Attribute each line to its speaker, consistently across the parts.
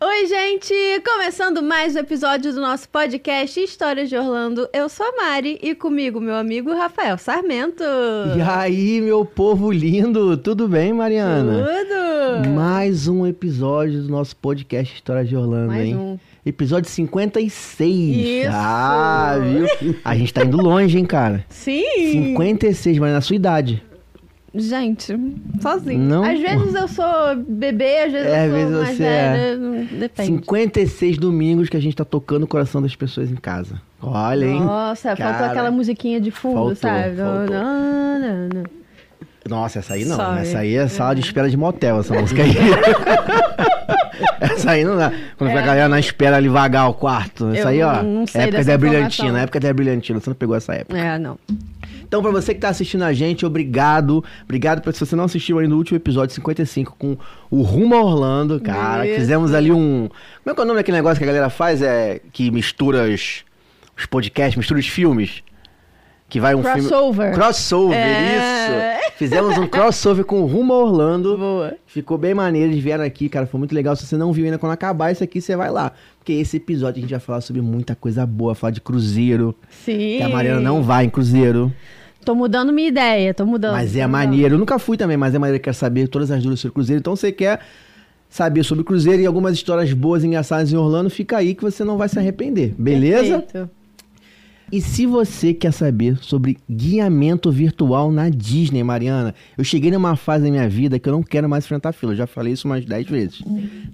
Speaker 1: Oi, gente! Começando mais um episódio do nosso podcast Histórias de Orlando. Eu sou a Mari e comigo meu amigo Rafael Sarmento.
Speaker 2: E aí, meu povo lindo, tudo bem, Mariana?
Speaker 1: Tudo!
Speaker 2: Mais um episódio do nosso podcast Histórias de Orlando,
Speaker 1: Mais
Speaker 2: hein?
Speaker 1: um.
Speaker 2: Episódio 56.
Speaker 1: Isso.
Speaker 2: Ah, viu? A gente tá indo longe, hein, cara?
Speaker 1: Sim!
Speaker 2: 56, mas na sua idade.
Speaker 1: Gente, sozinho.
Speaker 2: Não.
Speaker 1: Às vezes eu sou bebê, às vezes
Speaker 2: É,
Speaker 1: eu sou
Speaker 2: às vezes
Speaker 1: mais
Speaker 2: você
Speaker 1: velha.
Speaker 2: é.
Speaker 1: não- Depende.
Speaker 2: 56 domingos que a gente tá tocando o coração das pessoas em casa. Olha, hein?
Speaker 1: Nossa, faltou
Speaker 2: Cara,
Speaker 1: aquela musiquinha de fundo,
Speaker 2: faltou,
Speaker 1: sabe?
Speaker 2: faltou.
Speaker 1: Não, não, não.
Speaker 2: Nossa, essa aí não.
Speaker 1: Sorry.
Speaker 2: Essa aí é sala de espera de motel, essa música aí. essa aí não dá. Quando fica a galera na espera ali vagar o quarto. Essa
Speaker 1: É. Eu
Speaker 2: aí, ó.
Speaker 1: não sei
Speaker 2: época
Speaker 1: dessa
Speaker 2: da
Speaker 1: informação.
Speaker 2: brilhantina, época da brilhantina. Você não pegou essa época.
Speaker 1: É, não.
Speaker 2: Então, pra você que tá assistindo a gente, obrigado. Obrigado pra se você não assistiu ainda o último episódio 55 com o Rumo a Orlando, cara.
Speaker 1: Isso.
Speaker 2: Fizemos ali um. Como é que é o nome daquele negócio que a galera faz? É. Que mistura os, os podcasts, mistura os filmes. Que vai um
Speaker 1: Crossover.
Speaker 2: filme. Crossover.
Speaker 1: É.
Speaker 2: isso. Fizemos um crossover com o Rumo a Orlando.
Speaker 1: Boa.
Speaker 2: Ficou bem maneiro, eles vieram aqui, cara, foi muito legal. Se você não viu ainda, quando acabar isso aqui, você vai lá. Porque esse episódio a gente vai falar sobre muita coisa boa, falar de cruzeiro.
Speaker 1: Sim.
Speaker 2: Que a Mariana não vai em cruzeiro.
Speaker 1: Tô mudando minha ideia, tô mudando.
Speaker 2: Mas é
Speaker 1: Tô mudando.
Speaker 2: maneiro. Eu nunca fui também, mas é maneiro. Quer saber todas as dúvidas sobre Cruzeiro. Então, você quer saber sobre Cruzeiro e algumas histórias boas e engraçadas em Orlando, fica aí que você não vai se arrepender. Beleza?
Speaker 1: Perfeito.
Speaker 2: E se você quer saber sobre guiamento virtual na Disney, Mariana, eu cheguei numa fase da minha vida que eu não quero mais enfrentar fila. Eu já falei isso umas 10 vezes.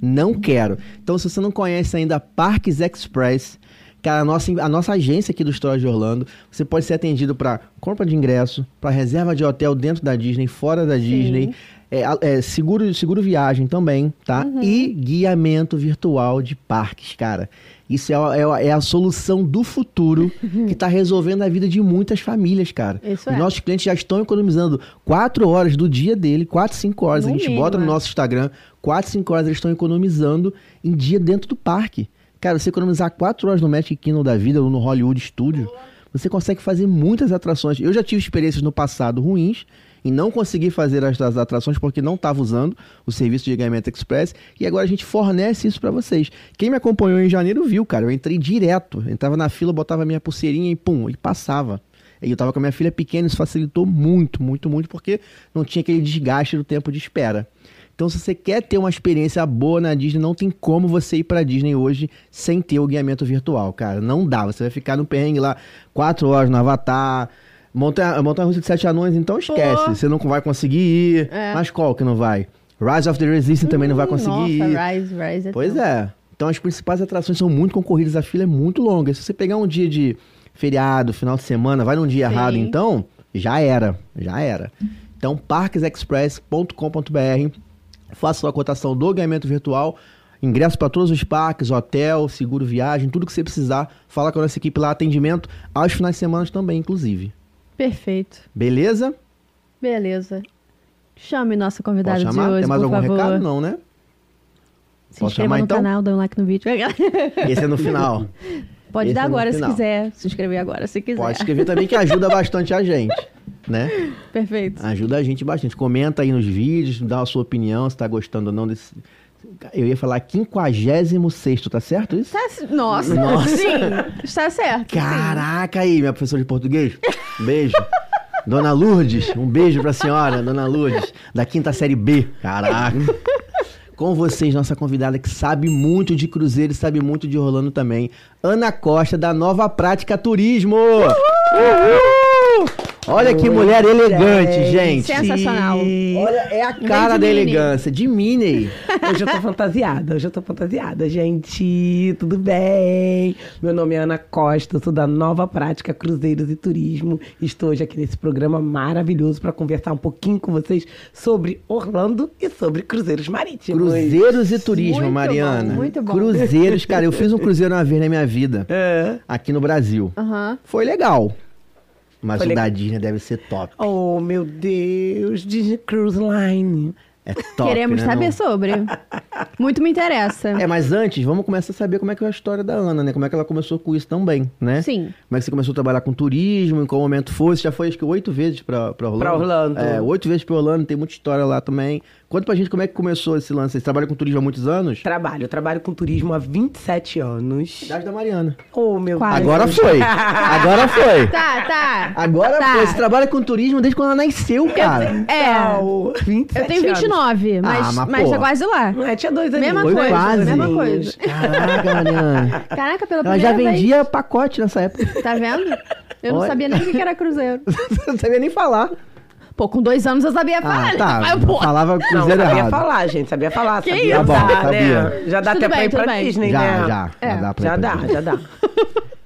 Speaker 2: Não quero. Então, se você não conhece ainda a Parques Express, que é a nossa, a nossa agência aqui do História de Orlando, você pode ser atendido para compra de ingresso, para reserva de hotel dentro da Disney, fora da Disney. é, a- é, seguro, seguro viagem também, tá?
Speaker 1: Uhum.
Speaker 2: E guiamento virtual de parques, cara. Isso é, a- é a- é a solução do futuro que está resolvendo a vida de muitas famílias, cara.
Speaker 1: Isso
Speaker 2: Os
Speaker 1: é.
Speaker 2: nossos clientes já estão economizando 4 horas do dia dele, 4, 5 horas.
Speaker 1: No
Speaker 2: a gente
Speaker 1: mínimo,
Speaker 2: bota no
Speaker 1: é.
Speaker 2: nosso Instagram, 4, 5 horas eles estão economizando em dia dentro do parque. Cara, você economizar 4 horas no Magic Kingdom da vida ou no Hollywood Studio, você consegue fazer muitas atrações. Eu já tive experiências no passado ruins e não consegui fazer as, as atrações porque não estava usando o serviço de Gameta Express e agora a gente fornece isso para vocês. Quem me acompanhou em janeiro viu, cara, eu entrei direto, entrava na fila, botava minha pulseirinha e pum, e passava. E eu tava com a minha filha pequena, isso facilitou muito, muito, muito, porque não tinha aquele desgaste do tempo de espera. Então, se você quer ter uma experiência boa na Disney, não tem como você ir pra Disney hoje sem ter o guiamento virtual, cara. Não dá. Você vai ficar no perrengue lá quatro horas no Avatar. Montanha, montanha Russa de Sete Anões, então esquece.
Speaker 1: Pô.
Speaker 2: Você não vai conseguir ir.
Speaker 1: É. Hum,
Speaker 2: Mas qual que não vai? Rise of the Resistance também não vai conseguir ir.
Speaker 1: Nossa, Rise, Rise.
Speaker 2: Pois
Speaker 1: tão-
Speaker 2: é. Então as principais atrações são muito concorridas, a fila é muito longa. Se você pegar um dia de feriado, final de semana, vai num dia
Speaker 1: Sim.
Speaker 2: errado, então, já era, já era. Então, parquesexpress.com.br, faça sua cotação do ganhamento virtual, ingresso para todos os parques, hotel, seguro viagem, tudo que você precisar. Fala com a nossa equipe lá, atendimento aos finais de semana também, inclusive.
Speaker 1: Perfeito.
Speaker 2: Beleza?
Speaker 1: Beleza. Chame nossa
Speaker 2: Pode
Speaker 1: convidada de
Speaker 2: chamar?
Speaker 1: hoje,
Speaker 2: Tem mais
Speaker 1: por
Speaker 2: algum
Speaker 1: favor.
Speaker 2: recado? Não, né?
Speaker 1: Se
Speaker 2: Posso
Speaker 1: inscreva
Speaker 2: chamar,
Speaker 1: no
Speaker 2: então?
Speaker 1: canal, dê um like no vídeo.
Speaker 2: Esse é no final.
Speaker 1: Pode
Speaker 2: Esse
Speaker 1: dar
Speaker 2: é no
Speaker 1: agora se
Speaker 2: final.
Speaker 1: quiser. Se inscrever agora se quiser.
Speaker 2: Pode escrever também que ajuda bastante a gente, né?
Speaker 1: Perfeito.
Speaker 2: Ajuda a gente bastante. Comenta aí nos vídeos, dá a sua opinião, se tá gostando ou não desse. Eu ia falar 56, tá certo isso?
Speaker 1: Tá c- Nossa,
Speaker 2: Nossa.
Speaker 1: sim. Está certo. sim.
Speaker 2: Caraca aí, minha professora de português. Beijo. Dona Lourdes, um beijo pra senhora, Dona Lourdes, da quinta série B. Caraca. Com vocês, nossa convidada que sabe muito de Cruzeiro e sabe muito de Rolando também, Ana Costa, da Nova Prática Turismo. Uhul! Olha que mulher elegante, gente.
Speaker 1: Sensacional.
Speaker 2: Olha, é a
Speaker 1: Vem
Speaker 2: cara
Speaker 1: de
Speaker 2: da
Speaker 1: mini.
Speaker 2: elegância, de mini.
Speaker 3: Hoje eu tô fantasiada, hoje eu tô fantasiada, gente. Tudo bem? Meu nome é Ana Costa, sou da Nova Prática Cruzeiros e Turismo. Estou hoje aqui nesse programa maravilhoso para conversar um pouquinho com vocês sobre Orlando e sobre cruzeiros marítimos.
Speaker 2: Cruzeiros e turismo,
Speaker 1: Muito bom,
Speaker 2: Mariana.
Speaker 1: muito bom.
Speaker 2: Cruzeiros, cara, eu fiz um cruzeiro uma vez na minha vida,
Speaker 3: É.
Speaker 2: aqui no Brasil.
Speaker 1: Aham.
Speaker 2: Foi legal. Mas
Speaker 3: Foi
Speaker 2: o
Speaker 3: legal.
Speaker 2: da Disney deve ser top.
Speaker 3: Oh, meu Deus, Disney Cruise Line.
Speaker 2: É top,
Speaker 1: Queremos
Speaker 2: né,
Speaker 1: saber
Speaker 2: não?
Speaker 1: sobre. Muito me interessa.
Speaker 2: É, mas antes, vamos começar a saber como é que é a história da Ana, né? Como é que ela começou com isso também, né?
Speaker 1: Sim.
Speaker 2: Como é que você começou a trabalhar com turismo, em qual momento foi? Você já foi, acho que, oito vezes pra, pra Orlando?
Speaker 3: Pra Orlando.
Speaker 2: É, oito vezes pra Orlando, tem muita história lá também. Conta pra gente como é que começou esse lance. Você trabalha com turismo há muitos anos?
Speaker 1: Tá.
Speaker 3: Trabalho, eu trabalho com turismo há 27 anos.
Speaker 2: Idade da Mariana.
Speaker 3: Oh, meu
Speaker 1: Quase. Ai,
Speaker 2: Agora foi. Agora foi.
Speaker 1: Tá, tá.
Speaker 2: Agora
Speaker 1: Tá.
Speaker 2: foi. Você trabalha com turismo desde quando ela nasceu, cara.
Speaker 1: É.
Speaker 3: Não, 27
Speaker 1: Eu tenho 29, mas,
Speaker 2: Ah, mas,
Speaker 1: mas
Speaker 2: pô.
Speaker 1: tá quase lá.
Speaker 3: É, tinha dois anos.
Speaker 1: Mesma
Speaker 2: Foi coisa, quase.
Speaker 1: mesma coisa.
Speaker 2: Caraca, Mariana.
Speaker 1: Caraca, pela
Speaker 2: Ah, Ela já
Speaker 1: primeira
Speaker 2: vendia pacote nessa época.
Speaker 1: vez. Tá vendo? Eu não
Speaker 2: Olha.
Speaker 1: sabia nem o que que era cruzeiro.
Speaker 2: Você não sabia nem falar.
Speaker 1: Pô, com dois anos eu sabia falar.
Speaker 2: Ah,
Speaker 1: né?
Speaker 2: tá.
Speaker 1: Mas, pô,
Speaker 2: Falava
Speaker 3: Não,
Speaker 2: cruzeiro
Speaker 3: sabia
Speaker 2: errado.
Speaker 3: falar, gente. Sabia falar,
Speaker 1: Que
Speaker 3: sabia
Speaker 1: isso?
Speaker 2: Tá bom,
Speaker 3: andar,
Speaker 2: sabia.
Speaker 3: né? Já dá
Speaker 1: Tudo bem,
Speaker 3: até pra ir
Speaker 1: tudo
Speaker 3: pra
Speaker 1: bem.
Speaker 3: Disney,
Speaker 2: Já,
Speaker 3: né?
Speaker 2: já.
Speaker 1: É,
Speaker 2: Já dá pra
Speaker 3: Já
Speaker 2: ir pra
Speaker 3: dá,
Speaker 2: gente.
Speaker 3: já dá.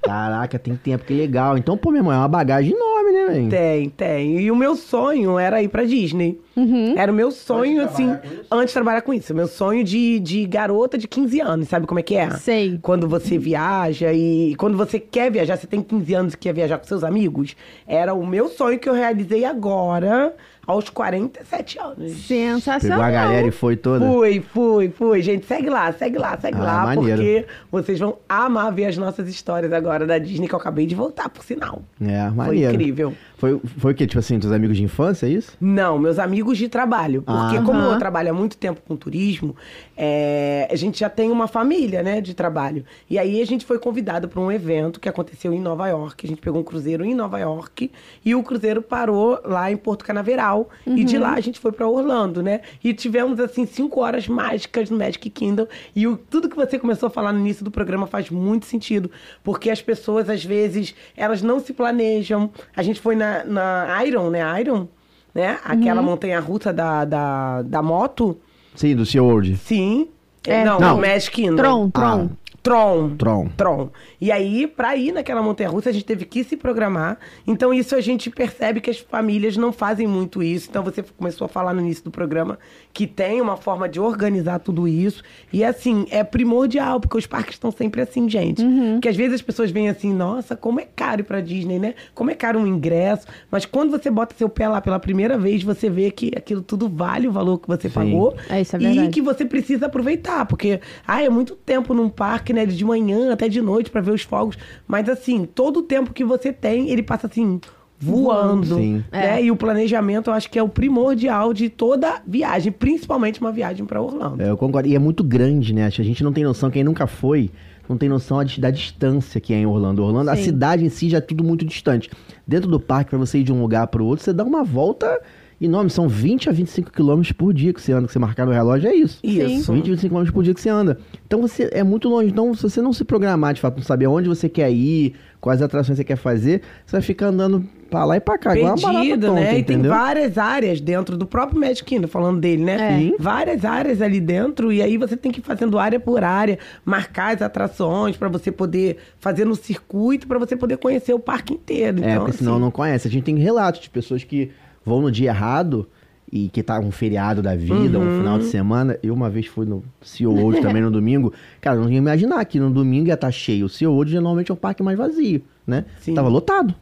Speaker 2: Caraca, tem tempo, que legal. Então, pô, meu irmão, é uma bagagem enorme, né, velho?
Speaker 3: Tem, tem. E o meu sonho era ir pra Disney.
Speaker 1: Uhum.
Speaker 3: Era o meu sonho, assim, antes de trabalhar com isso. Meu sonho de, de garota de 15 anos, sabe como é que é?
Speaker 1: Sei.
Speaker 3: Quando você viaja e quando você quer viajar, você tem 15 anos e quer viajar com seus amigos. Era o meu sonho que eu realizei agora, aos 47 anos.
Speaker 1: Sensacional.
Speaker 2: Pegou a galera e foi toda.
Speaker 3: Fui, fui, fui. Gente, segue lá, segue lá, segue
Speaker 2: né? Ah,
Speaker 3: lá,
Speaker 2: maneiro.
Speaker 3: porque vocês vão amar ver as nossas histórias agora da Disney, que eu acabei de voltar, por sinal.
Speaker 2: É,
Speaker 3: Foi
Speaker 2: maneiro.
Speaker 3: incrível.
Speaker 2: Foi, foi o quê? Tipo assim, dos amigos de infância, é isso?
Speaker 3: Não, meus amigos de trabalho. Porque
Speaker 2: Ah.
Speaker 3: como
Speaker 1: Aham.
Speaker 3: eu trabalho há muito tempo com turismo, é, a gente já tem uma família, né, de trabalho. E aí a gente foi convidado para um evento que aconteceu em Nova York. A gente pegou um cruzeiro em Nova York e o cruzeiro parou lá em Porto Canaveral. E de lá a gente foi para Orlando, né? E tivemos, assim, cinco horas mágicas no Magic Kingdom. E o- tudo que você começou a falar no início do programa faz muito sentido. Porque as pessoas, às vezes, elas não se planejam. A gente foi na, na Iron, né? Iron? né? Aquela
Speaker 1: Uhum.
Speaker 3: montanha russa da, da, da moto.
Speaker 2: Sim, do SeaWorld.
Speaker 3: Sim.
Speaker 1: É,
Speaker 3: não,
Speaker 1: Tron.
Speaker 3: não, Magic Kingdom.
Speaker 1: Tron,
Speaker 2: Ah,
Speaker 1: Tron.
Speaker 3: Tron.
Speaker 2: Tron.
Speaker 3: Tron. E aí, pra ir naquela montanha russa, a gente teve que se programar. Então, isso a gente percebe que as famílias não fazem muito isso. Então, você começou a falar no início do programa que tem uma forma de organizar tudo isso. E, assim, é primordial, porque os parques estão sempre assim, gente.
Speaker 1: Uhum.
Speaker 3: Porque às vezes as pessoas veem assim, nossa, como é caro ir pra Disney, né? Como é caro um ingresso. Mas quando você bota seu pé lá pela primeira vez, você vê que aquilo tudo vale o valor que você pagou.
Speaker 1: É, isso é
Speaker 3: E
Speaker 1: verdade.
Speaker 3: que você precisa aproveitar, porque ah, é muito tempo num parque, né? De manhã até de noite pra ver os fogos. Mas assim, todo o tempo que você tem, ele passa assim, voando.
Speaker 2: Sim.
Speaker 3: Né? E o planejamento eu acho que é o primordial de toda viagem, principalmente uma viagem pra Orlando.
Speaker 2: É, eu concordo. E é muito grande, né? A gente não tem noção, quem nunca foi, não tem noção da distância que é em Orlando. Orlando, a
Speaker 1: Sim.
Speaker 2: cidade em si já é tudo muito distante. Dentro do parque, pra você ir de um lugar pro outro, você dá uma volta enorme. São 20 a 25 quilômetros por dia que você anda, que você marcar no relógio, é isso.
Speaker 3: Isso.
Speaker 2: 20, 25 km por dia que você anda. Então você é muito longe. Então, se você não se programar de fato, não saber onde você quer ir, quais atrações você quer fazer, você vai ficar andando pra lá e pra cá. igual uma
Speaker 3: perdido,
Speaker 2: maratona,
Speaker 3: né? E tem
Speaker 2: entendeu?
Speaker 3: várias áreas dentro do próprio Magic Kingdom, falando dele, né?
Speaker 1: É.
Speaker 2: Sim.
Speaker 3: Várias áreas ali dentro, e aí você tem que ir fazendo área por área, marcar as atrações pra você poder fazer no circuito, pra você poder conhecer o parque inteiro.
Speaker 2: É,
Speaker 3: Então,
Speaker 2: porque senão
Speaker 3: assim,
Speaker 2: não conhece. A gente tem relatos de pessoas que vão no dia errado e que tá um feriado da vida,
Speaker 3: Uhum.
Speaker 2: um final de semana. Eu uma vez fui no SeaWorld também no domingo. Cara, eu não ia imaginar que no domingo ia estar cheio. O SeaWorld geralmente é o parque mais vazio, né?
Speaker 3: Sim.
Speaker 2: Tava lotado.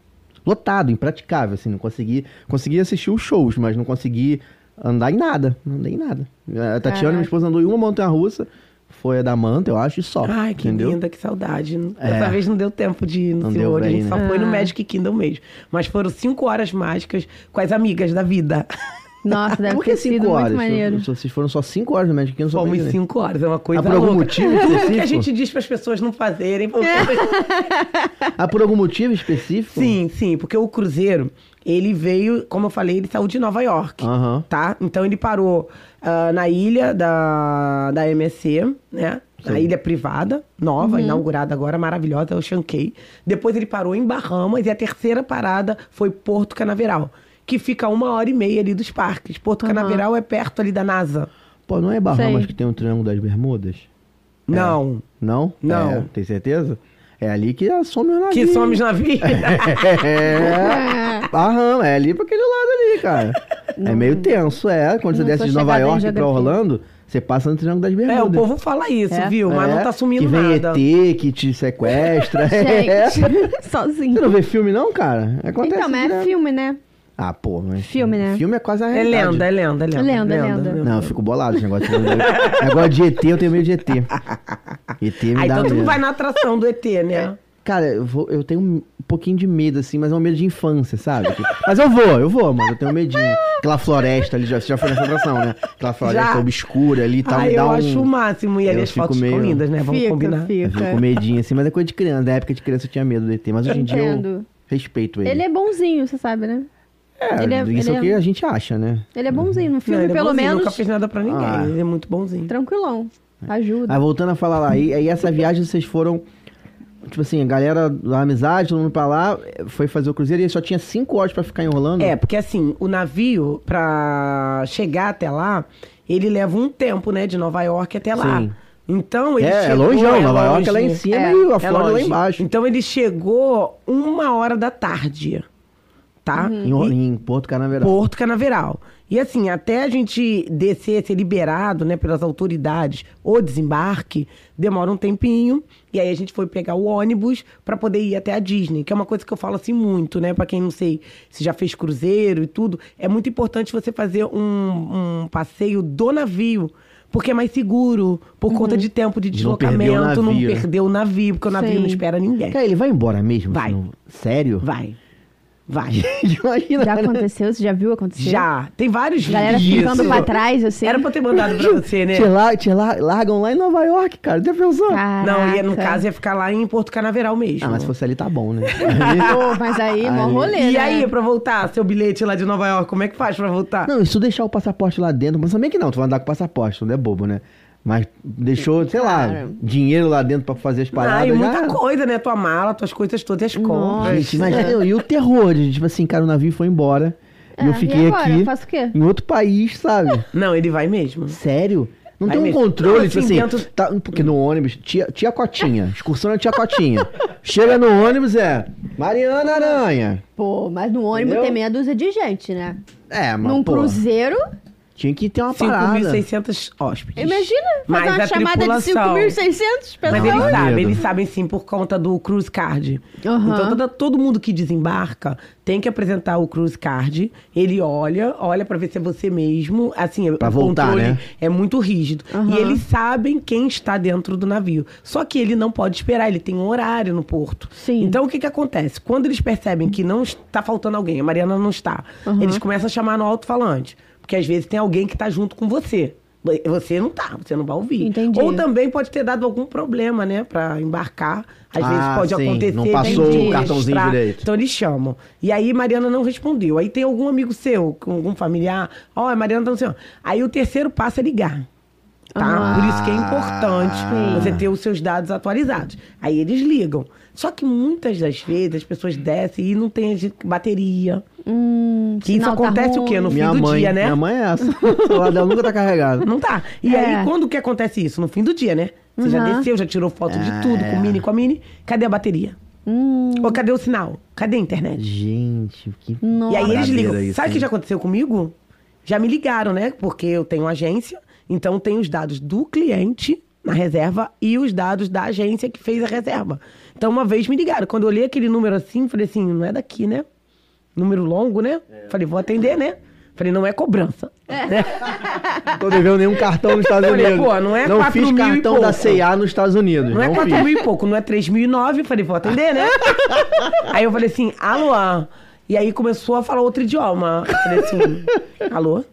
Speaker 2: Lotado, impraticável, assim, não consegui... Consegui assistir os shows, mas não consegui andar em nada. Não andei em nada. A Tatiana, minha
Speaker 1: Caraca.
Speaker 2: esposa, andou em uma montanha-russa. Foi a da Manta, eu acho, e só.
Speaker 3: Ai, que
Speaker 2: entendeu?
Speaker 3: linda, que saudade.
Speaker 2: É.
Speaker 3: Dessa vez não deu tempo de ir no
Speaker 2: Não deu
Speaker 3: senhor, a
Speaker 2: bem,
Speaker 3: gente só
Speaker 1: né?
Speaker 3: foi no
Speaker 1: Ah.
Speaker 3: Magic Kingdom mesmo. Mas foram cinco horas mágicas com as amigas da vida.
Speaker 1: Nossa, deve
Speaker 2: Por
Speaker 1: ter
Speaker 2: que
Speaker 1: sido
Speaker 2: cinco
Speaker 1: muito
Speaker 2: horas?
Speaker 1: maneiro.
Speaker 2: Se Vocês foram só cinco horas no Magic Kingdom? só pra
Speaker 3: Fomos
Speaker 2: entender.
Speaker 3: cinco horas, é uma coisa
Speaker 2: Ah, por algum
Speaker 3: louca.
Speaker 2: motivo
Speaker 3: o que
Speaker 2: específico?
Speaker 3: a gente diz para as pessoas não fazerem. porque-
Speaker 2: Ah, por algum motivo específico?
Speaker 3: Sim, sim, porque o cruzeiro, ele veio, como eu falei, ele saiu de Nova York,
Speaker 2: Aham.
Speaker 3: tá? Então ele parou ah, na ilha da, da MSC, né?
Speaker 2: Sim.
Speaker 3: Na ilha privada, nova,
Speaker 1: Uhum.
Speaker 3: inaugurada agora, maravilhosa, eu chanquei. Depois ele parou em Bahamas e a terceira parada foi Porto Canaveral, que fica a uma hora e meia ali dos parques. Porto
Speaker 1: Aham.
Speaker 3: Canaveral é perto ali da NASA.
Speaker 2: Pô, não é Bahamas
Speaker 1: Sei.
Speaker 2: que tem o Triângulo das Bermudas?
Speaker 3: Não.
Speaker 2: Não?
Speaker 3: Não.
Speaker 2: É, tem certeza? É ali que some o navio.
Speaker 3: Que somos na vida.
Speaker 2: É. Bahamas, é ali pra aquele lado ali, cara. é meio tenso, é. Quando você
Speaker 1: Não
Speaker 2: desce
Speaker 1: sou
Speaker 2: de Nova
Speaker 1: chegada em
Speaker 2: York pra
Speaker 1: geografia.
Speaker 2: Orlando, você passa no Triângulo das Bermudas.
Speaker 3: É, o povo fala isso,
Speaker 1: É.
Speaker 3: viu? Mas
Speaker 2: É,
Speaker 3: não tá sumindo
Speaker 2: Que vem
Speaker 3: nada.
Speaker 2: ET, que te sequestra. É.
Speaker 1: Gente,
Speaker 2: Você
Speaker 1: sozinho.
Speaker 2: não vê filme não, cara? Acontece
Speaker 1: Então, mas é
Speaker 2: direto.
Speaker 1: filme, né?
Speaker 2: Ah, pô. Mas
Speaker 1: Filme, né?
Speaker 2: Filme é quase a
Speaker 3: É
Speaker 2: realidade.
Speaker 3: lenda, é lenda, é lenda.
Speaker 1: Lenda, lenda.
Speaker 2: Não, eu fico bolado esse negócio. de- negócio de ET, eu tenho medo de ET. ET me
Speaker 3: Ah,
Speaker 2: dá
Speaker 3: então tu
Speaker 2: medo. É.
Speaker 3: não vai na atração do ET, né?
Speaker 2: Cara, eu, vou- eu tenho um pouquinho de medo, assim, mas é um medo de infância, sabe? Que- Mas eu vou, eu vou, mano. Eu tenho um medinho. Aquela floresta ali, já, você já foi nessa atração, né? Aquela floresta
Speaker 3: Já.
Speaker 2: obscura ali e tal.
Speaker 3: Ah,
Speaker 2: me dá
Speaker 3: eu
Speaker 2: um...
Speaker 3: acho o máximo. E ali
Speaker 2: Eu
Speaker 3: as
Speaker 2: fico
Speaker 3: fotos ficam
Speaker 2: meio-
Speaker 3: lindas, né? Vamos
Speaker 1: fica,
Speaker 3: combinar.
Speaker 2: Eu fico com
Speaker 1: fica.
Speaker 2: medinho, assim, mas é coisa de criança. Na época de criança eu tinha medo do ET, mas hoje em dia eu
Speaker 1: Entendo.
Speaker 2: respeito ele.
Speaker 1: Ele é bonzinho, você sabe, né?
Speaker 2: É,
Speaker 1: ele é-
Speaker 2: isso
Speaker 1: ele
Speaker 2: é o
Speaker 1: é-
Speaker 2: que a gente acha, né?
Speaker 1: Ele é bonzinho. No
Speaker 3: Não,
Speaker 1: filme,
Speaker 3: ele é
Speaker 1: pelo
Speaker 3: bonzinho,
Speaker 1: menos,
Speaker 3: Nunca fez nada pra ninguém.
Speaker 2: Ah.
Speaker 3: Ele é muito bonzinho.
Speaker 1: tranquilão. Ajuda.
Speaker 2: Mas voltando a falar lá, aí, aí essa viagem vocês foram. Tipo assim, a galera da amizade, todo mundo pra lá, foi fazer o cruzeiro e só tinha cinco horas pra ficar enrolando.
Speaker 3: É, porque assim, o navio, pra chegar até lá, ele leva um tempo, né? De Nova York até lá.
Speaker 2: Sim.
Speaker 3: Então ele
Speaker 2: é, é
Speaker 3: chegou,
Speaker 2: longe, Nova York é lá em
Speaker 3: longe.
Speaker 2: cima
Speaker 1: É,
Speaker 2: e a
Speaker 3: É
Speaker 2: Flórida lá
Speaker 3: longe.
Speaker 2: embaixo.
Speaker 3: Então ele chegou uma hora da tarde, tá?
Speaker 2: Em, em Porto é Canaveral.
Speaker 3: Porto Canaveral. E assim, até a gente descer, ser liberado, né, pelas autoridades, o desembarque, demora um tempinho. E aí a gente foi pegar o ônibus pra poder ir até a Disney, que é uma coisa que eu falo assim muito, né, Pra quem não sei se já fez cruzeiro e tudo. É muito importante você fazer um, um passeio do navio. Porque é mais seguro, por conta de tempo de
Speaker 2: Uhum. Não perder o
Speaker 3: deslocamento, não
Speaker 2: navio, né?
Speaker 3: perder o navio, porque o navio
Speaker 1: Sim.
Speaker 3: não espera ninguém.
Speaker 2: Cara, ele vai embora mesmo?
Speaker 3: Vai.
Speaker 2: senão- Sério?
Speaker 3: Vai. Vai.
Speaker 2: Imagina.
Speaker 1: Já
Speaker 2: né?
Speaker 1: aconteceu? Você já viu acontecer?
Speaker 3: Já. Tem vários
Speaker 1: Galera
Speaker 3: vídeos.
Speaker 1: ficando pra trás, assim.
Speaker 3: Era pra eu ter mandado pra você, né?
Speaker 2: Te, la- te la- largam lá em Nova York, cara. Deve pensar.
Speaker 3: Não, ia, no
Speaker 1: Caraca.
Speaker 2: é-
Speaker 3: caso ia ficar lá em Porto Canaveral mesmo.
Speaker 2: Ah, mas se fosse ali tá bom, né?
Speaker 1: Pô, mas aí, mó
Speaker 2: Ali.
Speaker 1: rolê,
Speaker 3: E
Speaker 1: né?
Speaker 3: aí, pra voltar, seu bilhete lá de Nova York, como é que faz pra voltar?
Speaker 2: Não, isso deixar o passaporte lá dentro, mas também que não, tu vai andar com o passaporte, tu não é bobo, né? Mas deixou, sei lá,
Speaker 1: Claro.
Speaker 2: dinheiro lá dentro pra fazer as paradas.
Speaker 3: ah, e muita
Speaker 2: já-
Speaker 3: coisa, né? Tua mala, tuas coisas todas, as compras.
Speaker 2: Gente, imagina, e o terror, de, tipo assim, cara, o navio foi embora,
Speaker 1: É,
Speaker 2: eu
Speaker 1: e
Speaker 2: fiquei
Speaker 1: agora?
Speaker 2: aqui,
Speaker 1: Eu faço o quê?
Speaker 2: em outro país, sabe?
Speaker 3: Não, ele vai mesmo.
Speaker 2: Sério? Não
Speaker 3: Vai
Speaker 2: tem um
Speaker 3: mesmo.
Speaker 2: controle,
Speaker 3: Não,
Speaker 2: tipo assim,
Speaker 3: assim, dentro-
Speaker 2: tá- porque no ônibus, tia, tia Cotinha, excursão na tia Cotinha. Chega no ônibus, é, Mariana Aranha.
Speaker 1: Pô, mas no ônibus
Speaker 2: Entendeu?
Speaker 1: tem meia dúzia de gente, né?
Speaker 2: É, mas,
Speaker 1: Num
Speaker 2: pô,
Speaker 1: cruzeiro,
Speaker 2: tinha que ter uma parada.
Speaker 3: 5.600 hóspedes.
Speaker 1: imagina
Speaker 3: Mas
Speaker 1: fazer uma
Speaker 3: a
Speaker 1: chamada de
Speaker 3: tripulação.
Speaker 1: 5.600
Speaker 3: Mas
Speaker 1: pessoas.
Speaker 2: Não,
Speaker 3: eles
Speaker 2: é medo.
Speaker 3: sabem, eles sabem sim por conta do cruise card.
Speaker 1: Aham.
Speaker 3: Então toda- todo mundo que desembarca tem que apresentar o cruise card. Ele olha, olha pra ver se é você mesmo. Assim,
Speaker 2: Pra
Speaker 3: o
Speaker 2: voltar,
Speaker 3: controle
Speaker 2: né?
Speaker 3: é muito rígido.
Speaker 1: Aham.
Speaker 3: E eles sabem quem está dentro do navio. Só que ele não pode esperar, ele tem um horário no porto.
Speaker 1: Sim.
Speaker 3: Então o que que acontece? Quando eles percebem que não está faltando alguém, a Mariana não está,
Speaker 1: Aham.
Speaker 3: eles começam a chamar no alto-falante. Porque às vezes tem alguém que tá junto com você. Você não tá, você não vai ouvir.
Speaker 1: Entendi.
Speaker 3: Ou também pode ter dado algum problema, né, Pra embarcar. Às
Speaker 2: Ah,
Speaker 3: vezes pode
Speaker 2: sim,
Speaker 3: acontecer.
Speaker 2: não passou
Speaker 3: de
Speaker 1: o
Speaker 2: cartãozinho
Speaker 3: registrar.
Speaker 2: direito.
Speaker 3: Então eles chamam. E aí Mariana não respondeu. Aí tem algum amigo seu, com algum familiar. Ó, a Mariana tá no seu. Aí o terceiro passo é ligar. Tá?
Speaker 1: Ah.
Speaker 3: Por isso que é importante
Speaker 2: Sim.
Speaker 3: você ter os seus dados atualizados. Aí eles ligam. Só que muitas das vezes as pessoas descem e não tem bateria.
Speaker 1: Hum,
Speaker 3: Que isso
Speaker 1: sinal tá
Speaker 3: acontece o
Speaker 1: ruim.
Speaker 3: quê? No
Speaker 2: minha
Speaker 3: fim do
Speaker 2: mãe,
Speaker 3: dia, né?
Speaker 2: Minha mãe é essa. O celular dela nunca tá carregado.
Speaker 3: Não tá. E
Speaker 1: É.
Speaker 3: aí, quando que acontece isso? No fim do dia, né? Você já
Speaker 1: Uhum.
Speaker 3: desceu, já tirou foto
Speaker 2: Ah,
Speaker 3: de tudo,
Speaker 2: é.
Speaker 3: com mini, com a mini. Cadê a bateria?
Speaker 1: Hum,
Speaker 3: Ou cadê o sinal? Cadê a internet?
Speaker 2: Gente, que.
Speaker 1: Nossa.
Speaker 3: E aí eles
Speaker 2: Paradeira
Speaker 3: ligam.
Speaker 2: isso,
Speaker 3: Sabe o que
Speaker 2: hein?
Speaker 3: já aconteceu comigo? Já me ligaram, né? Porque eu tenho agência, então tem os dados do cliente na reserva e os dados da agência que fez a reserva. Então uma vez me ligaram. Quando eu olhei aquele número assim, falei assim, não é daqui, né? Número longo, né?
Speaker 2: É.
Speaker 3: Falei, vou atender, né? Falei, não é cobrança.
Speaker 2: Não tô devendo nenhum cartão nos Estados
Speaker 3: Olha,
Speaker 2: Unidos.
Speaker 3: pô, não é
Speaker 2: Não
Speaker 3: quatro
Speaker 2: fiz
Speaker 3: mil e
Speaker 2: cartão
Speaker 3: pouco.
Speaker 2: da CIA nos Estados Unidos.
Speaker 3: Não é 4
Speaker 2: fiz.
Speaker 3: mil e pouco, não é 3 mil e nove. Falei, vou atender, né? aí eu falei assim, alô? ah. E aí começou a falar outro idioma. Eu Falei assim, alô?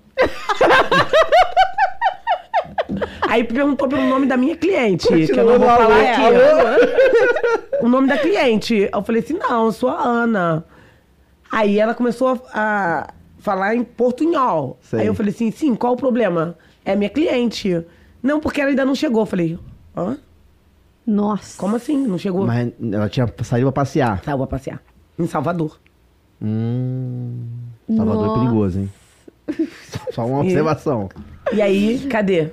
Speaker 3: Aí perguntou pelo nome da minha cliente, que eu não vou
Speaker 2: Continuou,
Speaker 3: falar
Speaker 2: alô,
Speaker 3: aqui. O nome da cliente. Eu falei assim, não, eu sou a Ana. Aí ela começou a, a falar em portunhol.
Speaker 2: Sei.
Speaker 3: Aí eu falei assim, sim, qual o problema? É minha cliente. Não, porque ela ainda não chegou. Eu falei, hã?
Speaker 1: Nossa.
Speaker 3: Como assim? Não chegou?
Speaker 2: Mas ela tinha saído pra passear.
Speaker 3: Saiu pra passear. Em Salvador.
Speaker 2: Hum. Salvador
Speaker 1: Nossa.
Speaker 2: é perigoso, hein? Só uma observação.
Speaker 3: E aí, cadê?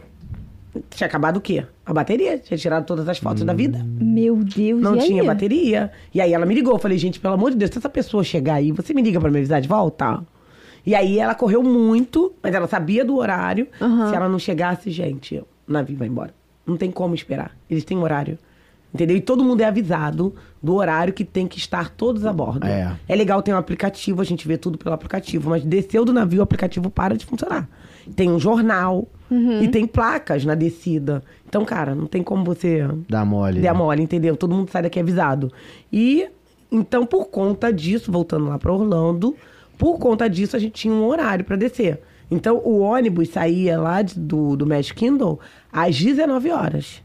Speaker 3: Tinha acabado o quê? A bateria. Tinha tirado todas as fotos da vida.
Speaker 1: Meu Deus,
Speaker 3: Não
Speaker 1: e aí?
Speaker 3: tinha bateria. E aí ela me ligou. Eu falei, gente, pelo amor de Deus, se essa pessoa chegar aí, você me liga pra me avisar de volta? E aí ela correu muito, mas ela sabia do horário.
Speaker 1: Aham.
Speaker 3: Se ela não chegasse, gente, o navio vai embora. Não tem como esperar. Eles têm horário. Entendeu? E todo mundo é avisado do horário que tem que estar todos a bordo.
Speaker 2: É.
Speaker 3: É legal ter um aplicativo, a gente vê tudo pelo aplicativo, mas desceu do navio, o aplicativo para de funcionar. Tem um jornal
Speaker 1: Uhum.
Speaker 3: e tem placas na descida. Então, cara, não tem como você
Speaker 2: Dá mole.
Speaker 3: Dê a
Speaker 2: né?
Speaker 3: mole, entendeu? Todo mundo sai daqui avisado. E Então, por conta disso, voltando lá para Orlando, por conta disso a gente tinha um horário para descer. Então, o ônibus saía lá de- do, do Magic Kingdom às 19 horas.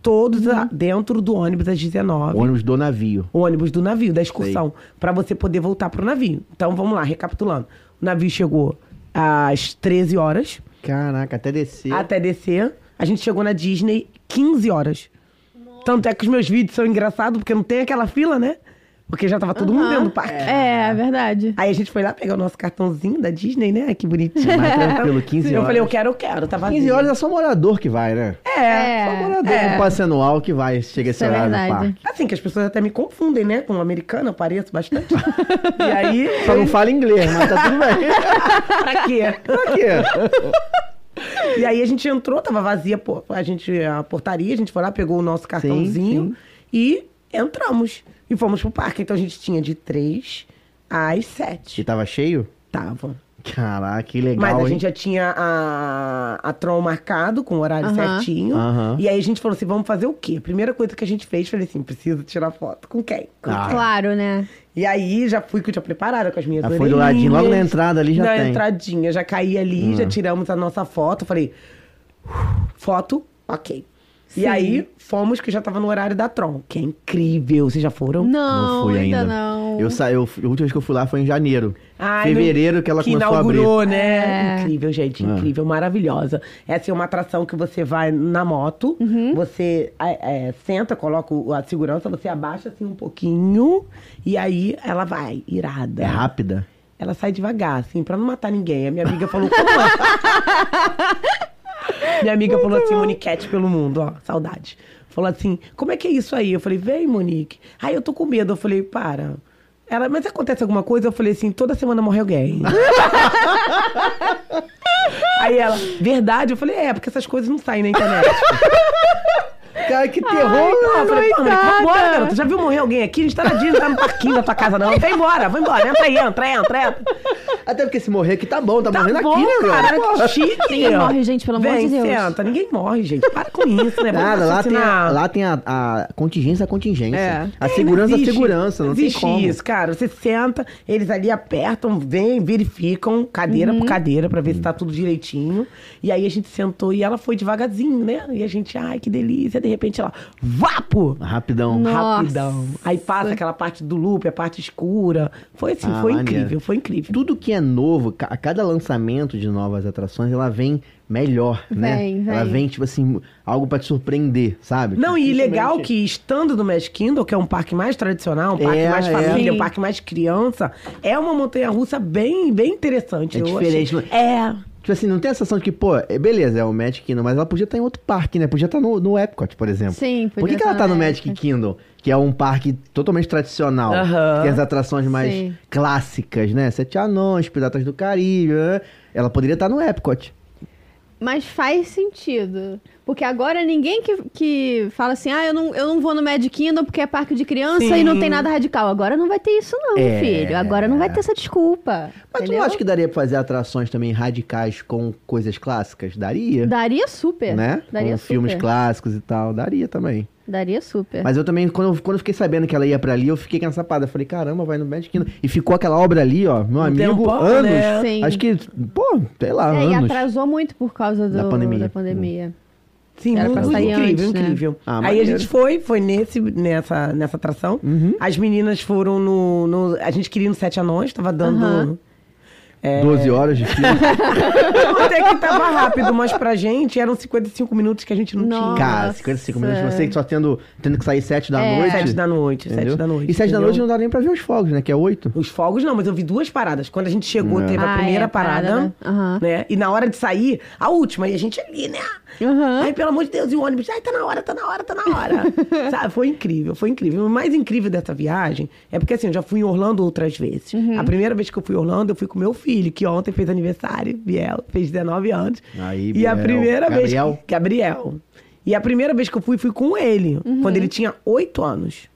Speaker 3: Todos a- dentro do ônibus às 19
Speaker 2: Ônibus do navio.
Speaker 3: o ônibus do navio, da excursão, para você poder voltar pro navio. Então vamos lá, recapitulando. O navio chegou às 13 horas
Speaker 2: Caraca, até descer.
Speaker 3: até descer. A gente chegou na Disney 15 horas. Tanto é que os meus vídeos são engraçados, porque não tem aquela fila, né? Porque já tava todo mundo dentro do parque.
Speaker 1: Ah, É, é verdade.
Speaker 3: Aí a gente foi lá pegar o nosso cartãozinho da Disney, né? Ai, que bonitinho.
Speaker 2: Mais tranquilo, 15
Speaker 3: Eu
Speaker 2: horas.
Speaker 3: falei, eu quero, eu quero. Tava
Speaker 2: 15 horas é só morador que vai, né?
Speaker 3: É,
Speaker 1: É.
Speaker 3: só uma
Speaker 2: Morador
Speaker 1: É.
Speaker 2: no passe anual que vai, chega
Speaker 1: Isso
Speaker 2: esse
Speaker 1: é
Speaker 2: horário no
Speaker 1: verdade.
Speaker 2: parque.
Speaker 3: Assim, que as pessoas até me confundem, né? Com americana, eu pareço bastante. e aí.
Speaker 2: Só não fala inglês, mas tá tudo bem.
Speaker 3: pra quê?
Speaker 2: Pra quê?
Speaker 3: E aí a gente entrou, tava vazia a por- a, gente, a portaria, a gente foi lá, pegou o nosso cartãozinho
Speaker 2: sim.
Speaker 3: e entramos. E fomos pro parque. Então a gente tinha de 3 às
Speaker 2: E
Speaker 3: 7.
Speaker 2: tava cheio?
Speaker 3: Tava.
Speaker 2: Caraca, que
Speaker 3: Mas
Speaker 2: legal,
Speaker 3: a
Speaker 2: hein?
Speaker 3: gente já tinha a, a Tron marcado com o horário
Speaker 1: Aham.
Speaker 3: certinho.
Speaker 2: Aham.
Speaker 3: E aí a gente falou assim: vamos fazer o quê? A primeira coisa que a gente fez, falei assim: preciso tirar foto. Com quem? Com
Speaker 2: Ah.
Speaker 1: Claro, né?
Speaker 3: E aí já fui que eu tinha preparada com as minhas
Speaker 2: Já Ah, foi do ladinho,
Speaker 3: orelhinhas.
Speaker 2: logo na entrada ali já
Speaker 3: na
Speaker 2: tem. Hum.
Speaker 3: entradinha, já caí ali, já tiramos a nossa foto. Falei, "Uf, foto, ok.
Speaker 1: Sim.
Speaker 3: E aí fomos que já tava no horário da Tron, que é incrível. Vocês já foram?
Speaker 1: Não,
Speaker 2: fui
Speaker 1: ainda,
Speaker 2: ainda.
Speaker 1: não.
Speaker 2: Eu saí, eu, a última vez que eu fui lá foi em janeiro.
Speaker 3: Ai,
Speaker 2: Fevereiro
Speaker 3: não-
Speaker 2: que ela começou a abrir.
Speaker 3: inaugurou, né?
Speaker 1: É.
Speaker 3: Incrível, gente, incrível, maravilhosa. Essa é uma atração que você vai na moto,
Speaker 1: Uhum.
Speaker 3: você é, é, senta, coloca o- a segurança, você abaixa assim um pouquinho e aí ela vai, irada.
Speaker 2: É rápida.
Speaker 3: Ela sai devagar, assim, pra não matar ninguém. A minha amiga falou, como é?" Minha amiga falou assim, Moniquete pelo mundo, ó, saudade. Falou assim, como é que é isso aí? Eu falei, vem, Monique. Aí eu tô com medo. Eu falei, para. Ela, mas acontece alguma coisa? Eu falei assim, toda semana morre alguém. aí ela, verdade? Eu falei, é, porque essas coisas não saem na internet.
Speaker 2: Cara, que
Speaker 3: Ai,
Speaker 2: terror!
Speaker 3: não, eu falei, pô, Monique,
Speaker 1: coitada.
Speaker 3: vambora, garota. Já viu morrer alguém aqui? A gente tá na Disney, tá no parquinho da tua casa, não. Vai embora, vai embora. Entra aí, entra, entra, entra.
Speaker 2: Até porque se morrer aqui tá bom, tá,
Speaker 3: Tá
Speaker 2: morrendo
Speaker 3: bom,
Speaker 2: aqui, né, cara?
Speaker 3: cara,
Speaker 2: Pô.
Speaker 3: que chique.
Speaker 4: Ninguém morre, gente, pelo amor
Speaker 3: Vem,
Speaker 4: de Deus.
Speaker 3: senta. Ninguém morre, gente. Para com isso, né? Vamos
Speaker 2: Nada, lá tem, a,
Speaker 3: raciocinar.
Speaker 2: lá tem a, a contingência, a contingência.
Speaker 1: É.
Speaker 2: A
Speaker 3: É,
Speaker 2: segurança,
Speaker 3: existe.
Speaker 2: a segurança. Não tem
Speaker 3: existe
Speaker 2: como.
Speaker 3: isso, cara. Você senta, eles ali apertam, vêm, verificam cadeira
Speaker 2: Uhum.
Speaker 3: por cadeira pra ver se tá tudo direitinho. E aí a gente sentou e ela foi devagarzinho, né? E a gente, ai, que delícia. De repente ela, vapo!
Speaker 2: Rapidão.
Speaker 1: Nossa.
Speaker 3: Rapidão. Aí passa aquela parte do loop, a parte escura. Foi assim,
Speaker 2: Ah,
Speaker 3: foi
Speaker 2: maneiro.
Speaker 3: incrível, foi incrível.
Speaker 2: Tudo que é novo, ca- a cada lançamento de novas atrações, ela vem melhor, né?
Speaker 1: Vem, vem.
Speaker 2: Ela vem, tipo assim, algo pra te surpreender, sabe?
Speaker 3: Não, e
Speaker 2: Dificilmente-
Speaker 3: legal que estando no Magic Kingdom, que é um parque mais tradicional, um parque
Speaker 2: É,
Speaker 3: mais
Speaker 2: é.
Speaker 3: família,
Speaker 1: Sim.
Speaker 3: um parque mais criança, é uma montanha russa bem, bem interessante.
Speaker 2: É
Speaker 3: eu
Speaker 2: diferente,
Speaker 3: achei.
Speaker 2: não-
Speaker 3: É.
Speaker 2: Tipo assim, não tem a sensação de que, pô, é beleza, é o Magic Kingdom, mas ela podia estar em outro parque, né? Podia estar no, no Epcot, por exemplo.
Speaker 1: Sim,
Speaker 2: Por que, que ela tá no Magic Kingdom, que é um parque totalmente tradicional,
Speaker 3: Aham.
Speaker 2: que tem as atrações mais
Speaker 1: Sim.
Speaker 2: clássicas, né? Sete Anões, Piratas do Caribe, né? ela poderia estar no Epcot.
Speaker 1: Mas faz sentido. Porque agora ninguém que, que fala assim, ah, eu não, eu não vou no Magic Kingdom porque é parque de criança e
Speaker 3: Sim.
Speaker 1: não tem nada radical. Agora não vai ter isso não,
Speaker 2: É.
Speaker 1: filho. Agora não vai ter essa desculpa.
Speaker 2: Mas tu
Speaker 1: entendeu?
Speaker 2: não acha que daria pra fazer atrações também radicais com coisas clássicas? Daria,
Speaker 1: Daria super.
Speaker 2: né?
Speaker 1: Daria
Speaker 2: com
Speaker 1: super.
Speaker 2: filmes clássicos e tal, daria também.
Speaker 1: Daria super.
Speaker 2: Mas eu também, quando eu, quando eu fiquei sabendo que ela ia pra ali, eu fiquei nessa parada. Eu falei, caramba, vai no Magic Kingdom. E ficou aquela obra ali, ó, meu amigo,
Speaker 3: Um tempão,
Speaker 2: anos.
Speaker 3: né?
Speaker 1: Sim.
Speaker 2: é, Acho que, pô, sei lá,
Speaker 1: É, e
Speaker 2: anos.
Speaker 1: atrasou muito por causa do-
Speaker 2: Da pandemia.
Speaker 1: Da pandemia.
Speaker 3: Sim,
Speaker 1: Era pra
Speaker 3: muito
Speaker 1: sair
Speaker 3: incrível,
Speaker 1: antes, né?
Speaker 3: incrível.
Speaker 2: Ah,
Speaker 3: Aí a
Speaker 2: maneiro. Uhum.
Speaker 3: gente foi, foi nesse, nessa, nessa atração. As meninas foram no, no- A gente queria ir no Sete Anões, tava dando.
Speaker 1: Aham.
Speaker 3: É.
Speaker 2: 12 horas de filme.
Speaker 3: Até que tava rápido, mas pra gente eram 55 minutos que a gente não
Speaker 1: Nossa.
Speaker 3: tinha.
Speaker 2: Cara, 55 minutos, você que só tendo, tendo que sair 7 da
Speaker 1: É.
Speaker 2: noite.
Speaker 3: Sete da noite,
Speaker 2: entendeu?
Speaker 3: sete da noite.
Speaker 2: E 7 da
Speaker 3: entendeu?
Speaker 2: noite não dá nem pra ver os fogos, né? Que é 8.
Speaker 3: Os fogos não, mas eu vi duas paradas. Quando a gente chegou,
Speaker 2: É.
Speaker 3: teve
Speaker 1: Ah,
Speaker 3: a primeira
Speaker 1: é, a parada,
Speaker 3: parada,
Speaker 1: né? Aham.
Speaker 3: né? E na hora de sair, a última. E a gente ali, né?
Speaker 2: Uhum.
Speaker 1: Aham.
Speaker 3: Ai, pelo amor de Deus, e o ônibus, ai, tá na hora, tá na hora, tá na hora. Sabe, foi incrível, foi incrível. O mais incrível dessa viagem é porque, assim, eu já fui em Orlando outras vezes.
Speaker 1: Uhum.
Speaker 3: A primeira vez que eu fui em Orlando, eu fui com meu filho, que ontem fez aniversário, Biel, fez 19 anos.
Speaker 2: Aí,
Speaker 3: e
Speaker 2: Biel.
Speaker 3: a primeira vez...
Speaker 2: Gabriel?
Speaker 3: Que, Gabriel. E a primeira vez que eu fui, fui com ele, quando ele tinha 8 anos.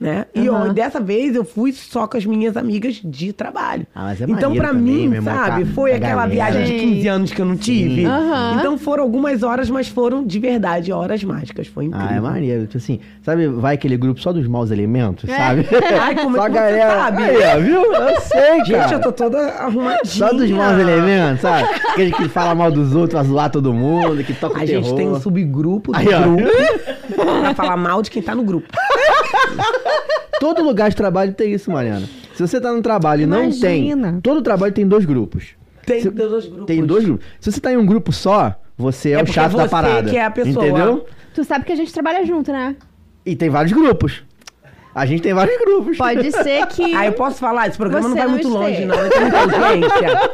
Speaker 3: né? E
Speaker 1: Uhum. Aham.
Speaker 3: ó, dessa vez eu fui só com as minhas amigas de trabalho.
Speaker 2: Ah, mas é
Speaker 3: então,
Speaker 2: maneiro
Speaker 3: pra
Speaker 2: também,
Speaker 3: mim,
Speaker 2: meu irmão,
Speaker 3: sabe,
Speaker 2: tá-
Speaker 3: foi
Speaker 2: a
Speaker 3: aquela
Speaker 2: galera.
Speaker 3: viagem de
Speaker 1: Sim.
Speaker 3: 15 anos que eu não tive.
Speaker 1: Aham.
Speaker 3: Então foram algumas horas, mas foram de verdade horas mágicas. Foi incrível.
Speaker 2: Ah, é maneiro. Tipo assim, sabe, vai aquele grupo só dos maus elementos,
Speaker 1: É.
Speaker 2: sabe?
Speaker 3: Ai, como é
Speaker 2: só
Speaker 3: que
Speaker 2: a
Speaker 3: você
Speaker 2: galera.
Speaker 3: sabe?
Speaker 2: Aí, ó, viu? Eu sei,
Speaker 3: Gente,
Speaker 2: cara.
Speaker 3: eu tô toda arrumadinha.
Speaker 2: Só dos é maus elementos, sabe? Aquele que fala mal dos outros, vai zoar todo mundo, que toca o
Speaker 3: A gente
Speaker 2: terror.
Speaker 3: tem um subgrupo do
Speaker 2: Aí, ó.
Speaker 3: grupo pra falar mal de quem tá no grupo.
Speaker 2: Todo lugar de trabalho tem isso, Mariana. Se você tá no trabalho e não tem.
Speaker 1: Imagina.
Speaker 2: Todo trabalho tem dois grupos.
Speaker 3: Tem
Speaker 2: Se-
Speaker 3: dois grupos.
Speaker 2: Tem dois grupos. Se você tá em um grupo só, você é,
Speaker 3: É
Speaker 2: o
Speaker 3: porque
Speaker 2: chato da
Speaker 3: você
Speaker 2: parada.
Speaker 3: que é a pessoa.
Speaker 2: Entendeu?
Speaker 1: Tu sabe que a gente trabalha junto, né?
Speaker 2: E tem vários grupos. A gente tem vários grupos.
Speaker 1: Pode ser que.
Speaker 3: Ah, eu posso falar? Esse programa não
Speaker 1: Você é um
Speaker 3: vai
Speaker 1: não
Speaker 3: muito longe,
Speaker 1: esteja.
Speaker 3: não. Eu tenho muita audiência.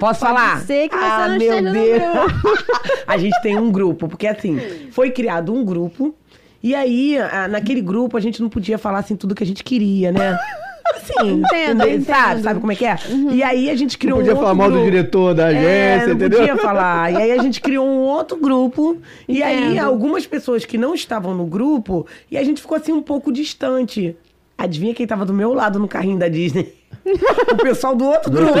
Speaker 3: Posso falar?
Speaker 1: ser que você é
Speaker 3: ah,
Speaker 1: não
Speaker 3: meu
Speaker 1: esteja no
Speaker 3: Deus. a gente tem um grupo, porque assim, foi criado um grupo. E aí, ah, naquele grupo, a gente não podia falar assim tudo que a gente queria, né? Assim,
Speaker 1: Entendo,
Speaker 3: entendeu?
Speaker 1: entendo. Uhum.
Speaker 3: Sabe, sabe como é que é? E aí a gente
Speaker 2: Não
Speaker 3: criou
Speaker 2: podia
Speaker 3: um
Speaker 2: falar
Speaker 3: outro
Speaker 2: mal do
Speaker 3: grupo.
Speaker 2: diretor da agência,
Speaker 3: É, não
Speaker 2: entendeu?
Speaker 3: podia falar. E aí a gente criou um outro grupo. E aí
Speaker 1: Entendo.
Speaker 3: algumas pessoas que não estavam no grupo, e a gente ficou assim um pouco distante. Adivinha quem tava do meu lado no carrinho da Disney? o pessoal do outro grupo.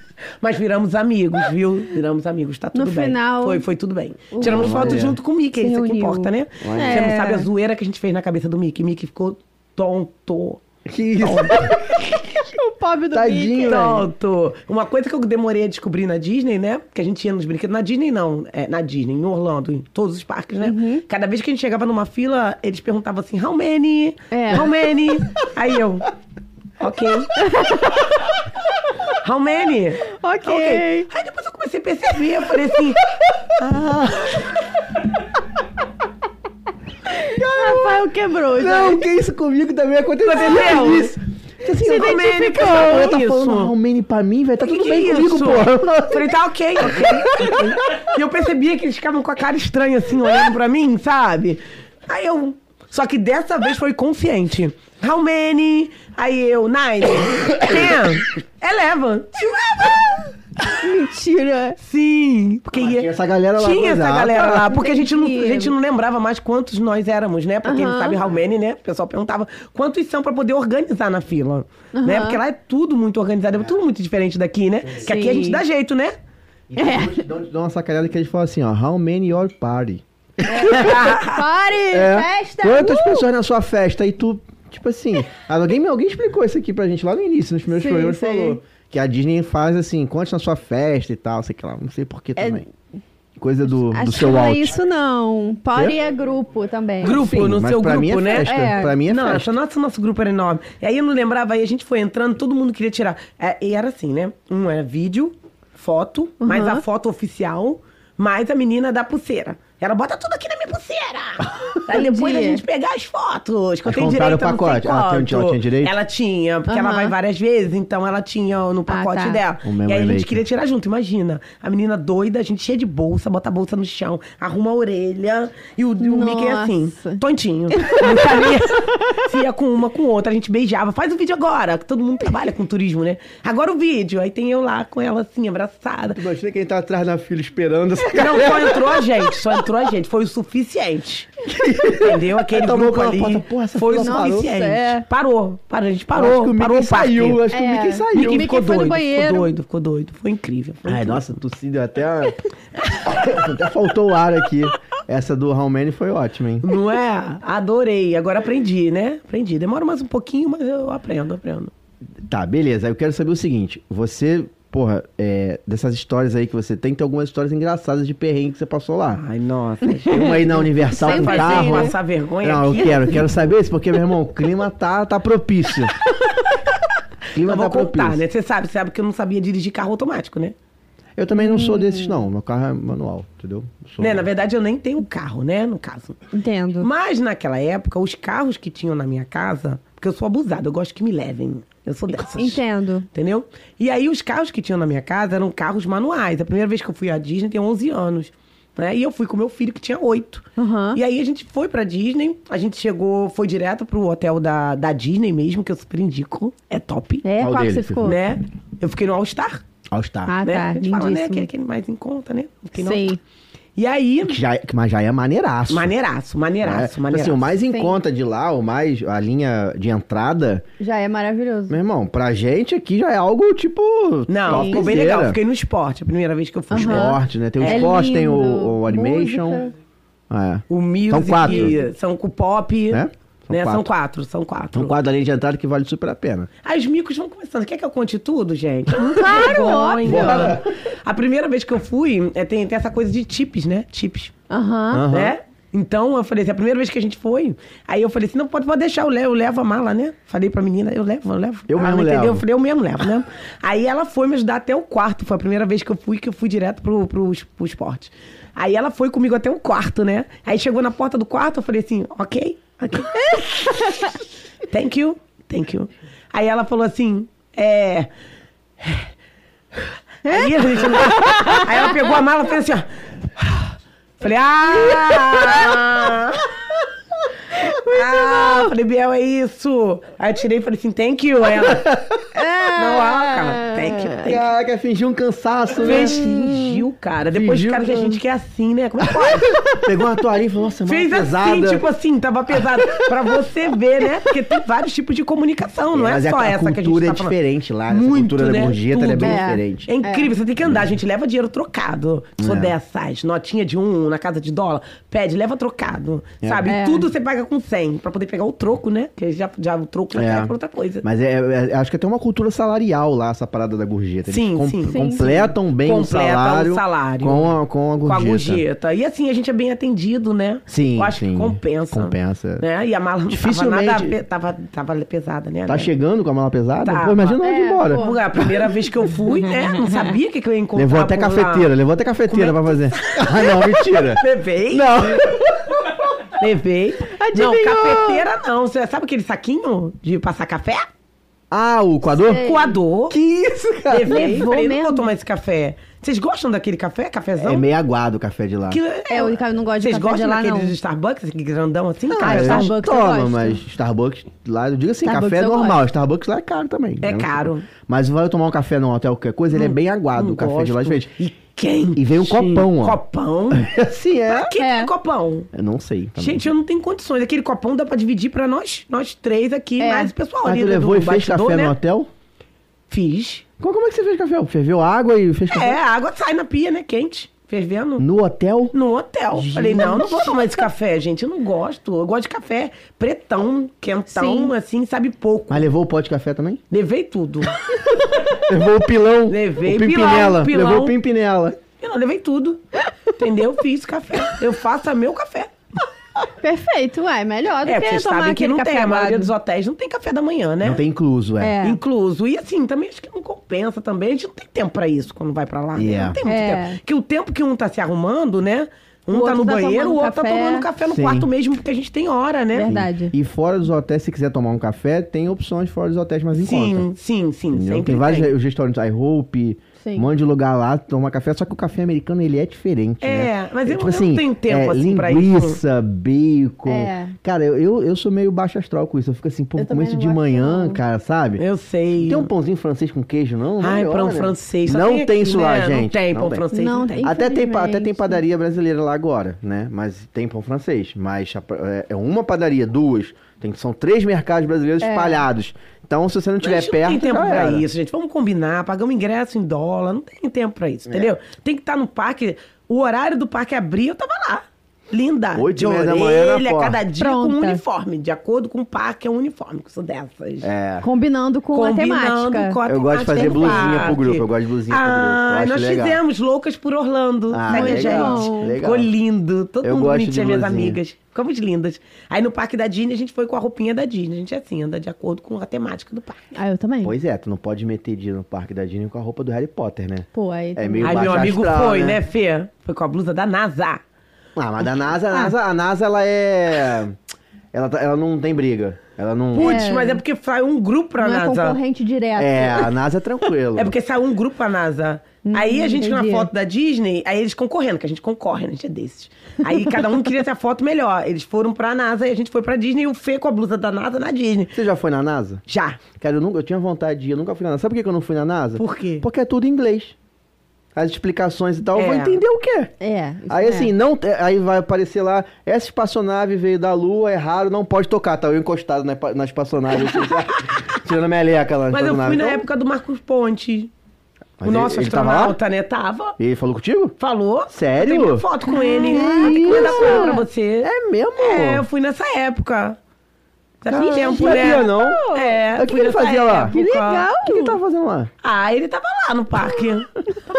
Speaker 3: Mas viramos amigos, viu? Viramos amigos, tá tudo
Speaker 1: No
Speaker 3: bem.
Speaker 1: final-
Speaker 3: Foi, foi tudo bem. Tiramos
Speaker 2: Olha.
Speaker 3: foto junto com o Mickey,
Speaker 1: Se
Speaker 3: isso que
Speaker 1: reuniu.
Speaker 3: importa, né?
Speaker 1: Olha.
Speaker 3: Você não
Speaker 1: É.
Speaker 3: sabe a zoeira que a gente fez na cabeça do Mickey. Mickey ficou tonto.
Speaker 2: Que isso?
Speaker 1: o pobre do
Speaker 2: Tadinho,
Speaker 1: Mickey.
Speaker 2: velho.
Speaker 3: Pronto. Uma coisa que eu demorei a descobrir na Disney, né? Porque a gente ia nos brinquedos. Na Disney, não. É, na Disney, em Orlando, em todos os parques, né?
Speaker 1: Uhum.
Speaker 3: Cada vez que a gente chegava numa fila, eles perguntavam assim: how many?
Speaker 1: É.
Speaker 3: How many? Aí eu. Ok. How many?
Speaker 1: Ok.
Speaker 3: Aí depois eu comecei a perceber, eu falei assim.
Speaker 1: Rafael quebrou já.
Speaker 2: Não, que isso comigo também aconteceu.
Speaker 3: Aconteceu?
Speaker 2: Isso. Assim,
Speaker 1: Se
Speaker 2: eu também-
Speaker 1: identificou.
Speaker 2: essa mulher tá
Speaker 3: Isso.
Speaker 2: falando Romani pra mim, velho. Tá
Speaker 3: que
Speaker 2: tudo
Speaker 3: que
Speaker 2: bem
Speaker 3: é
Speaker 2: comigo,
Speaker 3: isso?
Speaker 2: porra.
Speaker 3: Eu falei, tá ok, ok. ok. e eu percebia que eles ficavam com a cara estranha, assim, olhando pra mim, sabe? Aí eu. Só que dessa vez foi consciente. How many? Aí eu, nine, ten, eleven.
Speaker 1: Mentira.
Speaker 3: Sim, porque
Speaker 2: Mas
Speaker 3: ia-
Speaker 2: tinha essa galera lá,
Speaker 3: Tinha essa
Speaker 2: exato.
Speaker 3: galera lá, porque a gente, não, a
Speaker 1: Entendi.
Speaker 3: gente não lembrava mais quantos nós éramos, né? Porque
Speaker 1: Aham.
Speaker 3: ele sabe how many, né? O pessoal perguntava quantos são pra poder organizar na fila, né?
Speaker 1: Aham.
Speaker 3: Porque lá é tudo muito organizado, é tudo muito diferente daqui, né? Que aqui a gente dá jeito, né?
Speaker 1: É.
Speaker 2: E dão dão uma sacanagem que eles falam assim, ó. How many your party?
Speaker 1: Pare!
Speaker 2: É.
Speaker 1: Festa!
Speaker 2: Quantas
Speaker 1: uh!
Speaker 2: pessoas na sua festa e tu, tipo assim, alguém, alguém explicou isso aqui pra gente lá no início, nos primeiros
Speaker 1: Sim,
Speaker 2: programas
Speaker 1: sim.
Speaker 2: falou que a Disney faz assim, quantos na sua festa e tal, sei que lá, não sei por que também. Coisa do, do
Speaker 1: É. Acho
Speaker 2: seu
Speaker 1: que não é
Speaker 2: out.
Speaker 1: isso, não. Party
Speaker 2: Quê?
Speaker 1: é grupo também.
Speaker 3: Grupo,
Speaker 2: Enfim,
Speaker 3: no
Speaker 2: mas
Speaker 3: seu
Speaker 2: pra
Speaker 3: grupo,
Speaker 2: mim é
Speaker 3: né?
Speaker 2: Festa.
Speaker 1: É.
Speaker 2: Pra mim é
Speaker 3: Nossa,
Speaker 2: festa.
Speaker 3: nossa, nosso grupo era enorme. E aí eu não lembrava, aí a gente foi entrando, todo mundo queria tirar. É, e era assim, né? Um era vídeo, foto, mais
Speaker 1: Uhum.
Speaker 3: a foto oficial, mais a menina da pulseira. Ela bota tudo aqui na minha pulseira. aí depois a
Speaker 1: Entendi.
Speaker 3: gente pegar as fotos. Que eu
Speaker 2: Mas
Speaker 3: tenho
Speaker 2: compraram
Speaker 3: direito
Speaker 2: o pacote?
Speaker 3: Eu não
Speaker 2: Ela
Speaker 3: sei
Speaker 2: tem-
Speaker 3: quanto.
Speaker 2: ela tinha direito?
Speaker 3: Ela tinha, porque ela
Speaker 1: Aham.
Speaker 3: vai várias vezes, então ela tinha no pacote
Speaker 1: tá.
Speaker 3: dela.
Speaker 2: O memory
Speaker 3: E aí a gente
Speaker 2: maker.
Speaker 3: queria tirar junto, imagina. A menina doida, a gente cheia de bolsa, bota a bolsa no chão, arruma a orelha. E o, e o Mickey é assim,
Speaker 1: Nossa.
Speaker 3: tontinho. Não sabia se ia com uma, com outra. A gente beijava. Faz o vídeo agora, que todo mundo trabalha com turismo, né? Agora o vídeo. Aí tem eu lá com ela assim, abraçada.
Speaker 2: Imagina quem tá atrás da fila esperando essa
Speaker 3: Não, só entrou a gente, só entrou a gente. Foi o suficiente. Entendeu? Aquele
Speaker 2: Tomou
Speaker 3: grupo
Speaker 2: aquela
Speaker 3: ali
Speaker 2: porta, porra, essa
Speaker 3: foi o
Speaker 2: fila parou.
Speaker 3: suficiente.
Speaker 1: Nossa, é.
Speaker 3: Parou, parou, a gente
Speaker 2: Parou, acho que
Speaker 3: parou,
Speaker 2: o Mickey
Speaker 3: parou o parque.
Speaker 2: saiu, acho que
Speaker 1: É.
Speaker 2: o Mickey
Speaker 3: Mickey,
Speaker 2: saiu.
Speaker 1: Mickey
Speaker 3: ficou
Speaker 1: foi no
Speaker 3: doido,
Speaker 1: banheiro.
Speaker 3: ficou doido, ficou doido. Foi incrível. foi
Speaker 2: Ai,
Speaker 3: incrível.
Speaker 2: nossa, tossido deu até. a- até faltou o ar aqui. Essa do How many foi ótima, hein?
Speaker 3: Não é? Adorei. Agora aprendi, né? Aprendi. Demora mais um pouquinho, mas eu aprendo, aprendo.
Speaker 2: Tá, beleza. Aí Eu quero saber o seguinte: você, porra, é, dessas histórias aí que você tem, tem algumas histórias engraçadas de perrengue que você passou lá.
Speaker 3: Ai, nossa.
Speaker 2: Tem uma aí na Universal com
Speaker 1: Sempre tem,
Speaker 2: carro.
Speaker 1: né?
Speaker 3: Passar vergonha
Speaker 2: Não,
Speaker 3: aqui.
Speaker 2: eu quero, quero saber isso, porque, meu irmão, o clima tá, tá propício. O clima
Speaker 3: Eu
Speaker 2: tá
Speaker 3: vou contar,
Speaker 2: propício.
Speaker 3: né? Você sabe, sabe que eu não sabia dirigir carro automático, né?
Speaker 2: Eu também não sou desses, não. Meu carro é manual, entendeu? Eu Sou...
Speaker 3: Hum. né? Na verdade, eu nem tenho carro, né? No caso.
Speaker 1: Entendo.
Speaker 3: Mas naquela época, os carros que tinham na minha casa, porque eu sou abusada, eu gosto que me levem. Eu sou dessas.
Speaker 1: Entendo.
Speaker 3: Entendeu? E aí os carros que tinham na minha casa eram carros manuais. A primeira vez que eu fui à Disney tem 11 anos. Né? E eu fui com meu filho que tinha 8.
Speaker 1: Aham.
Speaker 3: E aí a gente foi pra Disney, a gente chegou, foi direto pro hotel da, da Disney mesmo, que eu super indico. É top.
Speaker 1: É,
Speaker 2: Qual
Speaker 1: qual, que
Speaker 2: deles
Speaker 1: você
Speaker 2: você
Speaker 1: ficou?
Speaker 3: Né? Eu fiquei no All Star.
Speaker 2: All Star.
Speaker 1: Ah,
Speaker 3: né?
Speaker 1: tá.
Speaker 3: A gente
Speaker 1: Lindíssimo.
Speaker 3: fala, né? Que é aquele mais em conta, né? Eu fiquei no
Speaker 1: Sei.
Speaker 3: All Star. E aí,
Speaker 2: Que já, é- que- mas já é maneiraço.
Speaker 3: maneiraço, maneiraço,
Speaker 2: É,
Speaker 3: maneiraço.
Speaker 2: Assim, o mais em
Speaker 1: Sim.
Speaker 2: conta de lá, o mais a linha de entrada,
Speaker 1: Já é maravilhoso.
Speaker 2: meu irmão, pra gente aqui já é algo tipo.
Speaker 3: Não, ficou bem
Speaker 2: topzera.
Speaker 3: legal. Fiquei no esporte, a primeira vez que eu fui
Speaker 1: Aham.
Speaker 2: Esporte, né? Tem o
Speaker 1: É
Speaker 2: esporte, tem
Speaker 1: lindo,
Speaker 2: o, o animation.
Speaker 1: música.
Speaker 2: É.
Speaker 3: O music,
Speaker 2: São quatro.
Speaker 3: são com pop,
Speaker 2: Né?
Speaker 3: né?
Speaker 2: São
Speaker 3: São
Speaker 2: quatro.
Speaker 3: quatro, são quatro.
Speaker 2: São quatro linhas um de entrada que vale super a pena.
Speaker 3: As micos vão começando. Quer que eu conte tudo, gente?
Speaker 1: Claro, óbvio.
Speaker 3: Bora. A primeira vez que eu fui, é, tem, tem essa coisa de chips, né? Chips,
Speaker 1: Aham.
Speaker 2: Aham.
Speaker 3: né? Então, eu falei assim, a primeira vez que a gente foi, aí eu falei assim, não, pode, pode deixar, eu levo, eu levo a mala, né? Falei pra menina, eu levo, eu levo.
Speaker 2: Eu
Speaker 3: Ela não
Speaker 2: mesmo
Speaker 3: entendeu,
Speaker 2: levo.
Speaker 3: Eu falei, eu mesmo levo, né? aí ela foi me ajudar até o quarto, foi a primeira vez que eu fui, que eu fui direto pro, pro, es- pro esporte. Aí ela foi comigo até o quarto, né? Aí chegou na porta do quarto, eu falei assim, ok, ok. Thank you, thank you. Aí ela falou assim, é. Aí, a gente- aí ela pegou a mala e fez assim, ó. Falei, ah! ah, falei, Biel, é isso. Aí eu tirei e falei assim, thank you. Aí ela,
Speaker 1: É.
Speaker 3: não, ah, cara, thank you, thank you.
Speaker 2: Caraca, fingiu um cansaço, né?
Speaker 3: Fez, fingiu, cara. Depois
Speaker 2: Fingiu,
Speaker 3: ficaram que a
Speaker 2: cara.
Speaker 3: gente quer assim, né? Como é que pode?
Speaker 2: Pegou uma toalhinha e falou, nossa, mano,
Speaker 3: Fez
Speaker 2: pesada.
Speaker 3: assim, tipo assim, tava pesado. pra você ver, né? Porque tem vários tipos de comunicação, não é,
Speaker 2: mas
Speaker 3: só
Speaker 2: a,
Speaker 3: essa
Speaker 2: a
Speaker 3: que a gente
Speaker 2: cultura
Speaker 3: tá
Speaker 2: é
Speaker 3: falando.
Speaker 2: diferente lá. né?
Speaker 3: Muito,
Speaker 2: Essa cultura
Speaker 3: né?
Speaker 2: da gorjeta ela é bem
Speaker 1: Tudo. É.
Speaker 2: diferente.
Speaker 3: É incrível, você tem que andar, a gente leva dinheiro trocado. Sou
Speaker 2: É.
Speaker 3: dessas, notinha de um na casa de dólar, pede, leva trocado,
Speaker 2: É.
Speaker 3: sabe?
Speaker 1: É.
Speaker 3: Tudo você paga com 100, pra poder pegar o troco, né? Porque já, já o troco já
Speaker 2: É.
Speaker 3: serve pra outra coisa.
Speaker 2: Mas é, é- acho que até uma cultura salarial lá, essa parada da gorjeta. Eles
Speaker 3: Sim, sim. Sim,
Speaker 2: completam bem
Speaker 3: Completa
Speaker 2: o salário,
Speaker 3: o salário.
Speaker 2: com a, com a
Speaker 3: Com a
Speaker 2: gorjeta.
Speaker 3: gorjeta. E assim, a gente é bem atendido, né?
Speaker 2: Sim,
Speaker 3: Eu acho
Speaker 2: sim.
Speaker 3: que compensa.
Speaker 2: Compensa.
Speaker 3: Né? E a mala não tava nada...
Speaker 2: Dificilmente-
Speaker 3: pe- Tava, tava pesada, né?
Speaker 2: Tá
Speaker 3: né?
Speaker 2: chegando com a mala pesada?
Speaker 3: Tá.
Speaker 2: Pô, imagina nós
Speaker 1: É,
Speaker 2: de embora.
Speaker 1: pô.
Speaker 3: A primeira vez que eu fui, né? Não sabia o que, que eu ia encontrar.
Speaker 2: Levou até
Speaker 3: por lá. é
Speaker 2: cafeteira, levou até cafeteira pra fazer. ah, não, mentira.
Speaker 3: Levei.
Speaker 2: Não.
Speaker 3: Levei.
Speaker 1: Adivinhou.
Speaker 3: Não, cafeteira não. Você sabe aquele saquinho de passar café?
Speaker 2: Ah, o coador?
Speaker 1: Sei.
Speaker 3: Coador.
Speaker 2: Que isso, cara?
Speaker 3: Levei.
Speaker 1: Levou
Speaker 3: Falei, não
Speaker 1: mesmo.
Speaker 3: vou tomar esse café. Vocês gostam daquele café? Cafezão?
Speaker 2: É meio aguado o café de lá. Ah,
Speaker 3: Que-
Speaker 1: É, o Ricardo não gosta de
Speaker 3: Vocês
Speaker 1: café
Speaker 3: gostam
Speaker 1: de lá,
Speaker 3: daquele
Speaker 1: não.
Speaker 3: de Starbucks, aquele grandão assim?
Speaker 2: Não,
Speaker 3: cara,
Speaker 2: eu
Speaker 1: Starbucks
Speaker 3: Starbucks
Speaker 1: eu
Speaker 2: toma,
Speaker 1: gosto.
Speaker 2: mas Starbucks lá, eu digo assim,
Speaker 1: Starbucks
Speaker 2: café é
Speaker 1: eu
Speaker 2: normal.
Speaker 1: gosto.
Speaker 2: Starbucks lá é caro também.
Speaker 3: É
Speaker 2: né?
Speaker 3: caro.
Speaker 2: Mas vai tomar um café num hotel, qualquer coisa, ele é bem aguado
Speaker 3: não
Speaker 2: o café de lá de
Speaker 3: gosto.
Speaker 2: frente.
Speaker 3: E quem?
Speaker 2: E vem um copão, ó.
Speaker 3: Copão?
Speaker 2: Assim é.
Speaker 3: Quem
Speaker 1: É.
Speaker 3: é. copão?
Speaker 2: Eu não sei. também.
Speaker 3: Gente, eu não tenho condições. Aquele copão dá pra dividir pra nós, nós três aqui,
Speaker 1: É.
Speaker 3: mais o pessoal
Speaker 2: mas
Speaker 3: ali
Speaker 2: tu
Speaker 3: do-
Speaker 2: levou
Speaker 3: do
Speaker 2: e fez
Speaker 3: bastidor,
Speaker 2: café
Speaker 3: né?
Speaker 2: no hotel?
Speaker 3: Fiz.
Speaker 2: Como, como é que você fez café? Ferveu água e fez
Speaker 3: É,
Speaker 2: café?
Speaker 3: a água sai na pia, né? Quente. Fervendo.
Speaker 2: No hotel?
Speaker 3: No hotel. Falei, não, não vou tomar esse café, gente. Eu não gosto. Eu gosto de café pretão, quentão,
Speaker 1: Sim.
Speaker 3: assim, sabe pouco.
Speaker 2: Mas levou o pote de café também?
Speaker 3: Levei tudo.
Speaker 2: Levou o pilão.
Speaker 3: Levei
Speaker 2: o
Speaker 3: pilão,
Speaker 2: pimpinela.
Speaker 3: pilão.
Speaker 2: Levou o pimpinela.
Speaker 3: Eu não levei tudo. Entendeu? Fiz café. Eu faço a meu café.
Speaker 1: Perfeito, ué. Melhor do
Speaker 3: É,
Speaker 1: que
Speaker 3: vocês
Speaker 1: tomar
Speaker 3: sabem que
Speaker 1: aquele
Speaker 3: não
Speaker 1: café
Speaker 3: tem. A maioria
Speaker 1: aguado.
Speaker 3: dos hotéis não tem café da manhã, né?
Speaker 2: Não tem incluso, é.
Speaker 1: É.
Speaker 3: Incluso. E assim, também acho que não compensa também. A gente não tem tempo pra isso quando vai pra lá. né?
Speaker 2: Yeah.
Speaker 3: Não tem muito
Speaker 1: É.
Speaker 3: tempo. Que o tempo que um tá se arrumando, né?
Speaker 1: O
Speaker 3: Um tá
Speaker 1: outro
Speaker 3: no
Speaker 1: tá
Speaker 3: banheiro,
Speaker 1: tomando
Speaker 3: o outro tá
Speaker 1: café.
Speaker 3: tomando café no
Speaker 2: Sim.
Speaker 3: quarto mesmo, porque a gente tem hora, né?
Speaker 1: Verdade.
Speaker 2: E fora dos hotéis, se quiser tomar um café, tem opções fora dos hotéis mais em conta.
Speaker 3: Sim, sim, sim.
Speaker 2: Entendeu?
Speaker 3: Sempre
Speaker 2: Tem vários re- os restaurantes iHope,
Speaker 1: Sim.
Speaker 2: um monte de lugar lá, toma café, só que o café americano ele é diferente,
Speaker 3: É,
Speaker 2: né?
Speaker 3: mas eu- eu não tenho tempo, assim, pra
Speaker 2: é, Linguiça, bacon.
Speaker 1: É.
Speaker 2: Cara, eu, eu, eu sou meio baixo astral com isso. Eu fico assim, pô,
Speaker 1: Eu
Speaker 2: comer
Speaker 1: também
Speaker 2: isso
Speaker 1: não
Speaker 2: de
Speaker 1: gosto,
Speaker 2: manhã,
Speaker 1: não.
Speaker 2: cara, sabe?
Speaker 3: Eu sei.
Speaker 2: Tem um pãozinho francês com queijo, não? Não
Speaker 3: Ai,
Speaker 2: melhora,
Speaker 3: pão
Speaker 2: né?
Speaker 3: francês. Só
Speaker 2: Não tem,
Speaker 3: tem aqui,
Speaker 2: isso lá,
Speaker 3: né?
Speaker 2: gente.
Speaker 3: Não tem pão francês.
Speaker 1: Não
Speaker 3: Não
Speaker 1: tem.
Speaker 3: tem.
Speaker 2: Até tem, pa- até tem
Speaker 1: Infelizmente.
Speaker 2: padaria brasileira lá agora, né? Mas tem pão francês. Mas a pa- é- é uma padaria, duas. Tem, são três mercados brasileiros espalhados. Então, se você não
Speaker 3: Mas a
Speaker 2: tiver
Speaker 3: gente
Speaker 2: perto,
Speaker 3: não tem tempo
Speaker 2: já
Speaker 3: pra
Speaker 2: era.
Speaker 3: isso, gente. Vamos combinar, pagar um ingresso em dólar. Não tem tempo pra
Speaker 2: É.
Speaker 3: isso, entendeu? Tem que estar no parque. O horário do parque abrir, eu tava lá. Linda.
Speaker 2: Oito
Speaker 3: de
Speaker 2: e meia da
Speaker 3: orelha,
Speaker 2: manhã na porta.
Speaker 3: cada dia com um
Speaker 1: Pronta.
Speaker 3: uniforme. De acordo com o parque, é um uniforme. que Sou dessas.
Speaker 2: É.
Speaker 1: Combinando com a
Speaker 3: Combinando
Speaker 1: temática.
Speaker 3: com a
Speaker 2: Eu gosto de
Speaker 3: temática
Speaker 2: fazer
Speaker 3: do
Speaker 2: blusinha pro
Speaker 3: parque.
Speaker 2: grupo, eu gosto de blusinha pro grupo, eu
Speaker 3: ah,
Speaker 2: acho
Speaker 3: nós
Speaker 2: legal.
Speaker 3: fizemos Loucas por Orlando.
Speaker 2: Ah,
Speaker 3: Segue
Speaker 1: legal,
Speaker 3: a é, gente.
Speaker 2: legal.
Speaker 3: Ficou lindo. Todo
Speaker 2: Eu
Speaker 3: mundo
Speaker 2: gosto
Speaker 3: bonitinho,
Speaker 2: de
Speaker 3: minhas
Speaker 2: blusinha.
Speaker 3: amigas. Ficamos lindas. Aí no parque da Disney, a gente foi com a roupinha da Disney. A gente é assim, anda de acordo com a temática do parque.
Speaker 1: Ah, eu também.
Speaker 2: Pois é, tu não pode meter dia no parque da Disney com a roupa do Harry Potter, né?
Speaker 1: Pô, aí.
Speaker 2: É meio
Speaker 3: Aí meu
Speaker 2: baixo
Speaker 3: amigo
Speaker 2: astral,
Speaker 3: foi,
Speaker 2: né?
Speaker 3: né? Fê? Foi com a blusa da
Speaker 1: É.
Speaker 3: NASA.
Speaker 2: Ah, mas da NASA, a NASA, a NASA ela é... Ela, tá- ela não tem briga. Ela não...
Speaker 3: Putz, mas é porque saiu um grupo pra
Speaker 1: Não é
Speaker 3: NASA.
Speaker 1: concorrente direto.
Speaker 2: É, a NASA é tranquilo.
Speaker 3: É porque saiu um grupo pra NASA. aí a gente na
Speaker 1: Hum, entendi.
Speaker 3: foto da Disney, aí eles concorrendo, que a gente concorre, né? a gente é desses. Aí cada um queria ter a foto melhor. Eles foram pra NASA e a gente foi pra Disney e o Fê com a blusa da NASA na Disney.
Speaker 2: Você já foi na NASA?
Speaker 3: Já.
Speaker 2: Cara, eu, nunca, eu tinha vontade de ir, eu nunca fui na NASA. Sabe por que que eu não fui na NASA?
Speaker 3: Por quê?
Speaker 2: Porque é tudo em inglês. as explicações e tal, eu vou
Speaker 3: É.
Speaker 2: entender o quê?
Speaker 1: É. isso
Speaker 2: Aí
Speaker 1: é.
Speaker 2: assim, não, é, aí vai aparecer lá, essa espaçonave veio da Lua, é raro, não pode tocar. Tá eu encostado na, epa- na espaçonave, assim, sabe? tirando a meleca lá na
Speaker 3: Mas eu
Speaker 2: espaçonave.
Speaker 3: fui na
Speaker 2: Então,
Speaker 3: época do Marcos Ponte.
Speaker 2: mas
Speaker 3: o nosso
Speaker 2: ele, ele tava lá?
Speaker 3: astronauta, né? Tava.
Speaker 2: E ele falou contigo?
Speaker 3: Falou.
Speaker 2: Sério?
Speaker 3: Eu tenho uma foto com ele.
Speaker 2: Que
Speaker 3: Ah, tem que mandar
Speaker 2: isso?
Speaker 3: foto pra você.
Speaker 2: É mesmo?
Speaker 3: É, eu fui nessa época. Já
Speaker 2: Caramba,
Speaker 3: tem tempo,
Speaker 2: não sabia,
Speaker 3: né?
Speaker 2: não.
Speaker 3: É.
Speaker 2: O que
Speaker 3: fui
Speaker 2: ele
Speaker 3: nessa
Speaker 2: fazia lá?
Speaker 1: Que
Speaker 3: época.
Speaker 1: legal.
Speaker 2: O que que ele tava fazendo lá?
Speaker 3: Ah, ele tava lá no parque.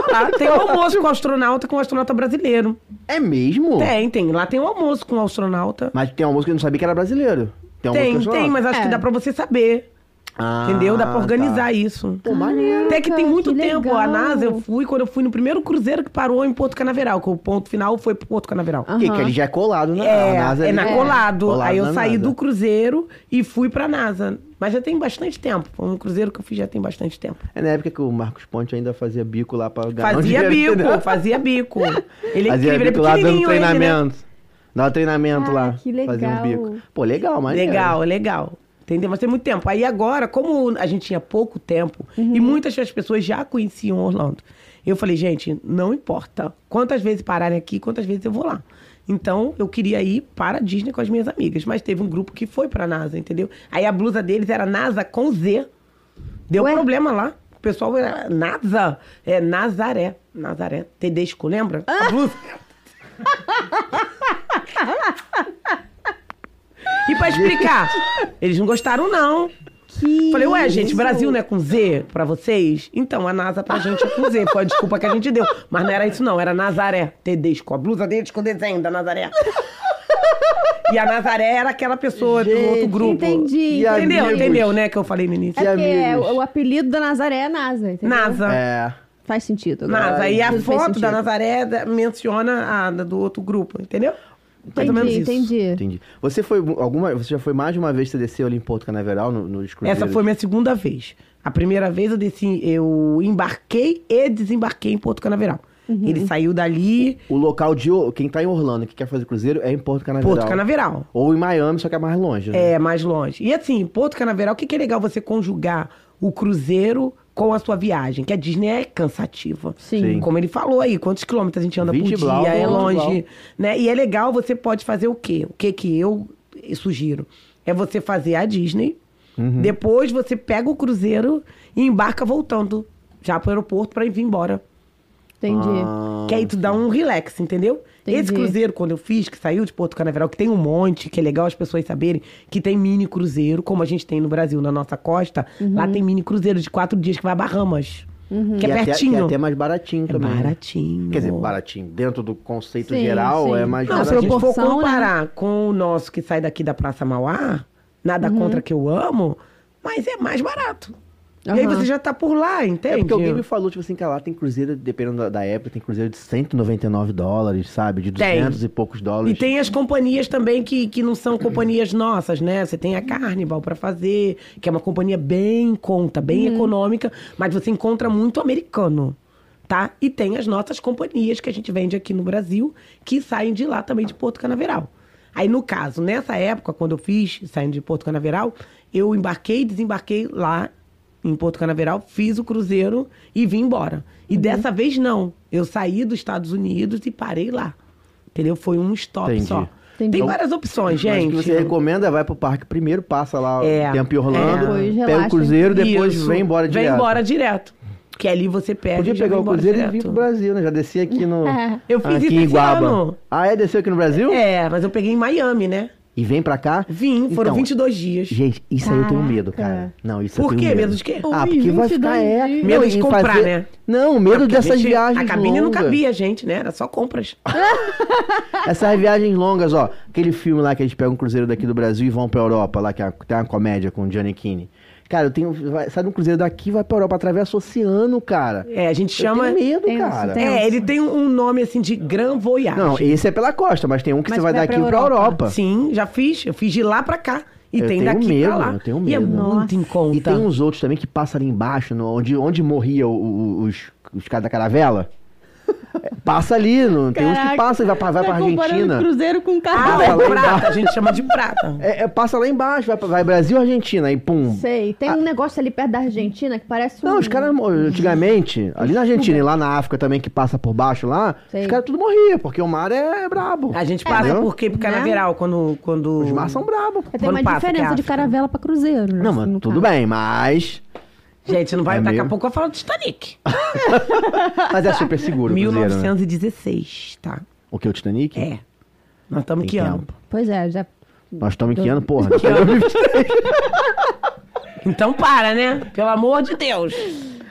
Speaker 3: Tava lá. Tem um almoço com o astronauta, com o astronauta brasileiro.
Speaker 2: É mesmo?
Speaker 3: Tem, tem. Lá tem um almoço com o astronauta.
Speaker 2: Mas tem uma música que eu não sabia que era brasileiro. Tem, uma
Speaker 3: Tem,
Speaker 2: música
Speaker 3: tem, mas acho
Speaker 1: É.
Speaker 3: que dá pra você saber.
Speaker 2: Ah,
Speaker 3: Entendeu? Dá pra organizar
Speaker 2: tá.
Speaker 3: isso.
Speaker 2: Pô, maneiro.
Speaker 3: Até que tem
Speaker 1: Caraca,
Speaker 3: muito
Speaker 1: que
Speaker 3: tempo. A
Speaker 1: legal.
Speaker 3: NASA, eu fui quando eu fui no primeiro cruzeiro que parou em Porto Canaveral, que o ponto final foi pro Porto Canaveral.
Speaker 1: Ah,
Speaker 2: Que,
Speaker 1: Aham.
Speaker 2: que ele já é colado, né?
Speaker 3: É,
Speaker 2: A NASA
Speaker 3: é
Speaker 2: ele-
Speaker 3: na Colado. Aí eu
Speaker 2: na
Speaker 3: saí
Speaker 2: NASA.
Speaker 3: do cruzeiro e fui pra NASA. Mas já tem bastante tempo. Foi um cruzeiro que eu fiz já tem bastante tempo.
Speaker 2: É na época que o Marcos Ponte ainda fazia bico lá pra ganhar um
Speaker 3: Fazia
Speaker 2: dinheiro,
Speaker 3: bico,
Speaker 2: entendeu?
Speaker 3: fazia bico. Ele é
Speaker 2: Fazia
Speaker 3: incrível, ele é
Speaker 2: bico lá dando
Speaker 3: pequenininho ainda, né?
Speaker 2: treinamento. Dava treinamento
Speaker 1: Ah,
Speaker 2: lá.
Speaker 1: que
Speaker 2: Fazia um
Speaker 1: legal.
Speaker 2: bico. Pô, legal, maneiro.
Speaker 3: Legal, legal. Entendeu? Mas tem muito tempo. Aí agora, como a gente tinha pouco tempo
Speaker 2: Uhum.
Speaker 3: e muitas das pessoas já conheciam Orlando, eu falei, gente, não importa quantas vezes pararem aqui, quantas vezes eu vou lá. Então, eu queria ir para a Disney com as minhas amigas, mas teve um grupo que foi para NASA, entendeu? Aí a blusa deles era NASA com Z. Deu
Speaker 1: Ué?
Speaker 3: problema lá. O pessoal era NASA, é Nazaré. Nazaré Tedesco, lembra?
Speaker 1: Ah!
Speaker 3: A blusa. E pra explicar, eles não gostaram, não.
Speaker 1: Que
Speaker 3: Falei, ué, gente,
Speaker 1: isso?
Speaker 3: Brasil não é com Z pra vocês? Então, a NASA pra gente é com Z. Foi a desculpa que a gente deu. Mas não era isso, não. Era Nazaré Tedesco. A blusa deles com o desenho da Nazaré. E a Nazaré era aquela pessoa do outro
Speaker 2: Gente,
Speaker 3: grupo.
Speaker 1: Entendi.
Speaker 2: E a-
Speaker 3: Entendeu?
Speaker 2: Amigos.
Speaker 3: Entendeu, né? Que eu falei no
Speaker 1: É
Speaker 3: início.
Speaker 2: E
Speaker 1: porque é,
Speaker 2: amigos?
Speaker 1: o, o apelido da Nazaré é NASA, entendeu?
Speaker 3: NASA.
Speaker 2: É.
Speaker 1: Faz sentido. agora.
Speaker 3: NASA. E a
Speaker 1: Tudo faz
Speaker 3: foto da
Speaker 1: sentido.
Speaker 3: Nazaré da- menciona a da- do outro grupo, entendeu? Mais ou menos
Speaker 1: Entendi,
Speaker 3: isso.
Speaker 1: entendi.
Speaker 2: Entendi. Você foi alguma. Você já foi mais de uma vez que você desceu ali em Porto Canaveral no, nos cruzeiros?
Speaker 3: Essa foi minha segunda vez. A primeira vez eu desci, eu embarquei e desembarquei em Porto Canaveral.
Speaker 1: Uhum.
Speaker 3: Ele saiu dali,
Speaker 2: O local de. Quem tá em Orlando que quer fazer cruzeiro é em Porto Canaveral.
Speaker 3: Porto Canaveral.
Speaker 2: Ou em Miami, só que é mais longe. né?
Speaker 3: É, mais longe. E assim, Porto Canaveral, o que, que é legal você conjugar o cruzeiro com a sua viagem? Que a Disney é cansativa.
Speaker 1: Sim.
Speaker 2: Sim.
Speaker 3: Como ele falou aí, quantos quilômetros a gente anda por
Speaker 2: 20
Speaker 3: dia,
Speaker 2: blau,
Speaker 3: é
Speaker 2: 20 blau.
Speaker 3: longe, né? E é legal, você pode fazer o quê? O que que eu sugiro? É você fazer a Disney,
Speaker 2: Uhum.
Speaker 3: depois você pega o cruzeiro e embarca voltando já pro aeroporto pra ir vir embora.
Speaker 1: Entendi.
Speaker 2: Ah,
Speaker 3: Que aí tu dá um relax, entendeu?
Speaker 1: Entendi.
Speaker 3: Esse cruzeiro, quando eu fiz, que saiu de Porto Canaveral, que tem um monte, que é legal as pessoas saberem, que tem mini cruzeiro, como a gente tem no Brasil, na nossa costa, lá
Speaker 1: Uhum.
Speaker 3: tem mini cruzeiro de quatro dias que vai a Bahamas. Que é
Speaker 2: e até-
Speaker 3: pertinho.
Speaker 2: e até mais baratinho
Speaker 3: é
Speaker 2: também. né?
Speaker 3: baratinho.
Speaker 2: Quer dizer, baratinho. Dentro do conceito
Speaker 1: Sim,
Speaker 2: geral,
Speaker 1: sim.
Speaker 2: é mais
Speaker 3: Não, se
Speaker 1: Agora,
Speaker 3: eu
Speaker 1: a
Speaker 2: baratinho.
Speaker 1: gente-
Speaker 3: for
Speaker 1: proporção, né?
Speaker 3: comparar com o nosso que sai daqui da Praça Mauá, nada
Speaker 1: Uhum.
Speaker 3: contra que eu amo, mas é mais barato. E aí
Speaker 1: Aham.
Speaker 3: você já tá por lá,
Speaker 2: É
Speaker 3: entende?
Speaker 2: porque alguém me falou, tipo assim, que lá tem cruzeiro, dependendo da, da época, tem cruzeiro de 199 dólares, sabe? De
Speaker 3: Tem.
Speaker 2: 200 e poucos dólares.
Speaker 3: E tem as companhias também que, que não são companhias nossas, né? Você tem a Carnival pra fazer, que é uma companhia bem em conta, bem econômica, mas você encontra muito americano, tá? E tem as nossas companhias que a gente vende aqui no Brasil, que saem de lá também de Porto Canaveral. Aí, no caso, nessa época, quando eu fiz, saindo de Porto Canaveral, eu embarquei e desembarquei lá em Porto Canaveral, fiz o cruzeiro e vim embora. E dessa vez não. Eu saí dos Estados Unidos e parei lá. Entendeu? Foi um stop
Speaker 2: Entendi.
Speaker 3: só.
Speaker 1: Entendi.
Speaker 3: Tem
Speaker 1: Então,
Speaker 3: várias
Speaker 2: Mas o
Speaker 3: opções, gente.
Speaker 2: que você recomenda, vai pro parque primeiro, passa lá
Speaker 3: É.
Speaker 2: o tempo em Orlando,
Speaker 1: É. Depois
Speaker 2: pega
Speaker 1: relaxa.
Speaker 2: o cruzeiro, depois
Speaker 3: Isso.
Speaker 2: vem embora
Speaker 3: Vem
Speaker 2: direto.
Speaker 3: embora direto. Que ali você pega
Speaker 2: Podia
Speaker 3: e já
Speaker 2: pegar o
Speaker 3: vem embora
Speaker 2: cruzeiro
Speaker 3: direto.
Speaker 2: e vir pro Brasil, né? Já desci aqui no...
Speaker 1: É.
Speaker 3: Eu fiz
Speaker 2: aqui
Speaker 3: isso
Speaker 2: em
Speaker 3: esse
Speaker 2: Guaba.
Speaker 3: ano.
Speaker 2: Ah, é? Desceu aqui no Brasil?
Speaker 3: É, mas eu peguei em Miami, né?
Speaker 2: E vem pra cá?
Speaker 3: Vim, foram
Speaker 2: Então,
Speaker 3: 22 dias.
Speaker 2: Gente, isso aí eu tenho medo,
Speaker 1: Caraca.
Speaker 2: cara. Não, isso
Speaker 3: Por
Speaker 2: eu tenho
Speaker 3: quê?
Speaker 2: medo.
Speaker 3: Medo de quê?
Speaker 2: Ah,
Speaker 1: Ui,
Speaker 2: porque vai ficar...
Speaker 1: 22
Speaker 2: É,
Speaker 1: dias.
Speaker 3: Medo de
Speaker 2: em
Speaker 3: comprar, né?
Speaker 2: Não, medo
Speaker 3: Porque a
Speaker 2: dessas
Speaker 3: gente-
Speaker 2: viagens
Speaker 3: A cabine não
Speaker 2: longas.
Speaker 3: cabia, gente, né? Era só compras.
Speaker 2: Essas viagens longas, ó. Aquele filme lá que eles pegam um cruzeiro daqui do Brasil e vão pra Europa, lá que é uma- tem uma comédia com o Johnny Keane. Cara, eu tenho. Vai, sai de um cruzeiro daqui e vai pra Europa, atravessa o oceano, cara.
Speaker 3: É, a gente chama.
Speaker 2: Eu tenho medo,
Speaker 1: Tenso,
Speaker 2: cara.
Speaker 1: tenso.
Speaker 3: É, ele tem um nome assim de Gran Voyage.
Speaker 2: Não, esse é pela costa, mas tem um que
Speaker 1: Mas
Speaker 2: você vai
Speaker 1: vai
Speaker 2: daqui
Speaker 1: pra
Speaker 2: pra
Speaker 1: Europa.
Speaker 2: Europa.
Speaker 3: Sim, já fiz. Eu fiz de lá pra cá. E
Speaker 2: Eu
Speaker 3: tem
Speaker 2: tenho
Speaker 3: daqui
Speaker 2: medo,
Speaker 3: pra lá.
Speaker 2: eu tenho
Speaker 3: E é
Speaker 2: medo.
Speaker 3: muito em conta.
Speaker 2: E tem um uns outros também que passam ali embaixo, no- onde, onde morria o- o- os, os caras da caravela. É, Passa ali, não tem uns que
Speaker 1: Caraca.
Speaker 2: passam e vai, pra- Ah, vai pra
Speaker 1: Tá comparando
Speaker 2: Argentina.
Speaker 1: Cruzeiro com
Speaker 3: Ah,
Speaker 2: Fala
Speaker 1: carnaval.
Speaker 2: lá
Speaker 3: é
Speaker 2: embaixo.
Speaker 3: prata, a gente chama de prata.
Speaker 2: É, é, passa lá embaixo, vai, pra- vai Brasil, Argentina, aí pum.
Speaker 1: Sei. Tem um negócio ali perto da Argentina que parece um.
Speaker 2: Ah. Não, os caras, mo- antigamente, ali na Argentina e lá na África também, que passa por baixo lá,
Speaker 1: Sei.
Speaker 2: os caras tudo morria, porque o mar é brabo.
Speaker 3: A gente passa
Speaker 2: mas-
Speaker 3: por quê? Por canaveral, quando, quando...
Speaker 2: Os mar são brabo. pô.
Speaker 1: Tem uma
Speaker 3: Quando passa, que é
Speaker 1: diferença de
Speaker 3: África.
Speaker 1: caravela pra cruzeiro. né,
Speaker 2: Não, mas
Speaker 1: assim, no
Speaker 2: tudo
Speaker 1: caso.
Speaker 2: bem, mas.
Speaker 3: Gente, não vai...
Speaker 2: É
Speaker 3: daqui
Speaker 2: meio-
Speaker 3: a pouco eu falo do Titanic.
Speaker 2: Mas é super seguro, o Cruzeiro. Né?
Speaker 3: 1916, tá?
Speaker 2: O que? O Titanic?
Speaker 3: É. Nós estamos
Speaker 2: Em
Speaker 3: que ano?
Speaker 2: tempo.
Speaker 1: Pois é, já.
Speaker 2: Nós estamos em que ano, porra? Em 2023.
Speaker 3: Então para, né? Pelo amor de Deus.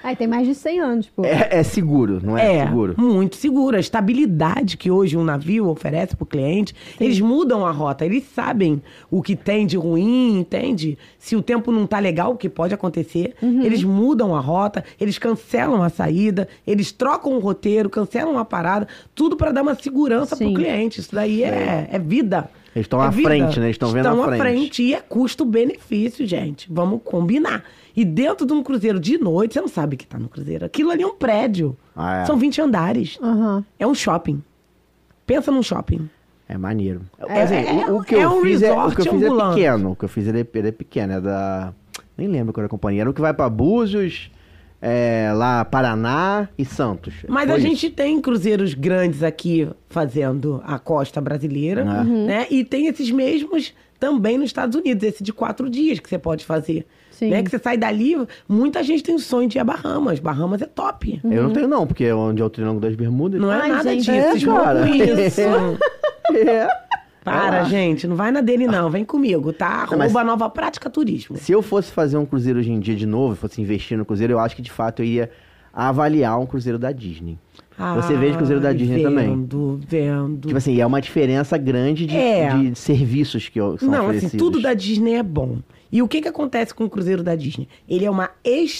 Speaker 1: Aí tem mais de 100 anos, pô.
Speaker 2: É, é seguro, não é,
Speaker 3: É,
Speaker 2: seguro?
Speaker 3: muito seguro. A estabilidade que hoje um navio oferece para o cliente, eles mudam a rota, eles sabem o que tem de ruim, entende? Se o tempo não tá legal, o que pode acontecer,
Speaker 2: Uhum.
Speaker 3: eles mudam a rota, eles cancelam a saída, eles trocam o roteiro, cancelam a parada, tudo para dar uma segurança para
Speaker 1: Sim.
Speaker 3: o cliente. Isso daí é, é vida.
Speaker 2: Eles estão
Speaker 3: É
Speaker 2: à
Speaker 3: vida.
Speaker 2: frente, né? Eles estão vendo à
Speaker 3: Estão
Speaker 2: frente.
Speaker 3: E é custo-benefício, gente. Vamos combinar. E dentro de um cruzeiro de noite, você não sabe o que tá no cruzeiro. Aquilo ali é um prédio.
Speaker 2: Ah, é.
Speaker 3: São 20 andares.
Speaker 1: Aham.
Speaker 3: É um shopping. Pensa num shopping.
Speaker 2: É maneiro.
Speaker 3: É-
Speaker 2: Assim,
Speaker 3: é-
Speaker 2: o, o que
Speaker 3: é
Speaker 2: eu
Speaker 3: um
Speaker 2: fiz é, o que eu
Speaker 3: resort
Speaker 2: fiz é
Speaker 3: ambulante.
Speaker 2: pequeno. O que eu fiz ele é, ele é pequeno, é da. Nem lembro qual era a companhia. Era o que vai pra Búzios, é, lá Paraná e Santos.
Speaker 3: Mas
Speaker 2: Foi
Speaker 3: a
Speaker 2: isso.
Speaker 3: gente tem cruzeiros grandes aqui fazendo a costa brasileira,
Speaker 2: Ah.
Speaker 3: né? E tem esses mesmos também nos Estados Unidos, esse de quatro dias que você pode fazer.
Speaker 1: Sim.
Speaker 3: Né? Que você sai dali, muita gente tem o sonho de ir a Bahamas. Bahamas é top.
Speaker 2: Eu não tenho, não, porque é onde é o Triângulo das Bermudas.
Speaker 3: Não é
Speaker 1: Ai,
Speaker 3: nada
Speaker 1: gente,
Speaker 3: disso.
Speaker 1: é,
Speaker 3: Esmola
Speaker 2: cara.
Speaker 3: com isso.
Speaker 2: É.
Speaker 3: Para,
Speaker 2: lá.
Speaker 3: gente, não vai na dele, não. Vem comigo, tá? Arroba
Speaker 2: Ah. mas-
Speaker 3: Nova Prática Turismo.
Speaker 2: Se eu fosse fazer um cruzeiro hoje em dia de novo, fosse investir no cruzeiro, eu acho que de fato eu ia avaliar um cruzeiro da Disney. Você vende cruzeiro da
Speaker 3: Ai,
Speaker 2: Disney também?
Speaker 3: Vendo, vendo.
Speaker 2: Tipo assim, é uma diferença grande de,
Speaker 3: É.
Speaker 2: de serviços que são
Speaker 3: Não,
Speaker 2: oferecidos.
Speaker 3: assim, tudo da Disney é bom. E o que, que acontece com o Cruzeiro da Disney? Ele é uma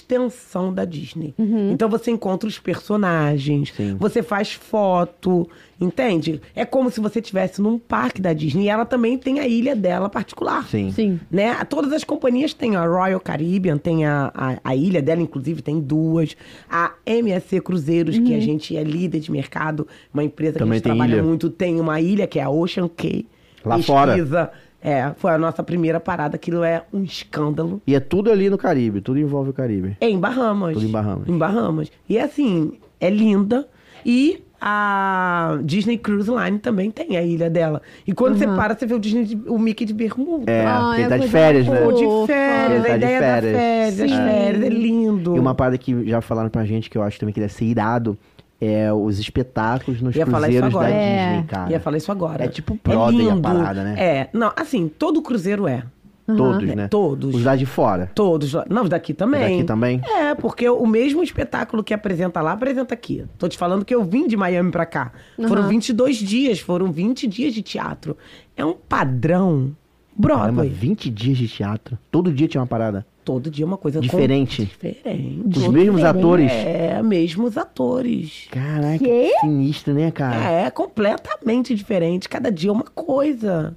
Speaker 3: extensão da Disney. Então você encontra os personagens,
Speaker 2: Uhum. Sim.
Speaker 3: você faz foto, entende? É como se você estivesse num parque da Disney. E ela também tem a ilha dela particular.
Speaker 2: Sim.
Speaker 1: Sim.
Speaker 3: né? Todas as companhias têm a Royal Caribbean, tem a, a, a ilha dela, inclusive, tem duas. A MSC Cruzeiros, que a gente é líder de mercado, uma empresa que
Speaker 2: Também
Speaker 3: a gente
Speaker 2: tem
Speaker 3: trabalha
Speaker 2: ilha.
Speaker 3: muito, tem uma ilha que é a Ocean Key.
Speaker 2: Lá fora.
Speaker 3: Pesquisa. É, foi a nossa primeira parada, aquilo é um escândalo.
Speaker 2: E é tudo ali no Caribe, tudo envolve o Caribe.
Speaker 3: É em Bahamas.
Speaker 2: Tudo em Bahamas.
Speaker 3: Em Bahamas. E assim, é linda. E a Disney Cruise Line também tem a ilha dela. E quando você para, você vê o, Disney de- o Mickey de bermuda.
Speaker 2: É,
Speaker 1: Ah, é
Speaker 2: porque ele tá de
Speaker 1: coisa
Speaker 2: férias, né?
Speaker 1: boa.
Speaker 3: Pô,
Speaker 1: Fofa.
Speaker 2: Ele
Speaker 3: de férias,
Speaker 2: tá de
Speaker 3: a ideia
Speaker 2: férias.
Speaker 3: da férias, as
Speaker 1: Sim.
Speaker 3: férias, é lindo.
Speaker 2: E uma parada que já falaram pra gente, que eu acho também que deve ser irado, é os espetáculos nos
Speaker 3: Ia falar isso
Speaker 2: cruzeiros da
Speaker 3: agora.
Speaker 1: É.
Speaker 2: Disney, cara.
Speaker 3: Ia falar isso agora.
Speaker 2: É tipo Broadway a
Speaker 3: lindo.
Speaker 2: parada, né?
Speaker 3: É, não, assim, todo cruzeiro é.
Speaker 2: Todos,
Speaker 3: É,
Speaker 2: né?
Speaker 3: todos.
Speaker 2: Os lá de fora.
Speaker 3: Todos. lá- Não, os daqui também.
Speaker 2: Daqui também?
Speaker 3: É, porque o mesmo espetáculo que apresenta lá, apresenta aqui. Tô te falando que eu vim de Miami pra cá. Foram 22 dias, foram 20 dias de teatro. É um padrão
Speaker 2: Caramba,
Speaker 3: Broadway.
Speaker 2: 20 dias de teatro. Todo dia tinha uma parada.
Speaker 3: Todo dia uma coisa com-
Speaker 2: Diferente.
Speaker 3: Diferente.
Speaker 2: Os mesmos atores.
Speaker 3: É, mesmos atores.
Speaker 2: Caraca,
Speaker 1: né? Quê?
Speaker 2: que sinistro, né, cara?
Speaker 3: É, completamente diferente. Cada dia é uma coisa.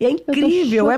Speaker 3: E é incrível, é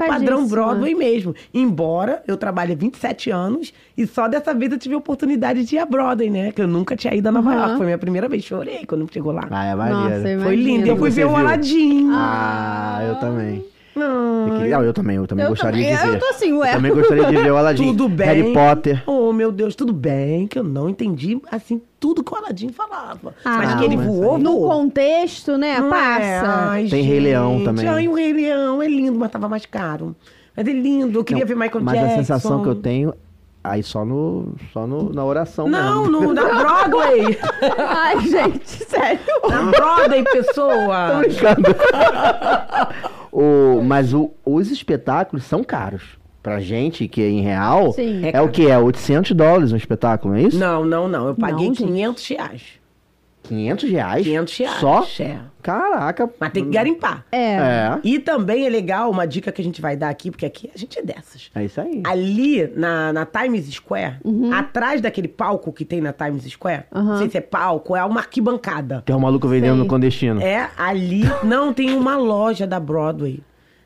Speaker 1: chocadíssima.
Speaker 3: padrão Broadway mesmo. Embora eu trabalhe há 27 anos e só dessa vez eu tive a oportunidade de ir a Broadway, né? Que eu nunca tinha ido a Nova
Speaker 1: Aham.
Speaker 3: York. Foi minha primeira vez, chorei quando chegou lá.
Speaker 2: Ah, é
Speaker 1: Nossa, eu
Speaker 2: maneiro.
Speaker 3: Foi
Speaker 1: imagino.
Speaker 3: lindo. Eu fui
Speaker 2: Você
Speaker 3: ver o
Speaker 2: viu?
Speaker 3: Aladdin.
Speaker 2: Ah, eu também.
Speaker 3: Não.
Speaker 2: Eu queria- Ah, eu também, eu também
Speaker 1: Eu
Speaker 2: gostaria
Speaker 1: também,
Speaker 2: de ver.
Speaker 1: eu tô assim, ué.
Speaker 2: também gostaria de ver o Aladdin.
Speaker 3: Tudo bem.
Speaker 2: Harry Potter.
Speaker 3: Oh, meu Deus, tudo bem que eu não entendi, assim, tudo que o Aladdin falava.
Speaker 1: Ah,
Speaker 3: mas que ele
Speaker 2: mas
Speaker 3: voou,
Speaker 2: aí-
Speaker 1: No
Speaker 3: voou.
Speaker 1: contexto, né?
Speaker 3: Não é?
Speaker 1: Passa.
Speaker 3: Ai,
Speaker 2: Tem Rei Leão
Speaker 3: gente.
Speaker 2: também.
Speaker 3: Ai, o Rei Leão é lindo, mas tava mais caro. Mas é lindo, eu queria
Speaker 2: Não,
Speaker 3: ver Michael
Speaker 2: Mas
Speaker 3: Jackson.
Speaker 2: a sensação que eu tenho, é aí só no, só no, na oração
Speaker 3: Não,
Speaker 2: mesmo.
Speaker 3: no, na Broadway.
Speaker 1: Ai, gente, sério.
Speaker 3: na Broadway, pessoa.
Speaker 2: O, mas o- os espetáculos são caros. Pra gente, que é em real,
Speaker 1: Sim.
Speaker 2: é, o que? É 800 dólares um espetáculo, não é isso?
Speaker 3: Não, não, não. Eu paguei
Speaker 1: Não, gente.
Speaker 3: 500 reais.
Speaker 2: 500 reais?
Speaker 3: 500 reais.
Speaker 2: Só?
Speaker 3: É.
Speaker 2: Caraca.
Speaker 3: Mas tem que garimpar.
Speaker 1: É.
Speaker 2: É,
Speaker 3: E também é legal uma dica que a gente vai dar aqui, porque aqui a gente é dessas.
Speaker 2: é isso aí.
Speaker 3: Ali na, na Times Square, atrás daquele palco que tem na Times Square,
Speaker 1: Uhum. Aham.
Speaker 3: não sei se é palco, é uma arquibancada.
Speaker 2: Tem um maluco vendendo
Speaker 1: Sei.
Speaker 2: no clandestino.
Speaker 3: É, ali não tem uma loja da Broadway.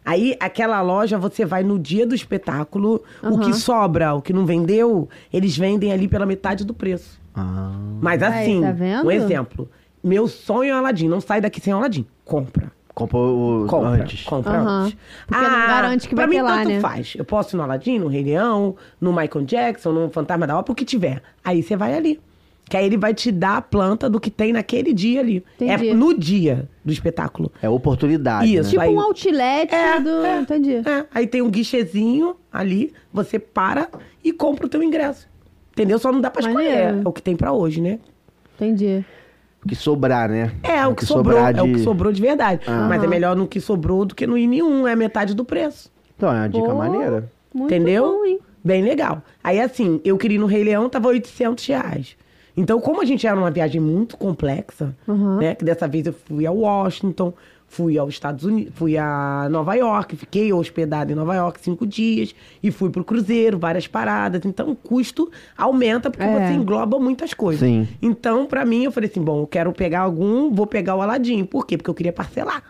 Speaker 3: Aí, aquela loja, você vai no dia do espetáculo, o que sobra, o que não vendeu, eles vendem ali pela metade do preço.
Speaker 2: Ah.
Speaker 3: Mas
Speaker 1: Aí,
Speaker 3: assim,
Speaker 1: tá vendo?
Speaker 3: um exemplo. Meu sonho é o Aladim. Não sai daqui sem o Aladim. Compra.
Speaker 2: Compra o
Speaker 3: Compra.
Speaker 2: antes.
Speaker 3: Compra
Speaker 1: Aham.
Speaker 3: antes. Ah,
Speaker 1: Porque não garante que vai
Speaker 3: pra mim,
Speaker 1: ter lá,
Speaker 3: tanto
Speaker 1: né?
Speaker 3: faz. Eu posso ir no Aladim, no Rei Leão, no Michael Jackson, no Fantasma da Ópera, o que tiver. Aí você vai ali. Que aí ele vai te dar a planta do que tem naquele dia ali.
Speaker 1: Entendi.
Speaker 3: É no dia do espetáculo.
Speaker 2: É oportunidade,
Speaker 3: Isso.
Speaker 2: né?
Speaker 1: Tipo
Speaker 3: Aí-
Speaker 1: um outlet do. Entendi.
Speaker 3: É, aí tem um guichezinho ali, você para e compra o teu ingresso. Entendeu? Só não dá pra escolher.
Speaker 1: Maneiro.
Speaker 3: É o que tem pra hoje, né?
Speaker 1: Entendi.
Speaker 2: O que sobrar, né?
Speaker 3: É, o que, sobrou,
Speaker 2: sobrar
Speaker 3: é o que
Speaker 2: de-
Speaker 3: sobrou de verdade. Mas é melhor no que sobrou do que no ir nenhum, é metade do preço.
Speaker 2: Então, é uma dica
Speaker 1: Pô,
Speaker 2: maneira.
Speaker 1: Muito
Speaker 3: entendeu?
Speaker 1: bom, hein?
Speaker 3: Bem legal. Aí, assim, eu queria ir no Rei Leão, tava 800 reais. Então, como a gente era uma viagem muito complexa,
Speaker 1: Uhum.
Speaker 3: né? Que dessa vez eu fui a Washington, fui aos Estados Unidos, fui a Nova York, fiquei hospedada em Nova York cinco dias e fui pro cruzeiro, várias paradas. Então, o custo aumenta porque
Speaker 1: É.
Speaker 3: você engloba muitas coisas.
Speaker 2: Sim.
Speaker 3: Então, pra mim, eu falei assim, bom, eu quero pegar algum, vou pegar o Aladim. Por quê? Porque eu queria parcelar.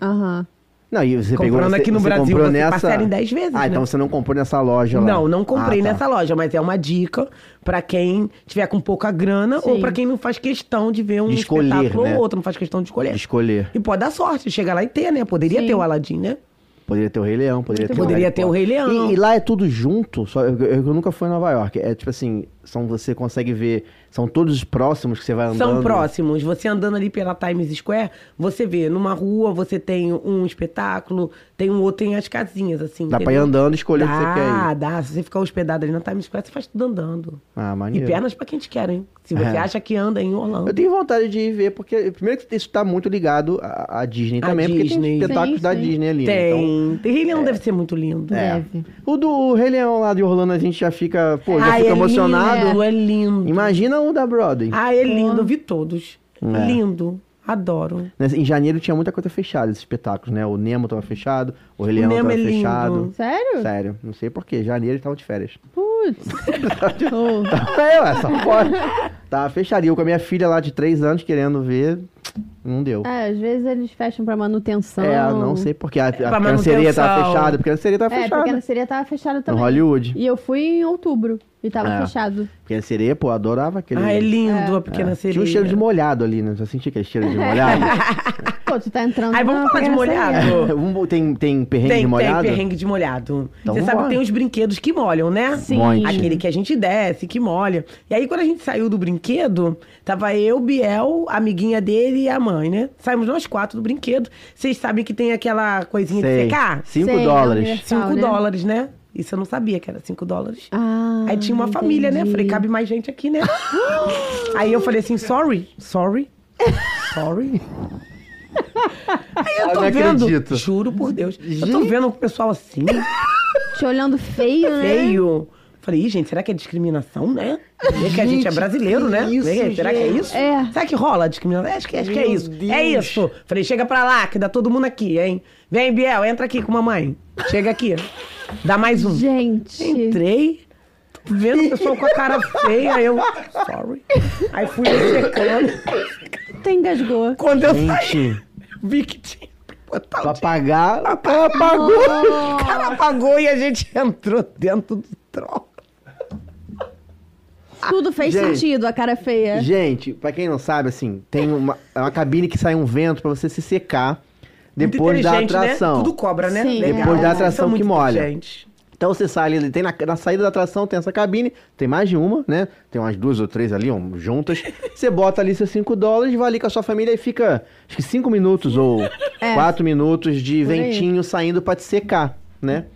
Speaker 1: Aham.
Speaker 2: Não, e você
Speaker 3: Comprando
Speaker 2: pegou você-
Speaker 3: aqui no
Speaker 2: você
Speaker 3: Brasil,
Speaker 2: comprou
Speaker 3: você
Speaker 2: nessa...
Speaker 3: parcela em 10 vezes,
Speaker 2: Ah,
Speaker 3: né?
Speaker 2: então você não comprou nessa loja lá.
Speaker 3: Não, não comprei
Speaker 2: Ah, tá.
Speaker 3: nessa loja, mas é uma dica pra quem tiver com pouca grana ou
Speaker 1: Sim.
Speaker 3: pra quem não faz questão de ver um
Speaker 2: De escolher,
Speaker 3: espetáculo
Speaker 2: né?
Speaker 3: ou outro, não faz questão de escolher.
Speaker 2: De escolher.
Speaker 3: E pode dar sorte, chegar lá e ter, né? Poderia
Speaker 1: Sim.
Speaker 3: ter o Aladim, né?
Speaker 2: Poderia ter o Rei Leão, poderia
Speaker 1: Muito
Speaker 2: ter
Speaker 1: bom.
Speaker 3: Poderia ter o Rei Leão.
Speaker 2: E, e lá é tudo junto, só, eu, eu- eu nunca fui a Nova York. É tipo assim, são, você consegue ver, são todos próximos que você vai andando.
Speaker 3: São próximos. Você andando ali pela Times Square, você vê, numa rua você tem um espetáculo, tem um outro, tem as casinhas, assim.
Speaker 2: Dá pra ir
Speaker 3: entendeu?
Speaker 2: andando e escolher o que você quer
Speaker 3: Dá,
Speaker 2: ir.
Speaker 3: dá. Se você ficar hospedado ali na Times Square, você faz tudo andando.
Speaker 2: Ah,
Speaker 3: E
Speaker 2: maneiro.
Speaker 3: pernas pra quem te quer, hein? Se você
Speaker 2: É.
Speaker 3: acha que anda em Orlando.
Speaker 2: Eu tenho vontade de ir ver, porque primeiro que isso tá muito ligado à, à Disney
Speaker 3: À
Speaker 2: também, porque
Speaker 3: Disney.
Speaker 2: tem espetáculos
Speaker 1: Sim,
Speaker 2: da
Speaker 1: sim.
Speaker 2: Disney ali. né? Então,
Speaker 3: Tem. Tem Rei Leão deve ser muito lindo. né?
Speaker 2: é.
Speaker 1: Deve.
Speaker 2: O do Rei Leão lá de Orlando, a gente já fica, pô, já
Speaker 3: Ai,
Speaker 2: fica
Speaker 3: é
Speaker 2: emocionado.
Speaker 3: Lindo, é lindo.
Speaker 2: Imagina o da Broadway.
Speaker 3: Ah, é lindo, eu vi todos.
Speaker 2: É.
Speaker 3: Lindo, adoro.
Speaker 2: Né, Em janeiro tinha muita coisa fechada, esses espetáculos, né? O Nemo tava fechado, o Rei
Speaker 3: O
Speaker 2: Leão
Speaker 3: Nemo
Speaker 2: tava
Speaker 3: é lindo. É.
Speaker 2: fechado.
Speaker 1: Sério?
Speaker 2: Sério, não sei porquê. Janeiro eles estavam de férias.
Speaker 1: Putz. Oh.
Speaker 2: É, ué, só pode. Tava fecharia. Eu com a minha filha lá de 3 anos querendo ver, não deu.
Speaker 3: Ah,
Speaker 1: É, às vezes eles fecham pra manutenção.
Speaker 2: É, não sei porquê. A, a
Speaker 3: pra
Speaker 2: picanceria tava
Speaker 3: manutenção.
Speaker 2: fechada, a picanceria tava
Speaker 1: É,
Speaker 2: fechada.
Speaker 1: porque a seria tava fechada
Speaker 2: No
Speaker 1: também.
Speaker 2: Hollywood.
Speaker 1: E eu fui em outubro e tava
Speaker 2: É.
Speaker 1: fechado.
Speaker 2: Picanceria, pô, eu adorava aquele...
Speaker 3: Ah, é lindo a pequena
Speaker 2: É.
Speaker 3: sereia.
Speaker 2: Tinha um cheiro de molhado ali, né? Você sentia aquele cheiro de molhado?
Speaker 1: Pô, tu tá entrando.
Speaker 3: Aí vamos
Speaker 1: na
Speaker 3: falar de
Speaker 1: pegação,
Speaker 3: molhado.
Speaker 1: né?
Speaker 2: Um- tem, tem perrengue
Speaker 3: tem,
Speaker 2: de molhado?
Speaker 3: tem perrengue de molhado.
Speaker 2: Então
Speaker 3: Você sabe
Speaker 2: vambora.
Speaker 3: que tem os brinquedos que molham, né?
Speaker 1: Sim.
Speaker 2: É. Monte.
Speaker 3: Aquele que a gente desce, que molha. E aí, quando a gente saiu do brinquedo, tava eu, Biel, a amiguinha dele e a mãe, né? Saímos nós quatro do brinquedo. Vocês sabem que tem aquela coisinha de
Speaker 2: Sei.
Speaker 3: secar?
Speaker 2: 5
Speaker 1: Sei,
Speaker 2: dólares.
Speaker 1: Universal,
Speaker 3: 5
Speaker 1: né?
Speaker 3: dólares, né? Isso eu não sabia que era 5 dólares.
Speaker 1: Ah,
Speaker 3: Aí tinha uma família, né?
Speaker 1: entendi.
Speaker 3: Falei, cabe mais gente aqui, né? Aí eu falei assim, sorry, sorry, sorry. Aí
Speaker 2: Eu
Speaker 3: eu tô
Speaker 2: não
Speaker 3: vendo,
Speaker 2: acredito.
Speaker 3: juro por Deus, eu tô vendo o pessoal assim,
Speaker 1: Te olhando feio, né?
Speaker 3: feio. Falei, "Ih, gente, será que é discriminação, né? Vê que a gente é
Speaker 2: Gente,
Speaker 3: brasileiro,
Speaker 2: que
Speaker 3: né?
Speaker 2: isso,
Speaker 3: Vê, será que é
Speaker 2: gente?
Speaker 3: isso?
Speaker 1: É.
Speaker 3: Será que rola a discriminação? Acho que, acho que é
Speaker 2: Meu
Speaker 3: isso. É
Speaker 2: Deus.
Speaker 3: isso. Falei, chega pra lá, que dá todo mundo aqui, hein? Vem, Biel, entra aqui com mamãe. Chega aqui. Dá mais um.
Speaker 1: Gente.
Speaker 3: Entrei, tô vendo o pessoal com a cara feia, eu. Sorry. Aí fui secando.
Speaker 1: Tu engasgou.
Speaker 3: Quando eu
Speaker 2: Gente, Tá
Speaker 3: vi que tinha pra botar
Speaker 2: pra
Speaker 3: o
Speaker 2: pagar...
Speaker 3: dinheiro, apagou. O cara apagou e a gente entrou dentro do troço.
Speaker 1: Tudo fez
Speaker 2: Gente.
Speaker 1: sentido, a cara
Speaker 3: É.
Speaker 1: feia.
Speaker 2: Gente, pra quem não sabe, assim, tem uma, é uma cabine que sai um vento pra você se secar
Speaker 3: Muito
Speaker 2: depois da
Speaker 3: inteligente, né?
Speaker 2: atração.
Speaker 3: Tudo cobra, né?
Speaker 1: Sim.
Speaker 2: Depois da atração
Speaker 3: São
Speaker 2: que
Speaker 3: muito
Speaker 2: molha.
Speaker 3: inteligentes.
Speaker 2: Então você sai ali, tem na, na saída da atração tem essa cabine, tem mais de uma, né? Tem umas duas ou três ali, um, juntas. Você bota ali seus 5 dólares, vai ali com a sua família e fica, acho que 5 minutos ou
Speaker 3: É.
Speaker 2: 4 minutos de
Speaker 1: Por aí.
Speaker 2: ventinho saindo pra te secar, né?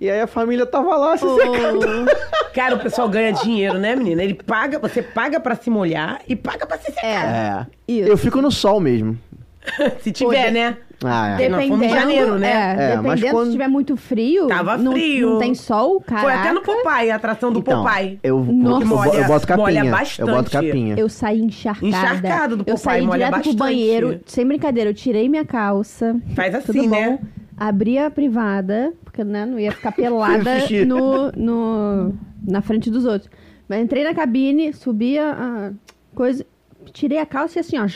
Speaker 2: E aí a família tava lá se secando.
Speaker 3: Cara, o pessoal ganha dinheiro, né, menina? Ele paga, você paga pra se molhar e paga pra se
Speaker 2: É.
Speaker 3: secar.
Speaker 1: Isso.
Speaker 2: Eu fico no sol mesmo.
Speaker 3: Se tiver,
Speaker 1: Pô,
Speaker 3: né?
Speaker 2: Ah, é.
Speaker 3: Tem- nós fomos
Speaker 1: Dependendo,
Speaker 3: em janeiro, né?
Speaker 2: É,
Speaker 1: É,
Speaker 2: mas
Speaker 1: dependendo
Speaker 2: quando-
Speaker 1: se tiver muito frio.
Speaker 3: Tava
Speaker 1: não-
Speaker 3: frio.
Speaker 1: Não, tem sol, cara.
Speaker 3: Foi até no Popeye, a atração do
Speaker 2: Então,
Speaker 3: Popeye.
Speaker 2: Eu,
Speaker 1: Nossa.
Speaker 2: eu, bo- eu boto
Speaker 3: Molha- molha
Speaker 2: capinha. Eu
Speaker 3: bastante.
Speaker 2: boto capinha.
Speaker 1: Eu saí encharcada.
Speaker 3: Encharcada do
Speaker 1: Eu
Speaker 3: Popeye,
Speaker 1: saí
Speaker 3: molha
Speaker 1: direto
Speaker 3: bastante.
Speaker 1: pro banheiro, sem brincadeira, eu tirei minha calça.
Speaker 2: é
Speaker 3: Faz
Speaker 1: Tudo
Speaker 3: assim,
Speaker 1: bom.
Speaker 3: né?
Speaker 1: Abri a privada, porque né, não ia ficar pelada
Speaker 2: Fez xixi.
Speaker 1: no, no- na frente dos outros. Mas entrei na cabine, subi a, a coisa, tirei a calça e assim, ó,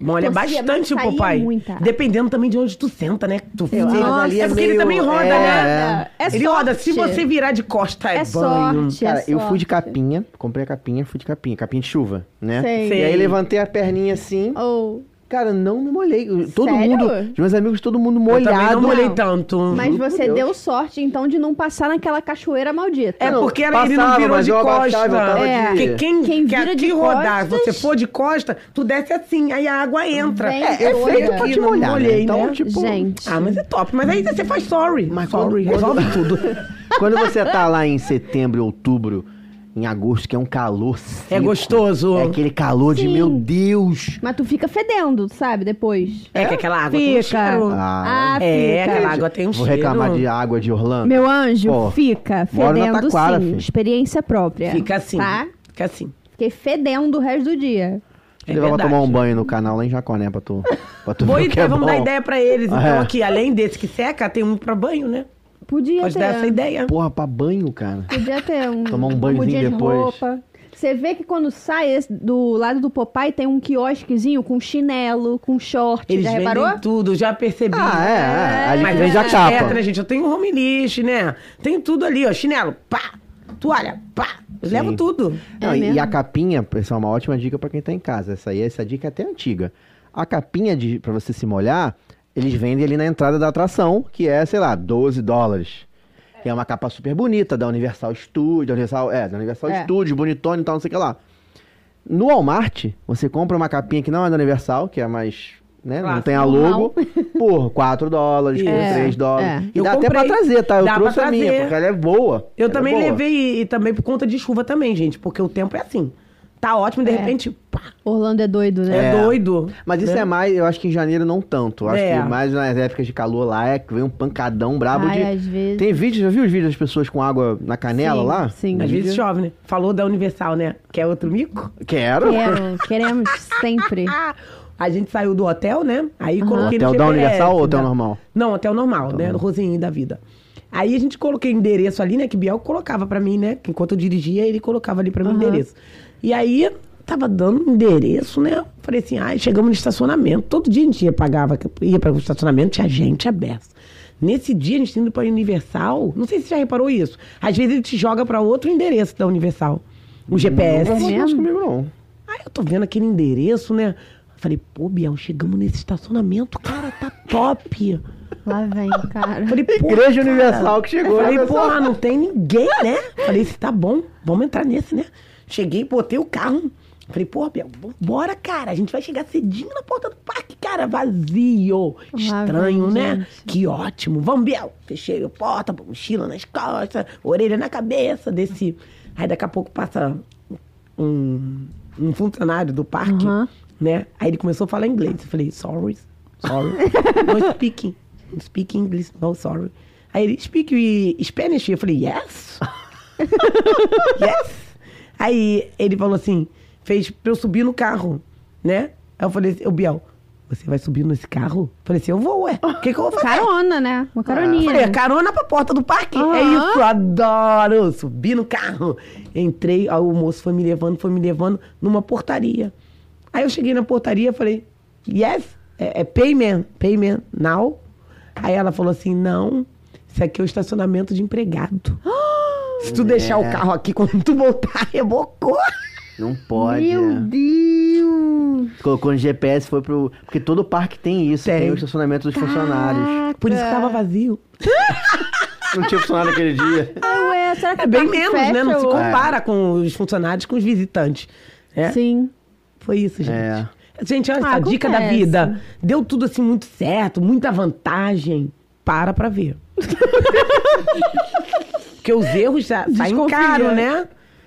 Speaker 3: Molha
Speaker 1: Pô, se
Speaker 3: é bastante o
Speaker 1: saía
Speaker 3: papai.
Speaker 1: muita.
Speaker 3: Dependendo também de onde tu senta, né? Tu
Speaker 4: Sei lá,
Speaker 3: Sim,
Speaker 4: mas ali
Speaker 3: é porque ele
Speaker 4: meio-
Speaker 3: também roda,
Speaker 4: é,
Speaker 3: né?
Speaker 1: é. É
Speaker 3: ele roda. Se
Speaker 1: sorte.
Speaker 3: você virar de costa, é,
Speaker 1: É
Speaker 3: banho.
Speaker 1: sorte,
Speaker 2: um- Cara,
Speaker 1: é
Speaker 2: eu fui
Speaker 1: sorte.
Speaker 2: de capinha, comprei a capinha, fui de capinha, capinha de chuva, né?
Speaker 1: Sei.
Speaker 2: E aí levantei a perninha assim,
Speaker 1: Ou...
Speaker 2: cara, não me molhei. Eu- Todo
Speaker 1: Sério?
Speaker 2: mundo, de meus amigos, todo mundo
Speaker 3: Eu também
Speaker 2: molhado.
Speaker 3: não molhei
Speaker 1: Não.
Speaker 3: tanto.
Speaker 1: Mas
Speaker 2: Juro por
Speaker 1: você
Speaker 2: Deus.
Speaker 1: deu sorte, então, de não passar naquela cachoeira maldita.
Speaker 3: É
Speaker 2: Não,
Speaker 3: porque ela, ele não
Speaker 2: passava,
Speaker 3: virou
Speaker 2: mas
Speaker 3: de
Speaker 2: eu
Speaker 3: costa.
Speaker 2: abaixava, eu tava
Speaker 1: É.
Speaker 2: de-
Speaker 3: Porque quem,
Speaker 1: Quem
Speaker 3: quer
Speaker 1: vira
Speaker 3: que
Speaker 1: de
Speaker 3: rodar,
Speaker 1: costas-
Speaker 3: você for de costa, tu desce assim, aí a água entra.
Speaker 1: Vem
Speaker 3: é,
Speaker 1: doida.
Speaker 3: feio pra
Speaker 2: Aqui
Speaker 3: te
Speaker 2: não
Speaker 3: molhar,
Speaker 2: molhei,
Speaker 3: né?
Speaker 2: né?
Speaker 3: Então,
Speaker 2: Então, tipo,
Speaker 1: Gente.
Speaker 3: Ah, mas é top. Mas aí você faz sorry.
Speaker 2: Mas
Speaker 3: sorry,
Speaker 2: quando- quando-
Speaker 3: resolve tudo.
Speaker 2: Quando você tá lá em setembro, outubro, em agosto, que é um calor seco,
Speaker 3: É gostoso.
Speaker 2: É aquele calor de,
Speaker 1: Sim.
Speaker 2: meu Deus.
Speaker 1: Mas tu fica fedendo, sabe, depois.
Speaker 3: É que aquela água tem um
Speaker 1: Fica.
Speaker 3: cheiro.
Speaker 2: Ah,
Speaker 1: Ah,
Speaker 3: É,
Speaker 1: fica.
Speaker 3: aquela água tem um
Speaker 2: Vou
Speaker 3: cheiro.
Speaker 2: reclamar de água de Orlando.
Speaker 1: Meu anjo,
Speaker 2: Pô,
Speaker 1: fica
Speaker 2: moro na
Speaker 1: fedendo
Speaker 2: Taquara,
Speaker 1: sim.
Speaker 2: filho.
Speaker 1: Experiência própria.
Speaker 3: Fica assim.
Speaker 1: Tá?
Speaker 3: Fica assim.
Speaker 1: Fiquei fedendo o resto do dia.
Speaker 3: É
Speaker 2: Ele vai
Speaker 3: verdade.
Speaker 2: tomar um banho no canal lá em Jaconé pra tu, pra tu
Speaker 3: Boa
Speaker 2: ver o que é
Speaker 3: ideia, vamos
Speaker 2: bom.
Speaker 3: dar ideia pra eles. Então,
Speaker 2: É.
Speaker 3: aqui, além desse que seca, tem um pra banho, né?
Speaker 1: Podia
Speaker 3: Pode
Speaker 1: ter. um,
Speaker 3: dar essa ideia.
Speaker 2: Porra, pra banho, cara.
Speaker 1: Podia ter um.
Speaker 2: Tomar um
Speaker 1: mudinha
Speaker 2: banhozinho
Speaker 1: de
Speaker 2: depois.
Speaker 1: roupa. Você vê que quando sai esse- do lado do Popeye tem um quiosquezinho com chinelo, com short.
Speaker 3: Eles
Speaker 1: já
Speaker 3: vendem
Speaker 1: reparou?
Speaker 3: tudo, já percebi.
Speaker 2: Ah, é, é. Ali
Speaker 3: Mas
Speaker 2: vende a
Speaker 3: essas pedras,
Speaker 2: capa.
Speaker 3: gente, eu tenho um home list, né? Tem tudo ali, ó. Chinelo, pá. Toalha, pá. Eu
Speaker 2: Sim.
Speaker 3: levo tudo.
Speaker 2: Não,
Speaker 1: É
Speaker 2: e- e
Speaker 1: mesmo?
Speaker 2: a capinha, pessoal, é uma ótima dica pra quem tá em casa. Essa aí, essa dica é até antiga. A capinha de para você se molhar, eles vendem ali na entrada da atração, que é, sei lá, 12 dólares. Que é uma capa super bonita da Universal Studios, da Universal, é, da Universal
Speaker 1: É.
Speaker 2: Studios, bonitona e tal, não sei o que lá. No Walmart, você compra uma capinha que não é da Universal, que é mais, né, não
Speaker 3: Clássico,
Speaker 2: tem a logo, por 4 dólares, por
Speaker 3: Isso.
Speaker 2: 3 dólares.
Speaker 1: é.
Speaker 2: E
Speaker 3: Eu
Speaker 2: dá até pra
Speaker 3: comprei.
Speaker 2: trazer, tá? Eu
Speaker 3: Dá pra
Speaker 2: trouxe a minha,
Speaker 3: trazer.
Speaker 2: porque ela é boa.
Speaker 3: Eu
Speaker 2: Ela é
Speaker 3: também
Speaker 2: boa.
Speaker 3: levei, e também por conta de chuva também, gente. Porque o tempo é assim. Tá ótimo, e de
Speaker 1: É.
Speaker 3: repente, pá.
Speaker 1: Orlando é doido, né?
Speaker 3: É,
Speaker 2: É.
Speaker 3: doido.
Speaker 2: Mas isso
Speaker 3: né?
Speaker 2: é mais, eu acho que em janeiro não tanto. Eu Acho
Speaker 3: É.
Speaker 2: que mais nas épocas de calor lá é que vem um pancadão brabo
Speaker 1: Ai,
Speaker 2: de.
Speaker 1: às vezes.
Speaker 2: Tem vídeo, já viu os vídeos das pessoas com água na canela
Speaker 1: Sim,
Speaker 2: lá?
Speaker 1: sim.
Speaker 2: Um
Speaker 3: Às vezes
Speaker 2: vídeo-
Speaker 3: chove, né? Falou da Universal, né? Quer outro mico?
Speaker 2: Quero.
Speaker 1: Quero, queremos sempre.
Speaker 3: Ah, a gente saiu do hotel, né? Aí coloquei
Speaker 2: Hotel
Speaker 3: no
Speaker 2: da
Speaker 3: GPS,
Speaker 2: Universal ou hotel
Speaker 3: da-
Speaker 2: normal?
Speaker 3: é,
Speaker 2: Tá
Speaker 3: Não, hotel normal, né? Do Rosinho da vida. Aí a gente coloquei endereço ali, né? Que Biel colocava pra mim, né? que Enquanto eu dirigia, ele colocava ali pra mim o
Speaker 1: Aham.
Speaker 3: endereço. E aí, tava dando endereço, né? Falei assim, ai, chegamos no estacionamento. Todo dia a gente ia, pagava, ia para o estacionamento, tinha gente aberta. Nesse dia, a gente tá indo pra Universal, não sei se você já reparou isso. Às vezes ele te joga pra outro endereço da Universal. O GPS.
Speaker 2: Não acontece
Speaker 1: É mesmo?
Speaker 2: comigo, não.
Speaker 3: Aí Ah, eu tô vendo aquele endereço, né? Falei, pô, Biel, chegamos nesse estacionamento, cara, tá top.
Speaker 1: Lá vem, cara.
Speaker 3: Falei, pô,
Speaker 2: Igreja
Speaker 3: cara.
Speaker 2: Universal que chegou,
Speaker 3: Falei,
Speaker 2: né, pessoal?
Speaker 3: porra, não tem ninguém, né? Falei, se tá bom, vamos entrar nesse, né? Cheguei, botei o carro. Falei, porra, Biel, bora, cara. A gente vai chegar cedinho na porta do parque, cara, vazio.
Speaker 1: Lá
Speaker 3: Estranho,
Speaker 1: vem,
Speaker 3: né?
Speaker 1: gente.
Speaker 3: Que ótimo. Vamos, Biel. Fechei a porta, mochila nas costas, orelha na cabeça, desci. Aí daqui a pouco passa um, um funcionário do parque,
Speaker 1: Aham.
Speaker 3: né? Aí ele começou a falar inglês. Eu falei, sorry, sorry. no speaking. No speaking English, no sorry. Aí ele, speak we- Spanish? Eu falei, yes. yes. Aí ele falou assim, fez pra eu subir no carro, né? Aí eu falei, ô Biel, você vai subir nesse carro? Eu falei assim, eu vou, ué. O que que eu vou fazer?
Speaker 1: Carona, né? Uma
Speaker 3: Eu
Speaker 1: caroninha.
Speaker 3: Falei, é carona pra porta do parque.
Speaker 1: Aham.
Speaker 3: É isso, adoro. Subi no carro. Entrei, aí o moço foi me levando, foi me levando numa portaria. Aí eu cheguei na portaria, falei, yes, é, é payment, payment now. Aí ela falou assim, não, isso aqui é o estacionamento de empregado. Se tu deixar o carro aqui, quando tu voltar, rebocou.
Speaker 2: Não pode.
Speaker 1: Meu
Speaker 2: é.
Speaker 1: Deus!
Speaker 2: Colocou no GPS, foi pro. Porque todo parque tem isso, tem,
Speaker 3: Tem.
Speaker 2: o estacionamento dos
Speaker 1: Tá. Ah,
Speaker 2: funcionários.
Speaker 3: Por isso que tava vazio.
Speaker 2: Não tinha funcionário aquele dia.
Speaker 1: Ah, ué, será que
Speaker 3: É bem
Speaker 1: parque
Speaker 3: menos,
Speaker 1: fecha
Speaker 3: né? Não se
Speaker 1: ou-
Speaker 3: compara com os funcionários, com os visitantes. É.
Speaker 1: Sim.
Speaker 3: Foi isso, gente.
Speaker 2: É.
Speaker 3: Gente, olha
Speaker 1: Ah,
Speaker 3: essa dica da
Speaker 1: acontece.
Speaker 3: vida. Deu tudo assim muito certo, muita vantagem. Para pra ver. Porque os erros já saem
Speaker 1: Desconfia.
Speaker 3: caro, né?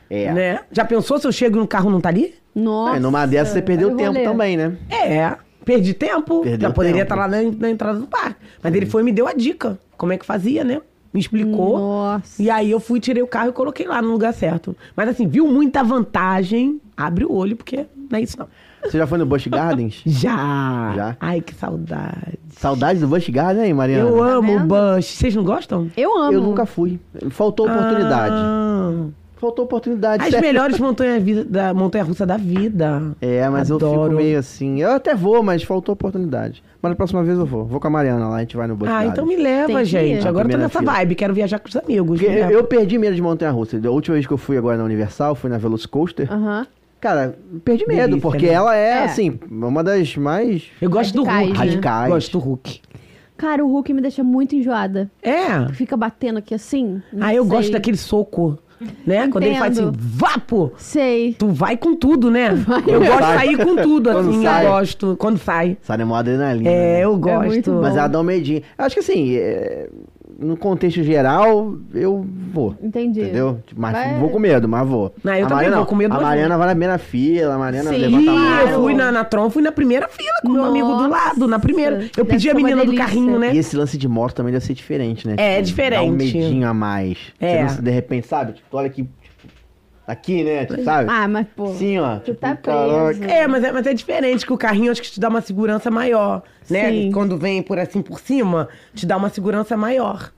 Speaker 2: É.
Speaker 3: Né? Já pensou se eu chego e no carro não tá ali?
Speaker 1: Nossa.
Speaker 2: É, numa dessas você perdeu
Speaker 1: olha o
Speaker 2: tempo
Speaker 1: rolê.
Speaker 2: também, né?
Speaker 3: É. Perdi tempo.
Speaker 2: Perdeu
Speaker 3: já poderia
Speaker 2: tempo.
Speaker 3: estar lá na, na entrada do parque. Mas ele foi e me deu a dica. Como é que fazia, né? Me explicou.
Speaker 1: Nossa.
Speaker 3: E aí eu fui, tirei o carro e coloquei lá no lugar certo. Mas assim, viu muita vantagem, abre o olho, porque não é isso não.
Speaker 2: Você já foi no Busch Gardens?
Speaker 3: Já!
Speaker 2: Já? Tá
Speaker 3: Ai, que saudade.
Speaker 2: Saudade do Busch Gardens aí, Mariana?
Speaker 3: Eu amo o
Speaker 1: vendo?
Speaker 3: Bush. Vocês não gostam?
Speaker 1: Eu amo.
Speaker 2: Eu nunca fui. Faltou oportunidade.
Speaker 3: Ah,
Speaker 2: Faltou oportunidade.
Speaker 3: As
Speaker 2: sério.
Speaker 3: melhores montanhas vi- da montanha russa da vida.
Speaker 2: É, mas eu
Speaker 3: Adoro.
Speaker 2: fico meio assim. Eu até vou, mas faltou oportunidade. Mas na próxima vez eu vou. Vou com a Mariana lá, a gente vai no Boticário.
Speaker 3: Ah, então me
Speaker 1: Tem
Speaker 3: leva,
Speaker 1: que ir.
Speaker 3: gente.
Speaker 1: Na
Speaker 3: Agora eu tô
Speaker 2: Tá primeira
Speaker 3: nessa
Speaker 2: fila.
Speaker 3: vibe, quero viajar com os amigos. né?
Speaker 2: Porque
Speaker 3: me
Speaker 2: eu,
Speaker 3: leva.
Speaker 2: eu perdi medo de montanha russa. A última vez que eu fui agora na Universal, fui na Velocicoaster.
Speaker 1: Aham.
Speaker 2: Cara, perdi medo,
Speaker 3: Ah. Delícia,
Speaker 2: porque
Speaker 3: né?
Speaker 2: ela é,
Speaker 1: É.
Speaker 2: assim, uma das mais.
Speaker 3: Eu gosto do
Speaker 1: Radicais,
Speaker 3: Hulk.
Speaker 2: né? Radicais.
Speaker 3: Gosto do Hulk.
Speaker 1: Cara, o Hulk me deixa muito enjoada.
Speaker 3: É.
Speaker 1: Fica batendo aqui assim. não
Speaker 3: Ah, eu
Speaker 1: sei.
Speaker 3: gosto daquele soco, né? Quando ele faz assim,
Speaker 1: Entendo.
Speaker 3: vapo!
Speaker 1: Sei.
Speaker 3: Tu vai com tudo, né? Eu
Speaker 2: Quando
Speaker 3: gosto de
Speaker 2: sai.
Speaker 3: sair com tudo,
Speaker 2: Quando
Speaker 3: assim,
Speaker 2: sai.
Speaker 3: eu gosto. Quando sai.
Speaker 2: Sai na mó adrenalina.
Speaker 3: É,
Speaker 2: né?
Speaker 3: eu
Speaker 1: muito
Speaker 3: gosto.
Speaker 1: bom.
Speaker 2: Mas ela dá um medinho. Acho que assim, é, no contexto geral, eu vou.
Speaker 1: Entendi.
Speaker 2: Entendeu? Mas
Speaker 1: Vai-
Speaker 2: vou com medo, mas vou.
Speaker 3: Não, eu
Speaker 2: a
Speaker 3: também
Speaker 2: Mariana,
Speaker 3: vou com medo,
Speaker 2: A
Speaker 3: mas
Speaker 2: Mariana vai na primeira fila, a Mariana
Speaker 1: Sim.
Speaker 2: levanta a
Speaker 3: Ih,
Speaker 2: mão.
Speaker 3: eu fui na, na Tron, fui na primeira fila com meu amigo do lado, na primeira.
Speaker 1: Nossa,
Speaker 3: Eu
Speaker 1: deve
Speaker 3: pedi
Speaker 1: ser
Speaker 3: a
Speaker 1: uma
Speaker 3: menina do
Speaker 1: delícia.
Speaker 3: carrinho, né?
Speaker 2: E esse lance de moto também deve ser diferente, né?
Speaker 3: É,
Speaker 2: Dá um
Speaker 3: diferente.
Speaker 2: medinho a mais.
Speaker 3: É.
Speaker 2: Você não, de repente, sabe? Tipo, olha aqui. tipo, aqui, né? Tipo, sabe?
Speaker 1: Ah, mas pô.
Speaker 2: Sim, ó.
Speaker 1: tu
Speaker 2: Tipo,
Speaker 1: tá
Speaker 2: caraca.
Speaker 1: preso.
Speaker 3: É mas, é, mas é diferente, que o carrinho acho que te dá uma segurança maior, né?
Speaker 1: Sim.
Speaker 3: Quando vem por assim por cima, te dá uma segurança maior,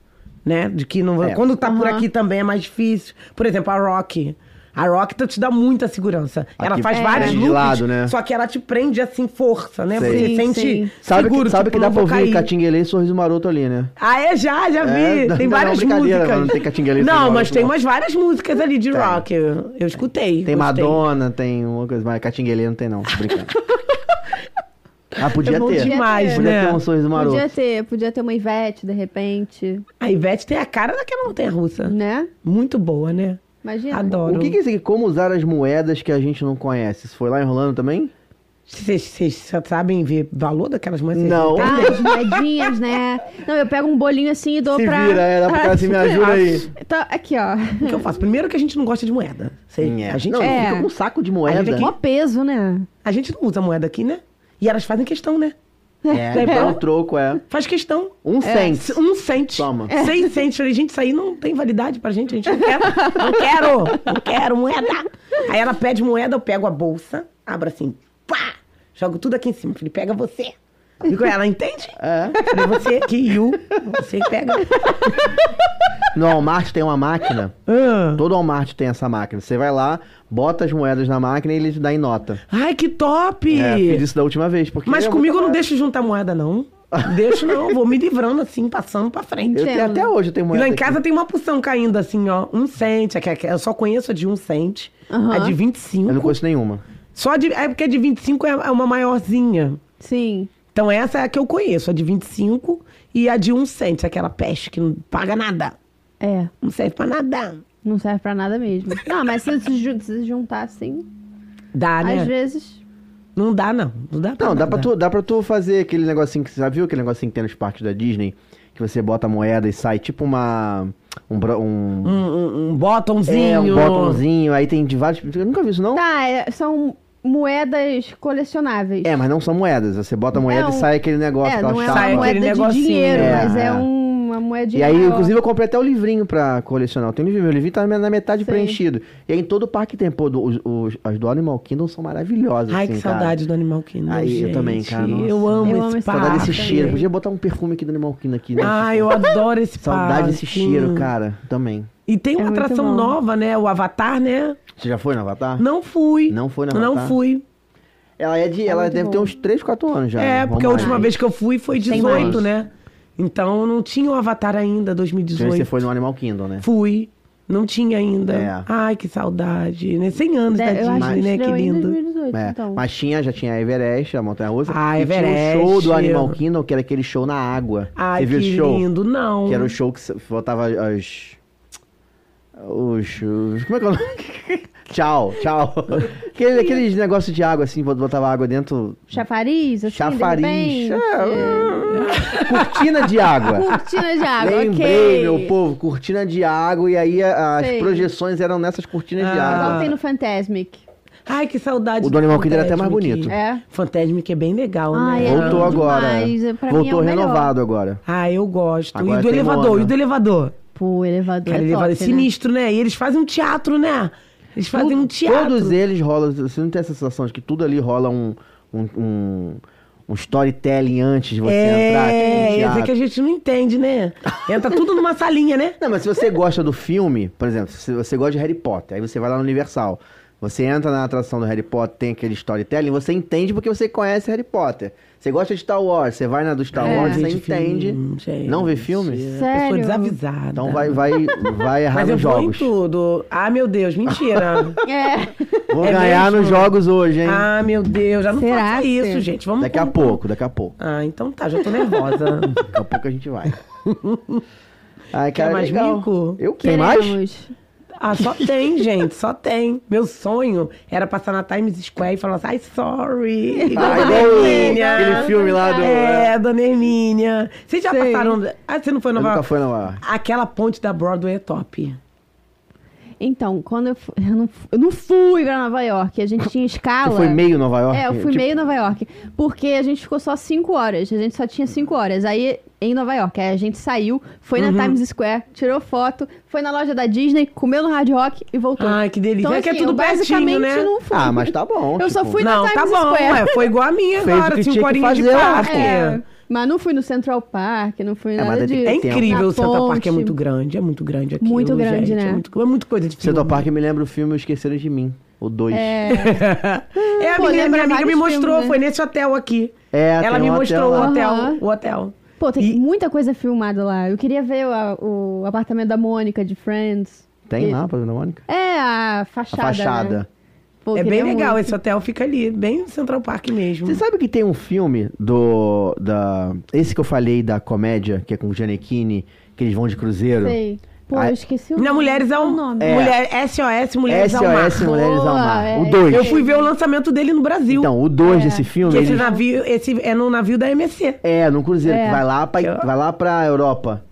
Speaker 3: né? De que não
Speaker 2: É.
Speaker 3: Quando tá por
Speaker 1: Aham.
Speaker 3: aqui também é mais difícil. Por exemplo, a Rock. A Rock tá te dá muita segurança. ela
Speaker 2: Aqui
Speaker 1: É.
Speaker 3: faz
Speaker 2: prende
Speaker 3: vários
Speaker 2: de
Speaker 3: loops,
Speaker 2: lado, né?
Speaker 3: só que ela te prende assim, força, né?
Speaker 2: Sei.
Speaker 3: Você
Speaker 1: Sim,
Speaker 3: sente
Speaker 1: sim.
Speaker 2: Sabe,
Speaker 3: seguro,
Speaker 2: que, sabe
Speaker 3: tipo,
Speaker 2: que dá
Speaker 3: não
Speaker 2: pra
Speaker 3: vou
Speaker 2: ouvir
Speaker 3: cair.
Speaker 2: Catinguelê e Sorriso Maroto ali, né?
Speaker 3: Ah, é, já, já
Speaker 2: É,
Speaker 3: vi.
Speaker 2: não-
Speaker 3: tem
Speaker 2: não,
Speaker 3: várias
Speaker 2: brincadeira,
Speaker 3: músicas.
Speaker 2: não tem Catinguelê, tem
Speaker 3: Não, mas
Speaker 2: Maroto,
Speaker 3: tem
Speaker 2: não.
Speaker 3: umas várias músicas ali de rock. Eu, eu escutei.
Speaker 2: Tem
Speaker 3: gostei.
Speaker 2: Madonna, tem uma coisa, mas Catinguelê não tem não, tô brincando. ah,
Speaker 3: É
Speaker 2: podia
Speaker 3: bom
Speaker 2: ter.
Speaker 3: demais,
Speaker 2: Podia
Speaker 3: né?
Speaker 2: ter um sorriso maroto.
Speaker 1: Podia ter, podia ter uma Ivete, de repente,
Speaker 3: A Ivete tem a cara daquela montanha russa.
Speaker 1: né?
Speaker 3: Muito boa, né?
Speaker 1: Imagina.
Speaker 3: Adoro.
Speaker 2: O que, que é isso aqui? Como usar as moedas que a gente não conhece? Isso foi lá em Orlando também?
Speaker 3: Vocês vocês só sabem ver valor daquelas mães? vocês
Speaker 2: Não.
Speaker 3: entendem?
Speaker 1: Ah, as moedinhas, né? Não, eu pego um bolinho assim e dou
Speaker 2: Se
Speaker 1: pra...
Speaker 2: vira, é, dá pro cara
Speaker 3: assim,
Speaker 2: se me ajuda aí.
Speaker 1: Então, aqui, ó.
Speaker 3: O que eu faço? Primeiro que a gente não gosta de moeda. Vocês-
Speaker 2: Hum, é.
Speaker 3: a, gente,
Speaker 2: não,
Speaker 1: é.
Speaker 2: fica com um saco de
Speaker 3: A gente
Speaker 2: moeda.
Speaker 1: Mó peso, né?
Speaker 3: a gente não usa moeda aqui, né? E elas fazem questão, né?
Speaker 2: É, dá um troco, é.
Speaker 3: Faz questão.
Speaker 2: Um
Speaker 3: É,
Speaker 2: cento.
Speaker 3: Um cent.
Speaker 2: Toma.
Speaker 3: Seis centes. Falei, gente, isso aí não tem validade pra gente. A gente não quer. Não quero. Não quero moeda. Aí ela pede moeda, eu pego a bolsa, abro assim, pá! Jogo tudo aqui em cima. Falei, pega você. Digo, ela entende?
Speaker 2: É.
Speaker 3: Falei, você que you. Você pega.
Speaker 2: No Walmart tem uma máquina.
Speaker 3: Ah.
Speaker 2: Todo Walmart tem essa máquina. Você vai lá, bota as moedas na máquina e ele te dá em nota.
Speaker 3: Ai, que top!
Speaker 2: É, fiz isso da última vez, porque...
Speaker 3: Mas
Speaker 2: é
Speaker 3: comigo eu
Speaker 2: muito
Speaker 3: não deixo juntar moeda, não. Deixo não, vou me livrando assim, passando pra frente.
Speaker 2: Eu tenho,
Speaker 1: Entendo.
Speaker 2: até hoje eu tenho
Speaker 3: E
Speaker 2: moeda
Speaker 3: lá em
Speaker 2: aqui.
Speaker 3: casa tem uma porção caindo assim, ó. Um cent. é que- é que Eu só conheço a de um cent.
Speaker 1: Aham.
Speaker 3: A de 25.
Speaker 2: Eu não conheço nenhuma.
Speaker 3: Só de. É porque a de 25 é é uma maiorzinha.
Speaker 1: Sim.
Speaker 3: Então essa é a que eu conheço, a de 25 e a de um cent, aquela peste que não paga nada.
Speaker 1: É,
Speaker 3: Não serve pra nada.
Speaker 1: não serve pra nada mesmo. Não, mas se se jun- se juntar assim,
Speaker 2: Ah,
Speaker 3: Dá, né?
Speaker 1: às vezes...
Speaker 3: Não dá, não. Não dá pra
Speaker 2: Não, dá
Speaker 3: nada.
Speaker 2: pra, tu, dá pra tu fazer aquele negocinho que você já viu, aquele negocinho que tem nos parques da Disney, que você bota a moeda e sai tipo uma. Um. bro- um,
Speaker 3: Um, um, um botãozinho.
Speaker 2: é, um botãozinho, aí tem de vários. Eu nunca vi isso, não?
Speaker 1: Tá, é- são moedas colecionáveis.
Speaker 2: É, mas não são moedas. Você bota a moeda
Speaker 1: É um-
Speaker 2: e sai aquele negócio,
Speaker 1: É,
Speaker 2: aquela
Speaker 1: não é
Speaker 2: chapa.
Speaker 1: uma
Speaker 3: Sai
Speaker 1: moeda
Speaker 3: aquele
Speaker 1: de
Speaker 3: negocinho.
Speaker 1: dinheiro,
Speaker 2: É,
Speaker 1: mas é
Speaker 2: é.
Speaker 1: uma moedinha
Speaker 2: E aí,
Speaker 1: maior.
Speaker 2: inclusive, eu comprei até o livrinho pra colecionar. Eu tenho um livrinho, meu livrinho tá na metade
Speaker 1: Sim.
Speaker 2: preenchido. E aí, em todo parque tem, pô, do- os, os- as do Animal Kingdom são maravilhosas.
Speaker 3: Ai,
Speaker 2: assim,
Speaker 3: que
Speaker 2: cara.
Speaker 3: saudade do Animal Kingdom.
Speaker 2: Aí, eu
Speaker 3: gente.
Speaker 2: também, cara, nossa.
Speaker 3: Eu amo
Speaker 1: Eu amo
Speaker 3: esse
Speaker 1: esse
Speaker 3: parque.
Speaker 2: Saudade desse
Speaker 1: também.
Speaker 2: cheiro. Podia botar um perfume aqui do Animal Kingdom aqui, né?
Speaker 3: Ah, eu adoro esse parque.
Speaker 2: Saudade desse cheiro, cara. Também.
Speaker 3: E tem
Speaker 1: É
Speaker 3: uma
Speaker 1: muito bom.
Speaker 3: atração nova, né? O Avatar, né?
Speaker 2: Você já foi no Avatar?
Speaker 3: Não fui.
Speaker 2: Não foi no
Speaker 3: Não
Speaker 2: Avatar?
Speaker 3: fui.
Speaker 2: Ela é de. ela
Speaker 1: muito
Speaker 2: deve
Speaker 1: bom.
Speaker 2: ter uns 3, 4 anos já.
Speaker 3: é,
Speaker 2: né?
Speaker 3: porque a
Speaker 2: Vamos
Speaker 3: última
Speaker 2: lá.
Speaker 3: vez que eu fui foi
Speaker 1: Tem
Speaker 3: 18,
Speaker 1: mais.
Speaker 3: né? Então não tinha o Avatar ainda,
Speaker 2: Então
Speaker 3: 2018.
Speaker 2: Você foi no Animal Kingdom, né?
Speaker 3: Fui. Não tinha ainda.
Speaker 2: É.
Speaker 3: Ai, que saudade. Né? 100 anos
Speaker 1: De-
Speaker 3: da
Speaker 1: É, eu acho
Speaker 3: Disney, né? Que
Speaker 1: estreou em
Speaker 3: lindo.
Speaker 1: 2018,
Speaker 2: É,
Speaker 1: então.
Speaker 2: Mas tinha, já tinha a Everest, a Montanha Russa.
Speaker 3: Ah,
Speaker 2: e Tinha
Speaker 3: Everest.
Speaker 2: o show do Animal Kingdom, que era aquele show na água.
Speaker 3: Ai,
Speaker 2: você viu
Speaker 3: que
Speaker 2: esse show?
Speaker 3: lindo. Não.
Speaker 1: Uhum.
Speaker 2: Que era o show que você botava as. Os. os- Como é que é o nome? tchau, tchau. Aquele, aqueles negócios de água, assim, botava água dentro.
Speaker 1: Chafariz, assim,
Speaker 2: chafariz.
Speaker 1: de repente. É,
Speaker 2: É, Cortina de água.
Speaker 1: Cortina de água,
Speaker 2: Lembrei,
Speaker 1: Ah, ok.
Speaker 2: meu povo, cortina de água, e aí a- as
Speaker 1: Sei.
Speaker 2: projeções eram nessas cortinas de
Speaker 3: Ah.
Speaker 1: Qual
Speaker 2: água.
Speaker 1: tem no Fantasmic?
Speaker 3: Ai, que saudade.
Speaker 2: O do Animal Kingdom era até mais
Speaker 3: Fantasmic.
Speaker 2: bonito.
Speaker 1: É.
Speaker 3: Fantasmic é bem legal,
Speaker 1: Ai,
Speaker 3: né?
Speaker 1: é
Speaker 2: Voltou
Speaker 1: bom
Speaker 2: agora.
Speaker 1: demais, é, pra mim é
Speaker 2: Voltou
Speaker 1: o melhor.
Speaker 2: renovado agora.
Speaker 3: Ah, eu gosto.
Speaker 2: Agora
Speaker 3: e do
Speaker 2: tem
Speaker 3: elevador,
Speaker 2: Moana.
Speaker 3: e do elevador.
Speaker 1: Pô, elevador
Speaker 3: Cara,
Speaker 1: é
Speaker 3: elevador é
Speaker 1: top, né?
Speaker 3: sinistro, né? E eles fazem um teatro, né? Eles fazem um teatro.
Speaker 2: Todos eles rolam. Você não tem a sensação de que tudo ali rola um. um, um um storytelling antes de você entrar aqui no
Speaker 3: É, essa
Speaker 2: teatro.
Speaker 3: que a gente não entende, né? Entra tudo numa salinha, né?
Speaker 2: Não, mas se você gosta do filme, por exemplo, se você gosta de Harry Potter, aí você vai lá no Universal. Você entra na atração do Harry Potter, tem aquele storytelling, você entende porque você conhece Harry Potter. Você gosta de Star Wars, você vai na do Star
Speaker 1: É.
Speaker 2: Wars, você
Speaker 3: Gente,
Speaker 2: entende.
Speaker 3: filme, gente.
Speaker 2: Não vê filme?
Speaker 3: Eu sou
Speaker 1: Sério?
Speaker 3: desavisada.
Speaker 2: Então vai, vai, vai errar
Speaker 3: Mas eu
Speaker 2: nos
Speaker 3: vou em
Speaker 2: jogos.
Speaker 3: tudo. Ah, meu Deus, mentira.
Speaker 1: É.
Speaker 2: Vou
Speaker 3: É
Speaker 2: ganhar
Speaker 3: mesmo?
Speaker 2: nos jogos hoje, hein?
Speaker 3: ah, meu Deus, já não
Speaker 1: Será
Speaker 3: faça
Speaker 1: que-
Speaker 3: isso, gente. Vamos
Speaker 2: daqui a
Speaker 3: com-
Speaker 2: pouco, daqui a pouco.
Speaker 3: Ah, então tá, já tô nervosa.
Speaker 2: Daqui a pouco a gente vai. Ai,
Speaker 3: Quer
Speaker 2: cara,
Speaker 3: mais
Speaker 2: legal.
Speaker 3: mico?
Speaker 2: Eu quero mais?
Speaker 1: Queremos.
Speaker 3: ah, só tem, gente, só tem. Meu sonho era passar na Times Square e falar assim, ai, sorry. Igual
Speaker 2: Ah,
Speaker 3: a
Speaker 2: igual
Speaker 3: Dona
Speaker 2: o-
Speaker 3: Hermínia.
Speaker 2: aquele filme lá do-
Speaker 3: É, Dona Hermínia. Vocês já
Speaker 1: Sei.
Speaker 3: passaram... Ah, você não foi em
Speaker 2: Eu
Speaker 3: Nova
Speaker 2: nunca
Speaker 3: York?
Speaker 2: foi na
Speaker 3: Aquela ponte da Broadway é top.
Speaker 1: Então, quando eu, fu- eu, não, fu- eu não fui pra Nova York, a gente tinha escala.
Speaker 2: Você foi meio Nova York?
Speaker 1: É, eu fui
Speaker 2: Tipo,
Speaker 1: meio Nova York. Porque a gente ficou só cinco horas. A gente só tinha cinco horas. Aí, em Nova York, aí a gente saiu, foi
Speaker 2: Uhum.
Speaker 1: na Times Square, tirou foto, foi na loja da Disney, comeu no Hard Rock e voltou.
Speaker 3: Ai, que delícia.
Speaker 1: Então,
Speaker 3: é que é
Speaker 1: assim,
Speaker 3: tudo
Speaker 1: eu
Speaker 3: pertinho,
Speaker 1: basicamente
Speaker 3: né?
Speaker 1: não fui.
Speaker 2: Ah, mas tá bom.
Speaker 1: Eu só
Speaker 2: tipo,
Speaker 1: fui na
Speaker 3: Não,
Speaker 1: Times
Speaker 3: tá bom,
Speaker 1: Square.
Speaker 3: ué. Foi igual a minha
Speaker 2: Fez o
Speaker 3: agora,
Speaker 2: que tinha que
Speaker 3: cinco horinhas de
Speaker 2: fazer lá,
Speaker 3: parque.
Speaker 1: É, mas não fui no Central Park, não fui
Speaker 2: mas
Speaker 1: nada
Speaker 2: tem que
Speaker 1: disso.
Speaker 2: ter
Speaker 3: É
Speaker 2: tempo.
Speaker 3: incrível,
Speaker 1: Na
Speaker 3: o Central Park é
Speaker 1: ponte.
Speaker 3: muito grande, é muito grande aqui.
Speaker 1: um Muito grande, né?
Speaker 3: É, muito, é muito coisa de filme.
Speaker 2: Central Park me lembra o filme Esqueceram de Mim, o 2. É,
Speaker 3: É, a
Speaker 1: Pô,
Speaker 3: menina- minha,
Speaker 1: lembra
Speaker 3: amiga me
Speaker 1: vários
Speaker 3: mostrou,
Speaker 1: filmes, né?
Speaker 3: foi nesse hotel aqui.
Speaker 2: tem
Speaker 3: Ela me
Speaker 2: um hotel
Speaker 3: mostrou
Speaker 2: lá.
Speaker 3: o hotel,
Speaker 1: Aham.
Speaker 3: o hotel.
Speaker 1: Pô, tem
Speaker 3: E-
Speaker 1: muita coisa filmada lá. Eu queria ver a- o apartamento da Mônica de Friends.
Speaker 2: Tem
Speaker 1: E-
Speaker 2: lá, pra Dona Mônica?
Speaker 1: É, a
Speaker 2: A
Speaker 1: fachada.
Speaker 2: fachada.
Speaker 1: né? Pô,
Speaker 3: É
Speaker 1: queria
Speaker 3: bem legal,
Speaker 1: muito.
Speaker 3: esse hotel fica ali, bem no Central Park mesmo.
Speaker 2: Você sabe que tem um filme do. Da, esse que eu falei da comédia, que é com o Giannichini, que eles vão de cruzeiro.
Speaker 1: Sei. Pô,
Speaker 2: Ah,
Speaker 1: eu esqueci o
Speaker 3: Na Mulheres ao
Speaker 1: o nome.
Speaker 2: É.
Speaker 3: Mulher, SOS Mulheres ao Mar.
Speaker 2: SOS Mulheres ao Mar.
Speaker 1: Boa,
Speaker 2: o
Speaker 1: é.
Speaker 2: 2.
Speaker 3: Eu fui ver o lançamento dele no Brasil.
Speaker 2: Então, o 2 desse
Speaker 3: que
Speaker 2: filme.
Speaker 3: esse
Speaker 2: eles-
Speaker 3: navio, esse é no navio da MSC.
Speaker 2: É, num cruzeiro,
Speaker 1: É.
Speaker 2: que vai lá, pra,
Speaker 3: Eu-
Speaker 2: vai lá pra Europa.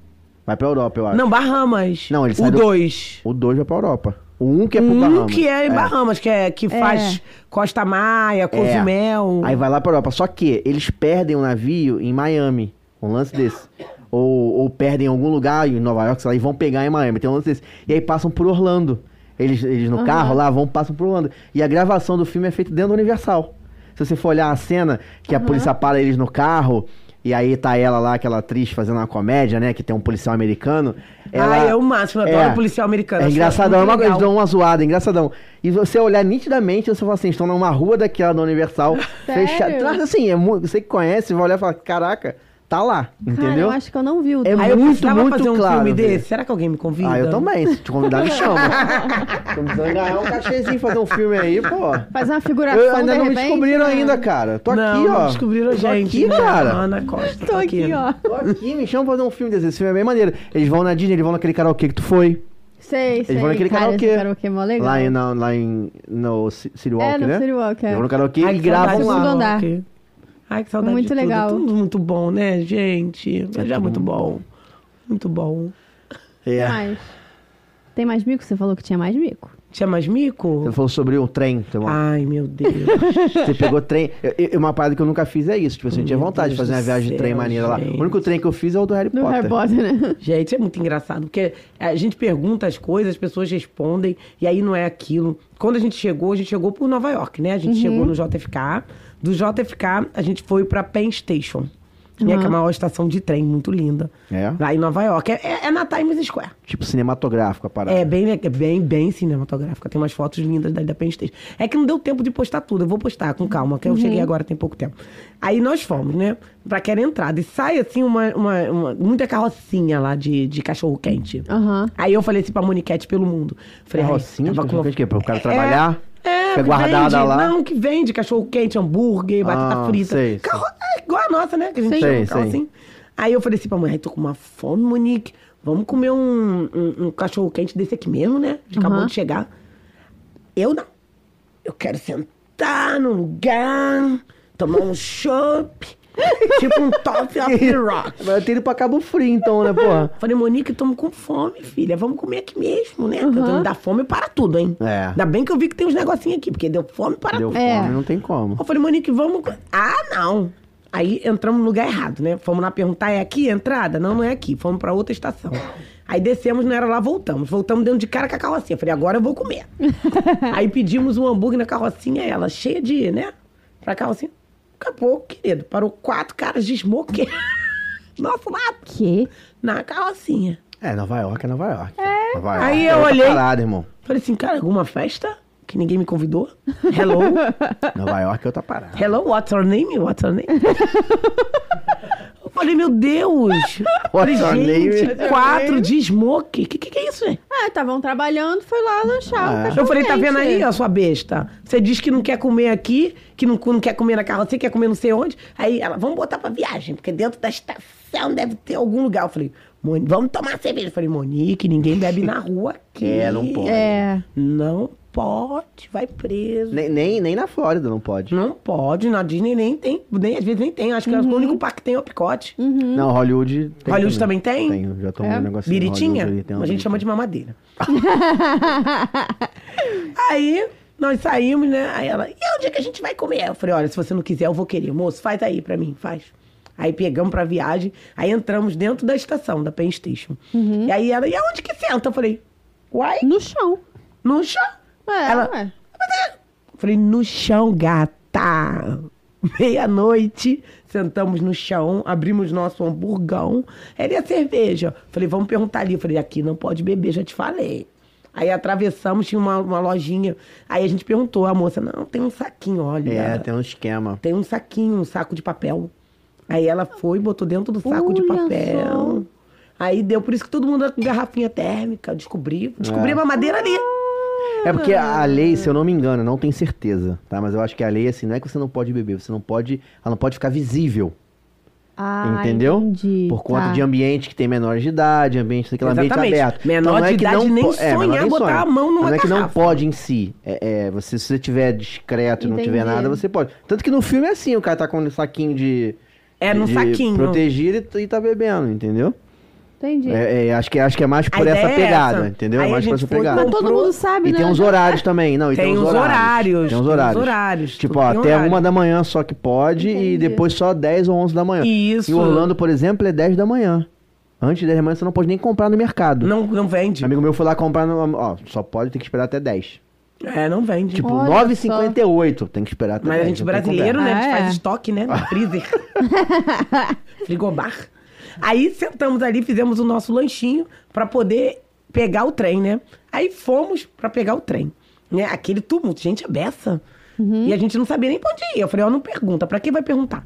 Speaker 2: Vai pra Europa, eu acho.
Speaker 3: Não, Bahamas.
Speaker 2: Não, ele
Speaker 3: O
Speaker 2: sai do-
Speaker 3: dois.
Speaker 2: O 2 vai pra Europa. O 1 um que é É. pro
Speaker 3: Um
Speaker 2: Bahamas.
Speaker 3: que é em Bahamas, que, é, que faz Costa Maia, Cozumel.
Speaker 2: Aí vai lá pra Europa. Só que eles perdem o navio em Miami. Um lance desse. Ou, ou perdem em algum lugar em Nova York, sei lá, e vão pegar em Miami. Tem um lance desse. E aí passam por Orlando. Eles, eles no
Speaker 1: Aham.
Speaker 2: carro lá vão, passam por Orlando. E a gravação do filme é feita dentro do Universal. Se você for olhar a cena que a polícia para eles no carro. E aí tá ela lá, aquela atriz fazendo uma comédia, né? Que tem um policial americano. Ela...
Speaker 3: Ah, é o máximo, eu adoro policial
Speaker 1: Tá,
Speaker 3: americano,
Speaker 2: É
Speaker 3: acho
Speaker 2: engraçadão, é
Speaker 3: muito
Speaker 2: uma coisa,
Speaker 3: legal.
Speaker 2: dão uma zoada, é engraçadão. E você olhar nitidamente, você fala assim, estão numa rua daquela da Universal,
Speaker 1: Sério?
Speaker 2: fechada. Então, Assim, é mu- você que conhece, vai olhar e falar, caraca, tá lá,
Speaker 1: Cara,
Speaker 2: entendeu?
Speaker 1: eu acho que eu não vi o
Speaker 2: É
Speaker 1: dois.
Speaker 3: Aí eu
Speaker 2: muito,
Speaker 3: precisava
Speaker 2: muito
Speaker 3: fazer um
Speaker 2: claro,
Speaker 3: filme
Speaker 2: velho.
Speaker 3: desse. Será que alguém me convida?
Speaker 2: Ah, eu também, se te convidar, me chama. Tô precisando ganhar um cachezinho, fazer um filme aí, pô.
Speaker 1: Fazer uma figuração,
Speaker 2: Eu ainda
Speaker 1: de
Speaker 2: não me
Speaker 1: repente,
Speaker 2: descobriram
Speaker 1: né?
Speaker 2: ainda, cara. Tô
Speaker 3: não,
Speaker 2: aqui,
Speaker 3: não
Speaker 2: ó.
Speaker 3: descobriram a
Speaker 2: Tô
Speaker 3: gente.
Speaker 2: aqui,
Speaker 3: né?
Speaker 2: cara.
Speaker 3: Ana Costa.
Speaker 1: Tô aqui, ó.
Speaker 2: Tô aqui, me chama pra fazer um filme desse. Esse filme é bem maneiro. Eles vão na Disney, eles vão naquele karaokê que tu foi.
Speaker 1: Sei, sei.
Speaker 2: vão naquele
Speaker 1: cara,
Speaker 2: karaokê.
Speaker 1: Esse karaokê é mó legal.
Speaker 2: Lá em, na, lá em no Ci- City Walk,
Speaker 1: É, no
Speaker 2: né?
Speaker 1: City Walk, é.
Speaker 2: Eles vão no karaokê
Speaker 3: Ai,
Speaker 2: e um
Speaker 3: que saudade
Speaker 2: gravam
Speaker 3: do
Speaker 1: Segundo
Speaker 2: lá.
Speaker 1: andar.
Speaker 3: karaokê. Ai, que saudade
Speaker 1: Muito
Speaker 3: de tudo.
Speaker 1: legal.
Speaker 3: Tudo muito bom, né, gente? Já é
Speaker 2: tudo
Speaker 3: muito
Speaker 2: muito
Speaker 3: bom. Muito bom.
Speaker 1: Tem
Speaker 2: É.
Speaker 1: mais. Tem mais mico? Você falou que tinha mais mico.
Speaker 3: Tinha é mais mico?
Speaker 2: Você falou sobre o trem, tá bom?
Speaker 3: Ai, meu Deus.
Speaker 2: Você pegou trem. Eu- eu- uma parada que eu nunca fiz é isso. Tipo, eu sentia
Speaker 3: Meu
Speaker 2: vontade de
Speaker 3: Deus
Speaker 2: fazer uma
Speaker 3: do
Speaker 2: viagem de
Speaker 3: céu,
Speaker 2: trem maneira lá.
Speaker 3: gente.
Speaker 2: O único trem que eu fiz é o do Harry
Speaker 1: Do
Speaker 2: Potter.
Speaker 1: Harry Potter, né?
Speaker 3: Gente, é muito engraçado, porque a gente pergunta as coisas, as pessoas respondem, e aí não é aquilo. Quando a gente chegou, a gente chegou por Nova York, né? A gente chegou no JFK. Do JFK, a gente foi pra Penn Station, né? Que é a maior estação de trem, muito linda.
Speaker 2: É.
Speaker 3: Lá em Nova York. É, é- é na Times Square.
Speaker 2: Tipo, cinematográfico a parada.
Speaker 3: É bem, é bem, bem cinematográfica. Tem umas fotos lindas da, da Penn Station. É que não deu tempo de postar tudo. Eu vou postar com calma, que eu cheguei agora tem pouco tempo. Aí nós fomos, né? Pra aquela entrada. E sai assim uma, uma, uma- muita carrocinha lá de, de cachorro quente.
Speaker 1: Aham.
Speaker 3: Aí eu falei assim pra Moniquete pelo mundo. Falei, ai,
Speaker 2: Carrocinha de
Speaker 3: tava com
Speaker 2: cachorro
Speaker 3: uma-
Speaker 2: quente, que é pra o cara trabalhar?
Speaker 3: É,
Speaker 2: Fica
Speaker 3: que
Speaker 2: guardada
Speaker 3: vende,
Speaker 2: lá?
Speaker 3: Não, que vende cachorro quente, hambúrguer, batata
Speaker 2: Ah,
Speaker 3: frita.
Speaker 2: sei, sei.
Speaker 3: Carro, é igual a nossa, né? Que a gente
Speaker 1: Sim.
Speaker 3: chama
Speaker 2: Sei,
Speaker 3: carro
Speaker 2: sei.
Speaker 3: assim. Aí eu falei assim pra mãe, ai, tô com uma fome, Monique. Vamos comer um, um- um cachorro quente desse aqui mesmo, né? A gente acabou
Speaker 1: Aham.
Speaker 3: de chegar. Eu não. Eu quero sentar num lugar, tomar um chopp, tipo um top of the rock.
Speaker 2: Mas eu tenho ido pra Cabo Frio, então, né, porra?
Speaker 3: Falei, Monique, estamos com fome, filha. Vamos comer aqui mesmo, né? Porque
Speaker 1: Aham.
Speaker 3: eu dá fome para tudo, hein?
Speaker 2: É.
Speaker 3: Ainda bem que eu vi que tem uns negocinhos aqui, porque deu fome para
Speaker 2: Deu
Speaker 3: tudo.
Speaker 1: É.
Speaker 2: fome, não tem como.
Speaker 3: Eu falei, Monique, vamos. co- Ah, não. Aí entramos no lugar errado, né? Fomos lá perguntar, é aqui a entrada? Não, não é aqui. Fomos pra outra estação. Aí descemos, não era lá, voltamos. Voltamos dentro de cara com a carrocinha. Falei, agora eu vou comer. Aí pedimos um hambúrguer na carrocinha, ela cheia de, né? Pra carrocinha. Acabou, querido. Parou quatro caras de smoker. Nosso lado.
Speaker 1: Que?
Speaker 3: Na carrocinha.
Speaker 2: É, Nova York é Nova York. É. Nova York
Speaker 3: Aí
Speaker 2: é
Speaker 3: eu
Speaker 2: outra
Speaker 3: olhei-
Speaker 2: parada, irmão.
Speaker 3: Falei assim, cara, alguma festa? Que ninguém me convidou? Hello?
Speaker 2: Nova York é outra parada.
Speaker 3: Tá. Hello? What's your name? What's your name? Eu falei, meu Deus! Falei,
Speaker 2: your name?
Speaker 3: gente,
Speaker 2: What's
Speaker 1: your
Speaker 3: quatro
Speaker 1: name?
Speaker 3: de smoke? Que que, que é isso, hein?
Speaker 1: Ah, estavam trabalhando, foi lá lanchar.
Speaker 2: Ah,
Speaker 1: o
Speaker 2: é.
Speaker 1: cachorro
Speaker 3: Eu falei, tá
Speaker 1: quente.
Speaker 3: vendo aí, ó, sua besta? Você diz que não quer comer aqui, que não, não quer comer na carroça, quer comer não sei onde. Aí ela, vamos botar pra viagem, porque dentro da estação deve ter algum lugar. Eu falei, Moni, vamos tomar cerveja. Eu falei, Monique, ninguém bebe na rua aqui.
Speaker 2: É, não pode.
Speaker 1: É.
Speaker 3: Não pode, vai preso.
Speaker 2: Nem, nem, nem na Flórida não pode.
Speaker 3: Não pode, na Disney nem tem, nem, às vezes nem tem. Acho que o único parque que tem é o picote.
Speaker 2: Não, Hollywood tem.
Speaker 3: Hollywood também tem?
Speaker 2: Tem, já tomou
Speaker 1: É.
Speaker 2: um negocinho. em
Speaker 3: Biritinha?
Speaker 2: Hollywood, tem uma
Speaker 3: a gente chama de
Speaker 2: biritinha.
Speaker 3: mamadeira. aí, nós saímos, né? Aí ela, e onde é que a gente vai comer? Eu falei, olha, se você não quiser, eu vou querer. Moço, faz aí pra mim, faz. Aí pegamos pra viagem, aí entramos dentro da estação, da Penn Station. E aí ela, e aonde que senta? Eu falei, uai,
Speaker 1: No chão.
Speaker 3: no chão.
Speaker 1: Ué,
Speaker 3: Ela-
Speaker 1: ué.
Speaker 3: Eu Falei, no chão, gata. Meia-noite, sentamos no chão, abrimos nosso hamburgão. Era a cerveja. Falei, vamos perguntar ali. Eu Falei, aqui não pode beber, já te falei. Aí atravessamos, tinha uma, uma lojinha. Aí a gente perguntou, a moça, não, tem um saquinho, olha.
Speaker 2: É, tem um esquema.
Speaker 3: Tem um saquinho, um saco de papel. Aí ela foi, botou dentro do saco de
Speaker 1: Olha
Speaker 3: papel.
Speaker 1: só.
Speaker 3: Aí deu, por isso que todo mundo anda com garrafinha térmica. Eu Descobri, descobri
Speaker 2: É.
Speaker 3: a mamadeira ali.
Speaker 2: É porque a lei, se eu não me engano, eu não tenho certeza, tá? Mas eu acho que a lei, assim, não é que você não pode beber, você não pode. Ela não pode ficar visível.
Speaker 1: Ah,
Speaker 2: Entendeu?
Speaker 1: entendi.
Speaker 2: Por conta
Speaker 1: Tá.
Speaker 2: de ambiente que tem menores de idade, ambiente, sei que lá, ambiente
Speaker 3: Exatamente.
Speaker 2: aberto.
Speaker 3: Menor
Speaker 2: Então, não
Speaker 3: de
Speaker 2: é que
Speaker 3: idade
Speaker 2: não
Speaker 3: nem
Speaker 2: po- é, menor
Speaker 3: sonhar
Speaker 2: nem
Speaker 3: botar
Speaker 2: sonha.
Speaker 3: a mão numa
Speaker 2: Não é que não
Speaker 3: garrafa.
Speaker 2: pode em si. É, é, você, se você tiver discreto e não tiver
Speaker 1: Entendi.
Speaker 2: nada, você pode. Tanto que no filme é assim, o cara tá com um saquinho de...
Speaker 3: É, no
Speaker 2: de
Speaker 3: saquinho.
Speaker 2: Protegido e, t- e tá bebendo, entendeu?
Speaker 1: Entendi.
Speaker 2: É, é, acho, que, acho que é mais por
Speaker 3: A
Speaker 2: essa
Speaker 3: ideia é
Speaker 2: pegada,
Speaker 3: essa.
Speaker 2: entendeu?
Speaker 3: Aí
Speaker 2: é
Speaker 3: a
Speaker 2: mais por
Speaker 3: gente
Speaker 2: essa
Speaker 3: foi
Speaker 2: pegada.
Speaker 1: Mas todo mundo sabe,
Speaker 2: E
Speaker 1: né?
Speaker 2: tem uns horários também, não. E tem,
Speaker 3: Tem
Speaker 2: uns
Speaker 3: os horários,
Speaker 2: Tem
Speaker 3: tem
Speaker 2: uns
Speaker 3: os
Speaker 2: horários.
Speaker 3: horários,
Speaker 2: Tipo,
Speaker 3: tudo
Speaker 2: ó,
Speaker 3: tem
Speaker 2: até
Speaker 3: horário.
Speaker 2: uma da manhã só que pode e
Speaker 1: Entendi.
Speaker 2: depois só 10 ou 11 da manhã.
Speaker 3: Isso.
Speaker 2: Em Orlando, por exemplo, é 10 da manhã. Antes de 10 da manhã você não pode nem comprar no mercado.
Speaker 3: Não, não vende.
Speaker 2: Um amigo meu foi lá comprar no. Ó, só pode ter que esperar até 10.
Speaker 3: É, não vende.
Speaker 2: Tipo,
Speaker 1: Olha
Speaker 2: 9h58 tem que esperar até
Speaker 3: Mas
Speaker 2: 10.
Speaker 3: a gente
Speaker 2: não tem
Speaker 3: brasileiro,
Speaker 2: conversa.
Speaker 3: né? A
Speaker 1: Ah,
Speaker 3: gente
Speaker 1: é.
Speaker 3: faz estoque, né? No freezer. Frigobar. Aí sentamos ali, fizemos o nosso lanchinho pra poder pegar o trem, né? Aí fomos pra pegar o trem. Né? Aquele tumulto, gente, é beça.
Speaker 1: Uhum.
Speaker 3: E a gente não sabia nem pra onde ir. Eu falei, ó, não pergunta. Pra quem vai perguntar?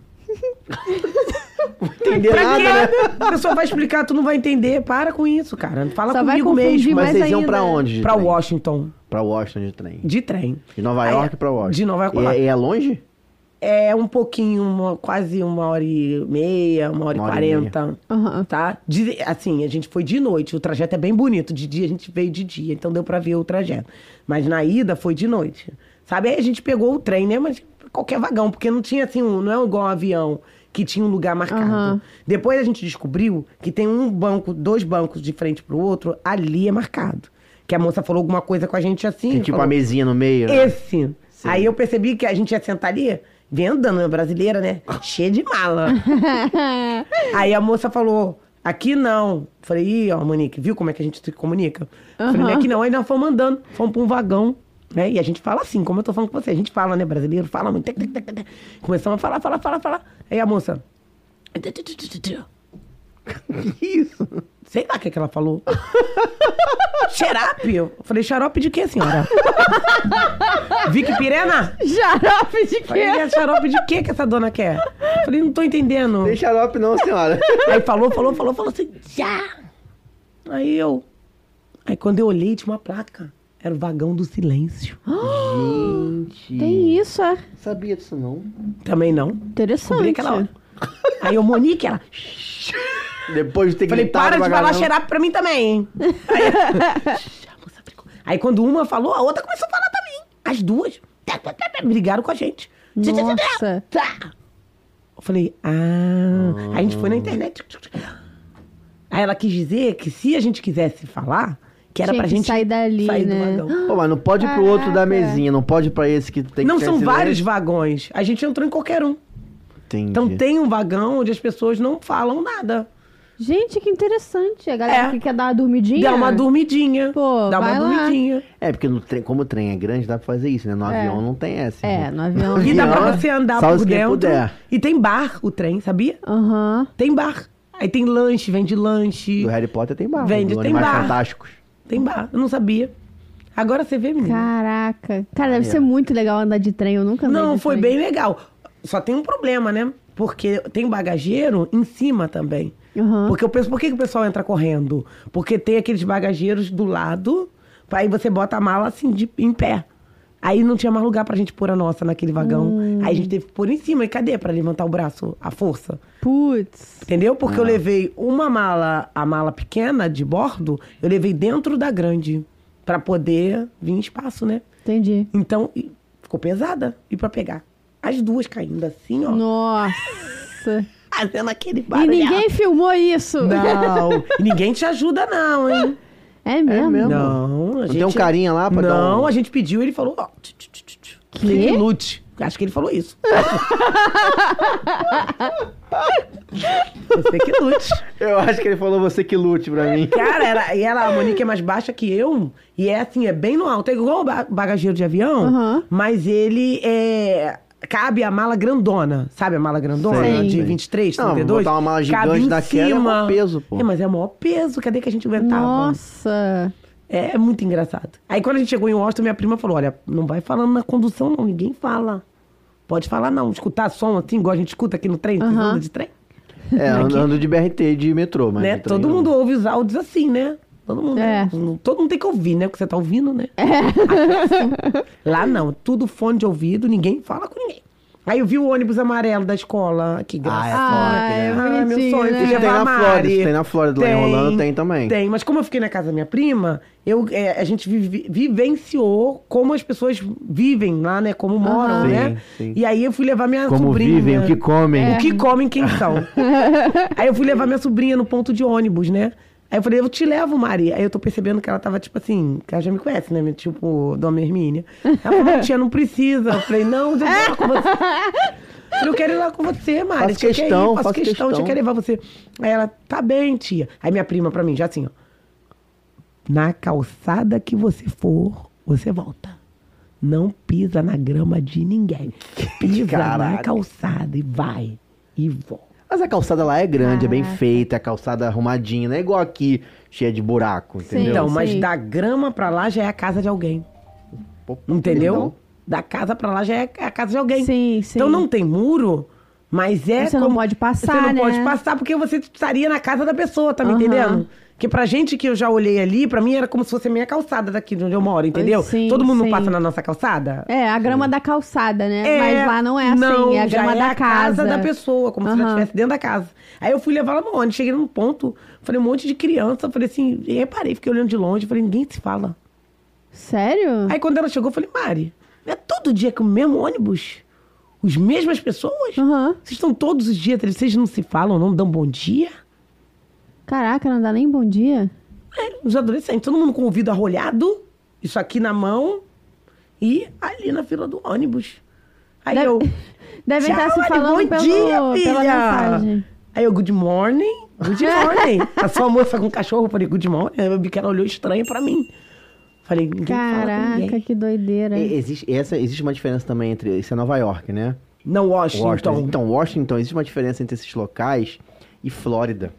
Speaker 2: Não entender
Speaker 3: pra
Speaker 2: nada,
Speaker 3: quê?
Speaker 2: né?
Speaker 3: A pessoa vai explicar, tu não vai entender. Para com isso, cara. Fala
Speaker 1: Só vai
Speaker 3: comigo
Speaker 1: confundir
Speaker 3: mesmo.
Speaker 2: Mas
Speaker 1: mais
Speaker 2: vocês iam
Speaker 1: ainda.
Speaker 2: pra onde? de
Speaker 3: Pra
Speaker 2: trem?
Speaker 3: Washington,
Speaker 2: Pra Washington de trem.
Speaker 3: de trem.
Speaker 2: De Nova
Speaker 3: Aí-
Speaker 2: York pra Washington.
Speaker 3: De Nova York pra
Speaker 2: E
Speaker 3: lá.
Speaker 2: é, e é longe?
Speaker 3: É um pouquinho, uma- quase uma hora e meia, uma hora
Speaker 2: Uma
Speaker 3: e
Speaker 2: hora e
Speaker 3: quarenta.
Speaker 1: Aham.
Speaker 3: Tá? De- assim, a gente foi de noite. O trajeto é bem bonito. De dia a gente veio de dia, então deu pra ver o trajeto. Mas na ida foi de noite. Sabe? Aí a gente pegou o trem, né? Mas qualquer vagão, porque não tinha assim, um, não é igual um avião que tinha um lugar marcado.
Speaker 1: Aham.
Speaker 3: Depois a gente descobriu que tem um banco, dois bancos de frente pro outro, ali é marcado. Que a moça falou alguma coisa com a gente assim.
Speaker 2: Tem tipo
Speaker 3: falou,
Speaker 2: a mesinha no meio. né?
Speaker 3: esse. Aí eu percebi que a gente ia sentar ali, vem andando, né, brasileira, né? Cheia de mala. Aí a moça falou, aqui não. Falei, ih, ó, Monique, viu como é que a gente se comunica? Falei, não é
Speaker 1: Aham.
Speaker 3: aqui não. Aí nós fomos andando, fomos pra um vagão, né? E a gente fala assim, como eu tô falando com você. A gente fala, né, brasileiro? Fala muito. tac, tac, tac, tac, tac. Começamos a falar, falar, falar, falar. Aí a moça...
Speaker 2: Que isso?
Speaker 3: Sei lá o que, é que ela falou. Xerape? Eu falei, xarope de quê, senhora? Vic Pirena?
Speaker 1: Xarope de
Speaker 3: Falei,
Speaker 1: quê?
Speaker 3: é xarope de quê que essa dona quer? Falei, não tô entendendo.
Speaker 2: Tem xarope não, senhora.
Speaker 3: Aí falou, falou, falou, falou assim, já! Aí eu. Aí quando eu olhei, tinha uma placa. Era o vagão do silêncio.
Speaker 2: gente.
Speaker 1: Tem isso, é.
Speaker 2: Sabia disso não.
Speaker 3: Também não.
Speaker 1: Interessante.
Speaker 3: Descobri aquela hora. Aí eu, Monique, ela.
Speaker 2: Depois de ter
Speaker 3: Falei,
Speaker 2: gritado
Speaker 3: para de
Speaker 2: pra
Speaker 3: falar
Speaker 2: caramba.
Speaker 3: xerape pra mim também, hein? Aí, a moça brigou. Aí quando uma falou, a outra começou a falar também. As duas. Brigaram com a gente.
Speaker 1: Nossa.
Speaker 3: Tá. Eu falei, ah. Aí a gente foi na internet. Aí ela quis dizer que se a gente quisesse falar, que era
Speaker 1: Tinha
Speaker 3: pra
Speaker 1: que
Speaker 3: gente
Speaker 1: sair dali,
Speaker 3: sair do
Speaker 1: né?
Speaker 3: vagão.
Speaker 2: Pô, mas não pode ir pro outro da
Speaker 1: Caraca.
Speaker 2: mesinha, não pode ir pra esse que tem
Speaker 3: Ah, é. Não,
Speaker 2: que ficar em
Speaker 3: são
Speaker 2: silêncio.
Speaker 3: vários vagões. A gente entrou em qualquer um.
Speaker 2: Entendi.
Speaker 3: Então tem um vagão onde as pessoas não falam nada.
Speaker 1: Gente, que interessante. A galera
Speaker 3: É.
Speaker 1: que quer dar uma dormidinha.
Speaker 3: Dá uma dormidinha.
Speaker 1: Pô,
Speaker 3: dá uma
Speaker 1: vai lá.
Speaker 3: dormidinha.
Speaker 2: É, porque no trem, como o trem é grande, dá pra fazer isso, né? No
Speaker 1: É.
Speaker 2: avião não tem essa.
Speaker 1: É, no avião.
Speaker 3: E dá pra
Speaker 2: Avião,
Speaker 3: você andar
Speaker 2: só
Speaker 3: por
Speaker 2: se quem
Speaker 3: dentro.
Speaker 2: puder.
Speaker 3: E tem bar o trem, sabia?
Speaker 1: Aham.
Speaker 3: Tem bar. Aí tem lanche, vende lanche.
Speaker 2: Do Harry Potter tem bar.
Speaker 3: Vende,
Speaker 2: do
Speaker 3: tem
Speaker 2: Animais
Speaker 3: bar.
Speaker 2: Fantásticos.
Speaker 3: Tem bar. Eu não sabia. Agora você vê, menina.
Speaker 1: Caraca. Cara, deve
Speaker 2: Maneiro.
Speaker 1: ser muito legal andar de trem. Eu nunca andei
Speaker 3: Não,
Speaker 1: de
Speaker 3: foi
Speaker 1: trem.
Speaker 3: bem legal. Só tem um problema, né? Porque tem bagageiro em cima também.
Speaker 1: Aham.
Speaker 3: Porque eu penso, por que, que o pessoal entra correndo? Porque tem aqueles bagageiros do lado, aí você bota a mala assim, de- em pé. Aí não tinha mais lugar pra gente pôr a nossa naquele vagão. Aí a gente teve que pôr em cima. E cadê pra levantar o braço? A força.
Speaker 1: Putz.
Speaker 3: Entendeu? Porque
Speaker 2: Uhum.
Speaker 3: eu levei uma mala, a mala pequena de bordo, eu levei dentro da grande. Pra poder vir espaço, né?
Speaker 1: Entendi.
Speaker 3: Então, e- ficou pesada. E pra pegar? As duas caindo assim, ó.
Speaker 1: Nossa.
Speaker 3: Fazendo aquele
Speaker 1: e
Speaker 3: barulho. Ah,
Speaker 1: ninguém filmou isso.
Speaker 3: Não, e ninguém te ajuda, não, hein?
Speaker 1: É mesmo?
Speaker 2: mesmo?
Speaker 3: Tá Não, a
Speaker 2: Não
Speaker 3: gente.
Speaker 2: tem um carinha lá pra dar
Speaker 3: Não,
Speaker 2: um-
Speaker 3: a gente pediu ele falou, ó. tch, tch, tch, tch,
Speaker 1: Quê?
Speaker 3: tem que lute. Acho que ele falou isso. Você que lute.
Speaker 2: Eu acho que ele falou você que lute pra mim.
Speaker 3: Cara, era, e ela, a Monique é mais baixa que eu. E é assim, é bem no alto. É igual o ba- bagageiro de avião,
Speaker 1: Aham.
Speaker 3: mas ele é. Cabe a mala grandona, sabe a mala grandona?
Speaker 1: Sei.
Speaker 3: De 23,
Speaker 2: Não,
Speaker 3: 32?
Speaker 2: botar uma mala
Speaker 3: Cabe
Speaker 2: gigante
Speaker 3: em
Speaker 2: daquela é
Speaker 3: cima.
Speaker 2: maior peso, pô.
Speaker 3: É, mas é o maior peso, cadê que a gente aguentava?
Speaker 1: Nossa.
Speaker 3: É muito engraçado. Aí quando a gente chegou em Washington, minha prima falou: olha, não vai falando na condução, não, ninguém fala. Pode falar, não. Escutar som assim, igual a gente escuta aqui no trem, vocês
Speaker 1: Aham.
Speaker 3: andam de trem.
Speaker 2: É, andando de BRT e de metrô, mas.
Speaker 3: né?
Speaker 2: de trem
Speaker 3: Todo
Speaker 2: não.
Speaker 3: mundo ouve os áudios assim, né? Todo mundo,
Speaker 1: É.
Speaker 3: não- todo mundo tem que ouvir, né? Porque você tá ouvindo, né? Aqui é assim. Lá não, tudo fone de ouvido, ninguém fala com ninguém. Aí eu vi o ônibus amarelo da escola, que
Speaker 2: Ah, é
Speaker 3: graça.
Speaker 1: Ah,
Speaker 2: top, né?
Speaker 1: é
Speaker 3: Ah, meu
Speaker 1: bonitinho,
Speaker 3: sonho,
Speaker 1: né?
Speaker 3: fui
Speaker 2: Isso tem
Speaker 3: levar
Speaker 2: na
Speaker 3: a
Speaker 2: Flórida,
Speaker 3: Mari.
Speaker 2: isso tem na Flórida, lá em Orlando tem também.
Speaker 3: Tem, mas como eu fiquei na casa da minha prima, eu, é, a gente vive- vivenciou como as pessoas vivem lá, né? Como moram,
Speaker 2: Sim,
Speaker 3: né?
Speaker 2: sim.
Speaker 3: E aí eu fui levar minha
Speaker 2: Como
Speaker 3: sobrinha.
Speaker 2: vivem, o que comem.
Speaker 3: O que comem, quem são. aí eu fui levar minha sobrinha no ponto de ônibus, né? Aí eu falei, eu te levo, Mari. Aí eu tô percebendo que ela tava, tipo assim, que ela já me conhece, né? Tipo, Dona Hermínia. Ela falou, tia, não precisa. Eu falei, não, eu vou lá com você. Eu falei, Eu quero ir lá com você, Mari.
Speaker 2: Faço
Speaker 3: Tia, quer ir?
Speaker 2: questão,
Speaker 3: faço,
Speaker 2: faço
Speaker 3: questão,
Speaker 2: questão.
Speaker 3: tia, quer levar você. Aí ela, tá bem, tia. Aí minha prima pra mim, já assim, ó. Na calçada que você for, você volta. Não pisa na grama de ninguém. Pisa na
Speaker 2: Caraca.
Speaker 3: calçada e vai. E volta.
Speaker 2: Mas a calçada lá é grande, é bem
Speaker 1: Caraca.
Speaker 2: feita, a calçada arrumadinha, não é igual aqui, cheia de buraco, entendeu?
Speaker 3: Então, mas
Speaker 1: Sim.
Speaker 3: da grama pra lá já é a casa de alguém.
Speaker 2: Pô,
Speaker 3: Entendeu?
Speaker 2: então,
Speaker 3: Da casa pra lá já é a casa de alguém.
Speaker 1: Sim, sim.
Speaker 3: Então não tem muro, mas é.
Speaker 1: Você não pode passar,
Speaker 3: Você não
Speaker 1: né?
Speaker 3: pode passar porque você estaria na casa da pessoa, tá me
Speaker 1: Aham.
Speaker 3: entendendo? Porque pra gente que eu já olhei ali, pra mim era como se fosse a minha calçada daqui de onde eu moro, entendeu?
Speaker 1: Sim,
Speaker 3: Todo mundo não
Speaker 1: sim.
Speaker 3: passa na nossa calçada?
Speaker 1: É, a grama da calçada, né?
Speaker 3: É,
Speaker 1: Mas lá não é assim, é a
Speaker 3: já
Speaker 1: grama
Speaker 3: é
Speaker 1: da
Speaker 3: a casa. da pessoa, como se ela
Speaker 1: Aham.
Speaker 3: estivesse dentro da casa. Aí eu fui levar ela no ônibus, cheguei num ponto, falei um monte de criança, falei assim, e reparei, fiquei olhando de longe, falei, ninguém se fala.
Speaker 1: Sério?
Speaker 3: Aí quando ela chegou, eu falei, Mari, não é todo dia que o mesmo ônibus, as mesmas pessoas?
Speaker 1: Aham.
Speaker 3: Vocês estão todos os dias, vocês não se falam, não dão bom dia?
Speaker 1: Caraca, não dá nem bom dia.
Speaker 3: É, os adolescentes, todo mundo com o ouvido arrolhado, isso aqui na mão, e ali na fila do ônibus. Aí
Speaker 1: Deve-
Speaker 3: eu.
Speaker 1: Deve
Speaker 3: "Tchau,
Speaker 1: estar se
Speaker 3: Mari,
Speaker 1: falando
Speaker 3: bom
Speaker 1: pelo,
Speaker 3: dia, filha!
Speaker 1: pela mensagem.
Speaker 3: Aí eu, good morning, good morning. a sua moça com cachorro, eu falei, good morning. Aí eu vi que ela olhou estranho pra mim. Falei, ninguém fala com
Speaker 1: Caraca,
Speaker 3: ninguém.
Speaker 1: que
Speaker 3: É.
Speaker 1: doideira.
Speaker 2: e- Existe, essa, existe uma diferença também entre. Isso é Nova York, né?
Speaker 3: Não, Washington.
Speaker 2: Washington. Então, Washington, existe uma diferença entre esses locais e Flórida.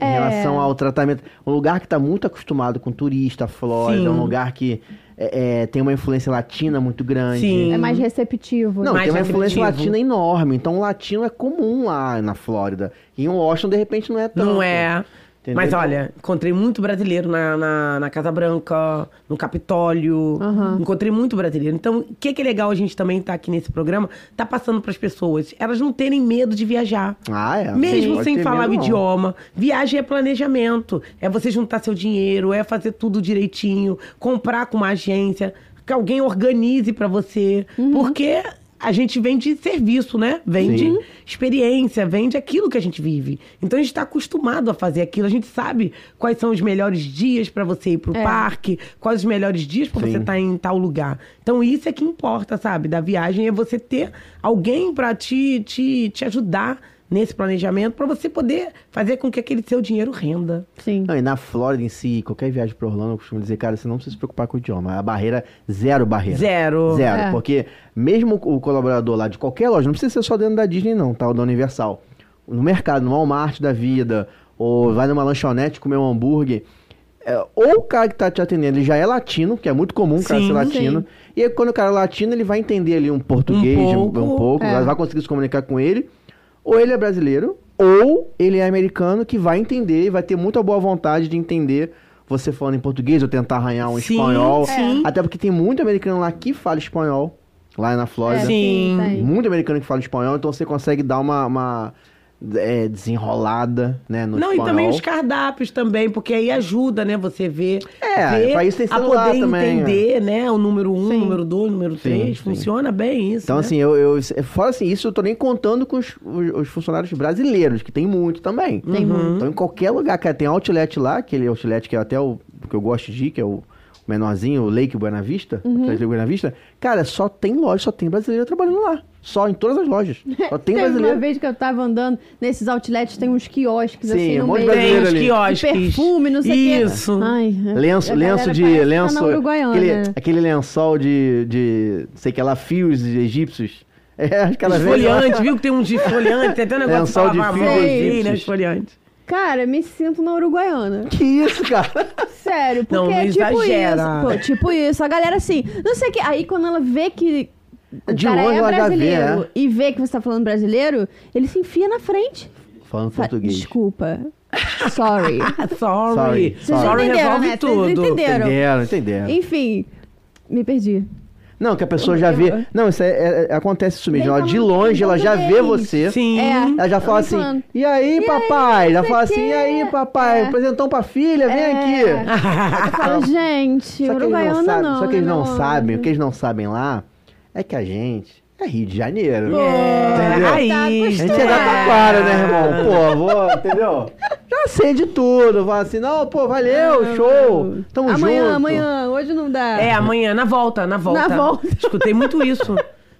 Speaker 2: Em
Speaker 1: É.
Speaker 2: relação ao tratamento. Um lugar que está muito acostumado com turista, Flórida,
Speaker 3: Sim.
Speaker 2: um lugar que é, é, tem uma influência latina muito grande.
Speaker 3: Sim.
Speaker 1: É mais receptivo.
Speaker 2: hum, Não,
Speaker 1: né?
Speaker 3: Mais
Speaker 2: tem uma influência
Speaker 3: receptivo.
Speaker 2: latina enorme. Então, o latino é comum lá na Flórida. E em Washington, de repente, não é tanto.
Speaker 3: Não é.
Speaker 2: Entendeu?
Speaker 3: Mas olha, encontrei muito brasileiro na, na, na Casa Branca, no Capitólio.
Speaker 1: Aham.
Speaker 3: Encontrei muito brasileiro. Então, o que, que é legal a gente também estar aqui nesse programa, tá passando pras pessoas, elas não terem medo de viajar.
Speaker 2: Ah, é.
Speaker 3: Mesmo
Speaker 2: Pode
Speaker 3: sem
Speaker 2: ter
Speaker 3: falar
Speaker 2: medo,
Speaker 3: o
Speaker 2: não.
Speaker 3: idioma. Viagem é planejamento. É você juntar seu dinheiro, é fazer tudo direitinho, comprar com uma agência, que alguém organize pra você.
Speaker 2: Uhum.
Speaker 3: Porque a gente vende serviço, né? Vende
Speaker 2: Sim.
Speaker 3: experiência, vende aquilo que a gente vive. Então a gente está acostumado a fazer aquilo. A gente sabe quais são os melhores dias pra você ir pro
Speaker 1: É.
Speaker 3: parque, quais os melhores dias pra você
Speaker 2: Sim.
Speaker 3: estar tá em tal lugar. Então isso é que importa, sabe? Da viagem é você ter alguém pra te, te, te ajudar nesse planejamento para você poder fazer com que aquele seu dinheiro renda.
Speaker 1: Sim. é,
Speaker 2: Não, e na Flórida em si, qualquer viagem para Orlando, eu costumo dizer, cara, você não precisa se preocupar com o idioma. A barreira, zero barreira.
Speaker 3: Zero.
Speaker 2: Zero,
Speaker 1: É.
Speaker 2: porque mesmo o colaborador lá de qualquer loja, não precisa ser só dentro da Disney, não, tá? Ou da Universal. No mercado, no Walmart da vida, ou vai numa lanchonete comer um hambúrguer. é, ou o cara que tá te atendendo ele já é latino, que é muito comum o cara
Speaker 3: Sim.
Speaker 2: ser latino.
Speaker 1: Sim.
Speaker 2: E aí, quando o cara é latino, ele vai entender ali um português
Speaker 3: Um
Speaker 2: um
Speaker 3: pouco,
Speaker 2: pouco,
Speaker 1: é.
Speaker 2: vai conseguir se comunicar com ele. Ou ele é brasileiro, ou ele é americano que vai entender e vai ter muita boa vontade de entender você falando em português ou tentar arranhar um
Speaker 3: Sim,
Speaker 2: espanhol.
Speaker 3: sim.
Speaker 2: Até porque tem muito americano lá que fala espanhol, lá na Flórida.
Speaker 1: É,
Speaker 3: Sim.
Speaker 2: assim,
Speaker 1: tem.
Speaker 2: Muito americano que fala espanhol, então você consegue dar uma, uma, é, desenrolada, né, no
Speaker 3: Não,
Speaker 2: espanhol.
Speaker 3: e também os cardápios também, porque aí ajuda, né, você ver,
Speaker 2: É,
Speaker 3: ver
Speaker 2: pra isso tem
Speaker 3: a
Speaker 2: celular
Speaker 3: poder
Speaker 2: também, é.
Speaker 3: entender, né, o número um, o
Speaker 1: Sim.
Speaker 3: número dois, o número três,
Speaker 2: sim.
Speaker 3: funciona bem isso,
Speaker 2: Então,
Speaker 3: né?
Speaker 2: assim, eu, eu- Fora assim, isso eu tô nem contando com os, os- os funcionários brasileiros, que tem muito também.
Speaker 1: Tem
Speaker 3: Uhum.
Speaker 1: muito.
Speaker 2: Então, em qualquer lugar, cara, tem outlet lá, aquele outlet que é até o que eu gosto de ir, que é o menorzinho, o Lake Buena Vista,
Speaker 1: Uhum.
Speaker 2: Outlet Lake Buena Vista. Cara, só tem loja, só tem brasileiro trabalhando lá. Só em todas as lojas. Só tem
Speaker 1: Teve uma
Speaker 2: brasileiro.
Speaker 1: vez que eu tava andando nesses outlets, tem uns quiosques
Speaker 2: Sim,
Speaker 1: assim
Speaker 2: um
Speaker 1: no
Speaker 2: monte de
Speaker 1: meio.
Speaker 3: tem
Speaker 2: brasileiro
Speaker 3: os
Speaker 2: ali.
Speaker 3: quiosques.
Speaker 1: perfume, não sei o quê.
Speaker 3: Isso.
Speaker 1: Ai,
Speaker 2: Lenço,
Speaker 1: a galera
Speaker 2: lenço
Speaker 1: parece
Speaker 2: de.
Speaker 1: que tá
Speaker 2: Lenço.
Speaker 1: na Uruguaiana. né?
Speaker 2: aquele, aquele lençol de, de. sei que lá, fios de egípcios. É, acho que ela vem.
Speaker 3: Esfoliante, viu que tem uns de esfoliante, tem até um negócio
Speaker 2: Lençol
Speaker 3: pra lavar
Speaker 2: de
Speaker 3: a mão,
Speaker 1: fio,
Speaker 3: assim, né,
Speaker 2: egípcios.
Speaker 3: esfoliante.
Speaker 1: Cara, me sinto na Uruguaiana.
Speaker 2: Que isso, cara?
Speaker 1: Sério, porque
Speaker 3: Não, não
Speaker 1: é tipo
Speaker 3: exagera.
Speaker 1: isso. Pô, tipo isso. A galera assim, não sei o que. Aí quando ela vê que. O
Speaker 2: De
Speaker 1: cara
Speaker 2: longe
Speaker 1: é
Speaker 2: ela já vê,
Speaker 1: brasileiro
Speaker 2: é.
Speaker 1: e vê que você tá falando brasileiro, ele se enfia na frente.
Speaker 2: Falando
Speaker 1: Fala,
Speaker 2: português.
Speaker 1: Desculpa. Sorry.
Speaker 3: Ah,
Speaker 2: Sorry.
Speaker 3: sorry. Sorry,
Speaker 2: Vocês já
Speaker 1: entenderam,
Speaker 3: resolve
Speaker 1: né? Vocês
Speaker 3: tudo.
Speaker 1: entenderam.
Speaker 2: Entenderam, entenderam.
Speaker 1: Enfim, me perdi.
Speaker 2: Não, que a pessoa já vê. Não, isso é, é- é- acontece isso mesmo.
Speaker 1: Vem
Speaker 2: Ela, de
Speaker 1: falando
Speaker 2: longe, ela já vê
Speaker 1: português.
Speaker 2: você.
Speaker 3: Sim.
Speaker 1: É.
Speaker 2: Ela já fala
Speaker 1: Vem
Speaker 2: assim,
Speaker 1: falando.
Speaker 2: e aí,
Speaker 1: "E aí,
Speaker 2: papai? Já
Speaker 1: não
Speaker 2: fala
Speaker 1: sei
Speaker 2: assim, e
Speaker 1: quê."
Speaker 2: aí, papai?
Speaker 1: É.
Speaker 2: Apresentou pra filha, vem
Speaker 1: É.
Speaker 2: aqui.
Speaker 1: Eu falo, gente,
Speaker 2: Só que eles não
Speaker 1: Uruguaiana
Speaker 2: sabem,
Speaker 1: não.
Speaker 2: só que eles
Speaker 1: né,
Speaker 2: não
Speaker 1: meu
Speaker 2: sabem, o
Speaker 1: anjo?
Speaker 2: que eles não sabem lá é que a gente é Rio de Janeiro.
Speaker 3: É,
Speaker 2: Entendeu?
Speaker 1: A
Speaker 3: raiz.
Speaker 2: A gente é
Speaker 1: É.
Speaker 2: da taquara, né, irmão? Pô, vou, entendeu? Já sei de tudo. Fala assim, não, pô, valeu, show. Tamo
Speaker 1: É. amanhã,
Speaker 2: junto.
Speaker 1: amanhã, hoje não dá.
Speaker 3: É, amanhã, na volta, na volta.
Speaker 1: Na volta.
Speaker 3: Escutei muito isso.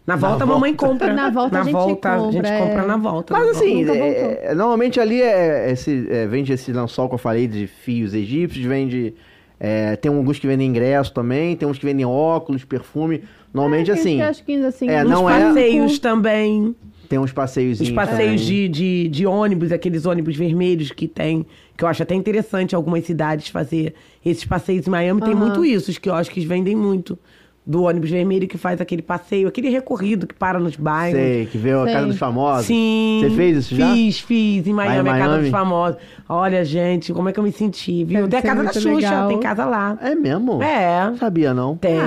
Speaker 3: Na volta, a mamãe compra.
Speaker 1: Na volta a gente
Speaker 3: volta, a gente
Speaker 1: compra, é.
Speaker 3: compra na volta.
Speaker 2: Mas
Speaker 3: na
Speaker 2: assim,
Speaker 1: Nunca
Speaker 2: é-
Speaker 1: voltou.
Speaker 2: é- normalmente ali é, esse, é, vende esse lençol que eu falei de fios egípcios, vende. é, tem alguns que vendem ingresso também, tem uns que vendem óculos, perfume. Normalmente,
Speaker 1: Aqueles
Speaker 2: assim,
Speaker 1: quiosquinhos assim.
Speaker 2: É,
Speaker 3: Nos
Speaker 2: não é-
Speaker 3: passeios também.
Speaker 2: tem uns passeios.
Speaker 3: Os passeios de, de, de ônibus, aqueles ônibus vermelhos que tem, que eu acho até interessante algumas cidades fazer esses passeios em Miami, tem
Speaker 1: Aham.
Speaker 3: muito isso, os quiosques vendem muito. Do ônibus vermelho que faz aquele passeio, aquele recorrido que para nos bairros.
Speaker 2: Sei, que vê a
Speaker 1: Sei.
Speaker 2: casa dos famosos.
Speaker 3: Sim.
Speaker 2: Você fez isso já?
Speaker 3: Fiz, fiz. Em Miami,
Speaker 2: Vai em
Speaker 3: a casa
Speaker 2: Miami?
Speaker 3: dos famosos. Olha, gente, como é que eu me senti, viu?
Speaker 1: Deve
Speaker 3: Tem a
Speaker 1: ser
Speaker 3: casa da
Speaker 1: muito
Speaker 3: Xuxa,
Speaker 1: legal.
Speaker 3: tem casa lá.
Speaker 2: É mesmo?
Speaker 3: É.
Speaker 2: Não sabia, não.
Speaker 3: Tem.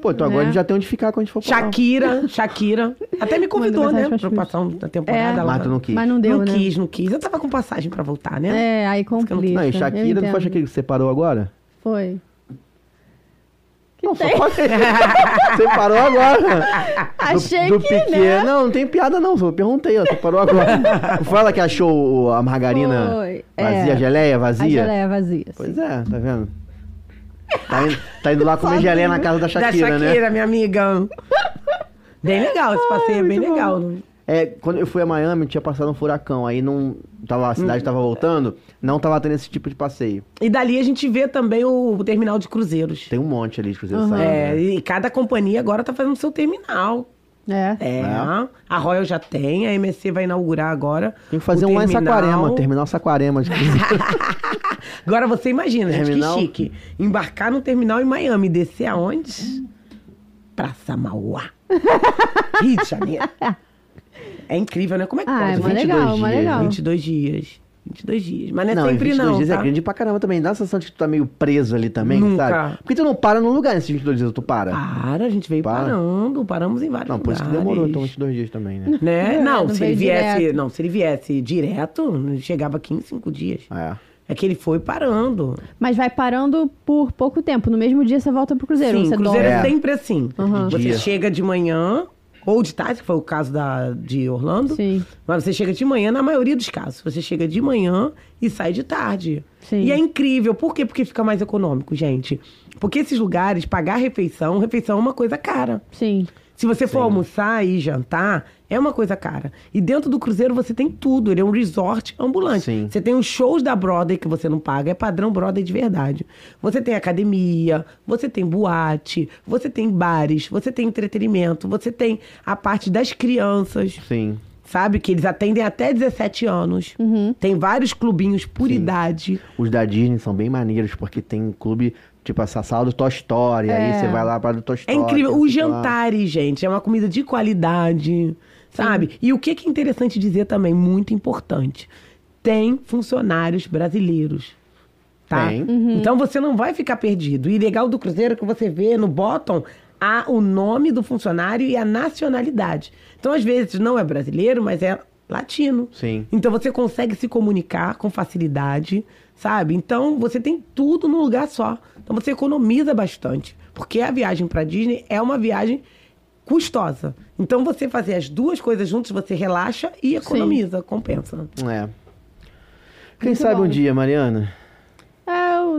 Speaker 2: Pô, então agora
Speaker 1: Né?
Speaker 2: a gente já tem onde ficar quando a gente for pra lá.
Speaker 3: Shakira, Shakira. Até me convidou,
Speaker 1: Manda
Speaker 3: né?
Speaker 1: mensagem pra
Speaker 3: Pra eu passar um- a temporada
Speaker 1: É.
Speaker 3: lá.
Speaker 2: Mas tu não quis.
Speaker 1: Mas não deu,
Speaker 3: não
Speaker 1: né?
Speaker 3: quis, não quis. Eu tava com passagem pra voltar, né?
Speaker 1: É, aí complica.
Speaker 2: Não, e Shakira, não foi a Shakira que separou agora?
Speaker 1: Foi.
Speaker 2: não, só falei. separou agora.
Speaker 1: Achei
Speaker 2: do
Speaker 1: que,
Speaker 2: Piquet.
Speaker 1: né?
Speaker 2: Não, não tem piada não, só perguntei, ó, você parou agora. Fala que achou o- a margarina
Speaker 1: Foi, é.
Speaker 2: vazia, a geleia
Speaker 1: A
Speaker 2: vazia.
Speaker 1: geleia vazia.
Speaker 2: Pois é, tá vendo? Tá indo, tá indo lá comer geleia na casa da Shakira,
Speaker 3: da
Speaker 2: né?
Speaker 3: Shakira, minha amiga. Bem legal, esse passeio é bem legal.
Speaker 2: É, quando eu fui a Miami, tinha passado um furacão, aí não tava, a cidade tava voltando, não tava tendo esse tipo de passeio.
Speaker 3: E dali a gente vê também o terminal de cruzeiros.
Speaker 2: Tem um monte ali de cruzeiro
Speaker 1: Uhum.
Speaker 2: saindo,
Speaker 3: É,
Speaker 2: né?
Speaker 3: e cada companhia agora tá fazendo seu terminal.
Speaker 1: É.
Speaker 3: É.
Speaker 2: É.
Speaker 3: A Royal já tem, a MSC vai inaugurar agora.
Speaker 2: Tem que fazer
Speaker 3: o
Speaker 2: um lá em
Speaker 3: terminal.
Speaker 2: Saquarema, terminal Saquarema de cruzeiro.
Speaker 3: Agora você imagina, gente,
Speaker 2: Terminal.
Speaker 3: que chique. Embarcar num terminal em Miami, descer aonde? Praça Mauá. Rio de Janeiro. É incrível, né? Como é que
Speaker 1: Ah, é
Speaker 3: pode?
Speaker 1: mó
Speaker 2: 22
Speaker 1: legal, mó
Speaker 2: dias,
Speaker 1: legal.
Speaker 3: 22 dias. 22 dias. Mas não é
Speaker 2: Então. não, e
Speaker 3: sempre
Speaker 2: 22
Speaker 3: não,
Speaker 2: dias é
Speaker 3: tá?
Speaker 2: grande pra caramba também. Dá a sensação de que tu tá meio preso ali também,
Speaker 3: Nunca.
Speaker 2: sabe? Porque tu não para num lugar nesses 22 dias, tu para.
Speaker 3: Para, a gente veio
Speaker 2: Para.
Speaker 3: parando. Paramos em vários
Speaker 2: Não, por
Speaker 3: lugares.
Speaker 2: isso que demorou então uns dois dias também, né?
Speaker 3: Né?
Speaker 1: É,
Speaker 3: Não,
Speaker 1: não
Speaker 3: se ele
Speaker 1: veio
Speaker 3: viesse,
Speaker 1: direto.
Speaker 3: não, se ele viesse direto, chegava aqui em cinco dias.
Speaker 2: É.
Speaker 3: É que ele foi parando.
Speaker 1: Mas vai parando por pouco tempo. No mesmo dia você volta pro Cruzeiro.
Speaker 3: Sim,
Speaker 1: você
Speaker 3: cruzeiro
Speaker 1: dorme.
Speaker 3: é
Speaker 2: É.
Speaker 3: sempre assim.
Speaker 1: Uhum.
Speaker 3: Você
Speaker 2: Dia.
Speaker 3: chega de manhã, ou de tarde, que foi o caso da, de Orlando.
Speaker 1: Sim.
Speaker 3: Mas você chega de manhã, na maioria dos casos. Você chega de manhã e sai de tarde.
Speaker 1: Sim.
Speaker 3: E é incrível. Por quê? Porque fica mais econômico, gente. Porque esses lugares, pagar refeição, refeição é uma coisa cara.
Speaker 1: Sim.
Speaker 3: Se você for
Speaker 2: Sim.
Speaker 3: almoçar e jantar, é uma coisa cara. E dentro do cruzeiro você tem tudo. Ele é um resort ambulante.
Speaker 2: Sim.
Speaker 3: Você tem os shows da Broadway que você não paga. É padrão Broadway de verdade. Você tem academia, você tem boate, você tem bares, você tem entretenimento, você tem a parte das crianças
Speaker 2: Sim.
Speaker 3: sabe? Que eles atendem até 17 anos. Tem vários clubinhos por idade.
Speaker 2: Os da Disney são bem maneiros, porque tem clube, tipo, essa sala do Toy Story, aí
Speaker 1: É.
Speaker 2: você vai lá pra do Toy
Speaker 3: É
Speaker 2: Story.
Speaker 3: incrível.
Speaker 2: não
Speaker 3: Os
Speaker 2: sei o que lá.
Speaker 3: jantares, gente, é uma comida de qualidade, sabe? E o que que é interessante dizer também, muito importante, tem funcionários brasileiros. Tá?
Speaker 2: Tem.
Speaker 3: Então você não vai ficar perdido. E legal do Cruzeiro é que você vê no bottom a, o nome do funcionário e a nacionalidade. Então, às vezes, não é brasileiro, mas é latino.
Speaker 2: Sim.
Speaker 3: Então você consegue se comunicar com facilidade, sabe? Então você tem tudo num lugar só. Então você economiza bastante, porque a viagem para Disney é uma viagem custosa. Então você fazer as duas coisas juntas, você relaxa e economiza, compensa.
Speaker 2: É. Quem sabe um dia, Mariana?
Speaker 1: É, eu, eu...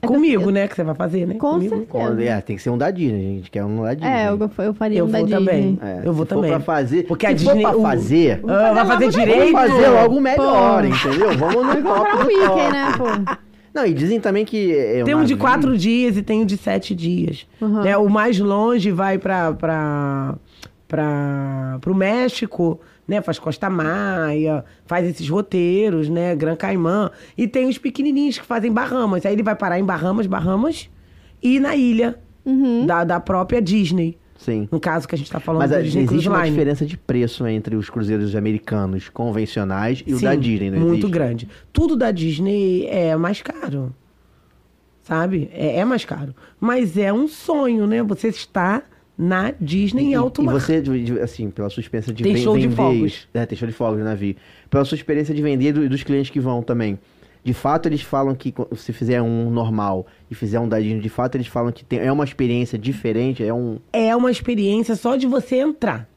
Speaker 1: É que eu-
Speaker 3: Comigo, né, que você vai fazer, né?
Speaker 1: Com
Speaker 3: Comigo.
Speaker 1: certeza.
Speaker 2: Quando- É, tem que ser um da Disney, gente. Quer um da Disney.
Speaker 1: É, eu, eu faria
Speaker 3: Eu
Speaker 1: um da
Speaker 3: vou
Speaker 1: Disney.
Speaker 3: também.
Speaker 2: É,
Speaker 3: Eu vou
Speaker 2: se
Speaker 3: também.
Speaker 2: For pra fazer,
Speaker 3: Porque a
Speaker 2: se
Speaker 3: Disney-
Speaker 2: for
Speaker 3: o-
Speaker 2: pra fazer,
Speaker 3: Ah, vai
Speaker 1: Vamos
Speaker 3: fazer
Speaker 1: fazer logo
Speaker 3: direito?
Speaker 2: vamos fazer logo um melhor, entendeu? Vamos no
Speaker 1: Comprar um
Speaker 2: top do
Speaker 1: Mickey,
Speaker 2: top.
Speaker 1: né, pô?
Speaker 2: Não, e dizem também que... é
Speaker 3: Tem
Speaker 2: uma
Speaker 3: um de
Speaker 2: vi-
Speaker 3: quatro dias e tem um de sete dias.
Speaker 1: Uhum.
Speaker 3: Né, O mais longe vai para para o México, né? Faz Costa Maia, faz esses roteiros, né? Gran Caimã. E tem os pequenininhos que fazem Bahamas. Aí ele vai parar em Bahamas, Bahamas e na ilha da, da própria Disney.
Speaker 2: Sim.
Speaker 3: No caso que a gente tá falando
Speaker 2: Mas
Speaker 3: do
Speaker 2: a-
Speaker 3: Disney
Speaker 2: existe
Speaker 3: Cruise
Speaker 2: uma
Speaker 3: Line.
Speaker 2: diferença de preço entre os cruzeiros americanos convencionais e o
Speaker 3: Sim,
Speaker 2: da Disney, não
Speaker 3: Muito
Speaker 2: existe?
Speaker 3: grande. Tudo da Disney é mais caro. Sabe? É, é mais caro. Mas é um sonho, né? Você está na Disney em
Speaker 2: E-
Speaker 3: alto
Speaker 2: e
Speaker 3: mar.
Speaker 2: você, de- de- assim, pela sua experiência de
Speaker 3: Tem
Speaker 2: ven-
Speaker 3: show de
Speaker 2: vender...
Speaker 3: fogos.
Speaker 2: isso- É, tem show de fogos no navio. Pela sua experiência de vender e do- dos clientes que vão também. De fato, eles falam que co- se fizer um normal e fizer um da Disney, de fato, eles falam que tem- é uma experiência diferente, é um...
Speaker 3: É uma experiência só de você entrar.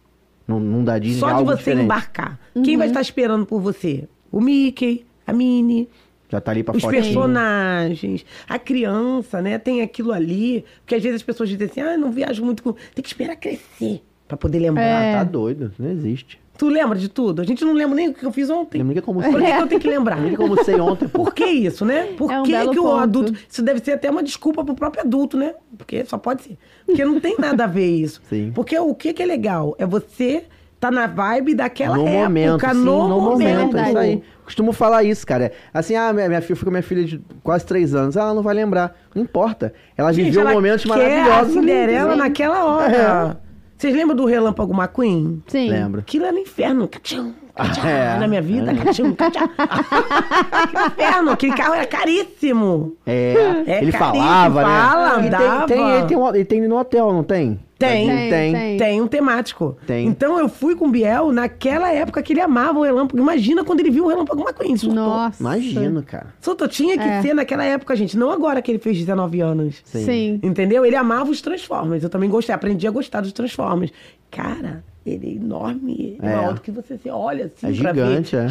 Speaker 2: Num, num da Disney é
Speaker 3: só de
Speaker 2: algo
Speaker 3: você
Speaker 2: diferente.
Speaker 3: embarcar. Quem vai estar esperando por você? O Mickey, a Minnie,
Speaker 2: Já tá ali pra
Speaker 3: os
Speaker 2: fotinho.
Speaker 3: personagens, a criança, né? Tem aquilo ali. Porque às vezes as pessoas dizem assim, ah, não viajo muito com... Tem que esperar crescer pra poder lembrar.
Speaker 1: É.
Speaker 2: Tá doido, não existe.
Speaker 3: Tu lembra de tudo? A gente não lembra nem o que eu fiz ontem.
Speaker 2: Lembra que é como...
Speaker 3: Por que
Speaker 2: Lembra
Speaker 3: que eu tenho que lembrar?
Speaker 2: que eu almocei ontem, pô.
Speaker 3: Por que isso, né? Por
Speaker 1: É um
Speaker 3: que,
Speaker 1: belo
Speaker 3: que o
Speaker 1: ponto.
Speaker 3: adulto. Isso deve ser até uma desculpa pro próprio adulto, né? Porque só pode ser. Porque não tem nada a ver isso.
Speaker 2: Sim.
Speaker 3: Porque o que, que é legal? É você tá na vibe daquela
Speaker 2: no
Speaker 3: época,
Speaker 2: momento, sim,
Speaker 3: no, momento.
Speaker 2: é isso aí. Costumo falar isso, cara. É Assim, ah, minha, minha filha foi com minha filha de quase três anos. Ah, ela não vai lembrar. Não importa. Ela
Speaker 3: Gente,
Speaker 2: viveu um
Speaker 3: ela
Speaker 2: momentos
Speaker 3: quer
Speaker 2: maravilhosos. É.
Speaker 3: A Cinderela
Speaker 2: lindos, né?
Speaker 3: naquela hora. Vocês lembram do Relâmpago McQueen?
Speaker 1: Sim.
Speaker 2: Lembro.
Speaker 3: Aquilo era um inferno. Cachum, cachum,
Speaker 2: É.
Speaker 3: Na minha vida,
Speaker 2: É.
Speaker 3: cachum, cachum. Que inferno. Aquele carro era caríssimo.
Speaker 2: É,
Speaker 3: É
Speaker 2: ele
Speaker 3: caríssimo,
Speaker 2: falava,
Speaker 3: fala,
Speaker 2: né? E
Speaker 3: andava.
Speaker 2: tem, tem, ele tem, um- ele tem no hotel, não tem? Tem.
Speaker 3: Tem.
Speaker 1: Tem,
Speaker 2: tem.
Speaker 1: tem.
Speaker 3: Tem um temático.
Speaker 2: Tem.
Speaker 3: Então eu fui com o Biel naquela época que ele amava o relâmpago. Imagina quando ele viu o relâmpago McQueen. Surtou.
Speaker 1: Nossa.
Speaker 2: Imagino, cara.
Speaker 3: Surtou. Tinha que
Speaker 1: É.
Speaker 3: ser naquela época, gente. Não agora que ele fez 19 anos.
Speaker 1: Sim.
Speaker 3: Entendeu? Ele amava os Transformers. Eu também gostei. Aprendi a gostar dos Transformers. Cara, ele é enorme. É
Speaker 2: É.
Speaker 3: maior do que você se olha assim
Speaker 2: É
Speaker 3: pra ver.
Speaker 2: gigante, é.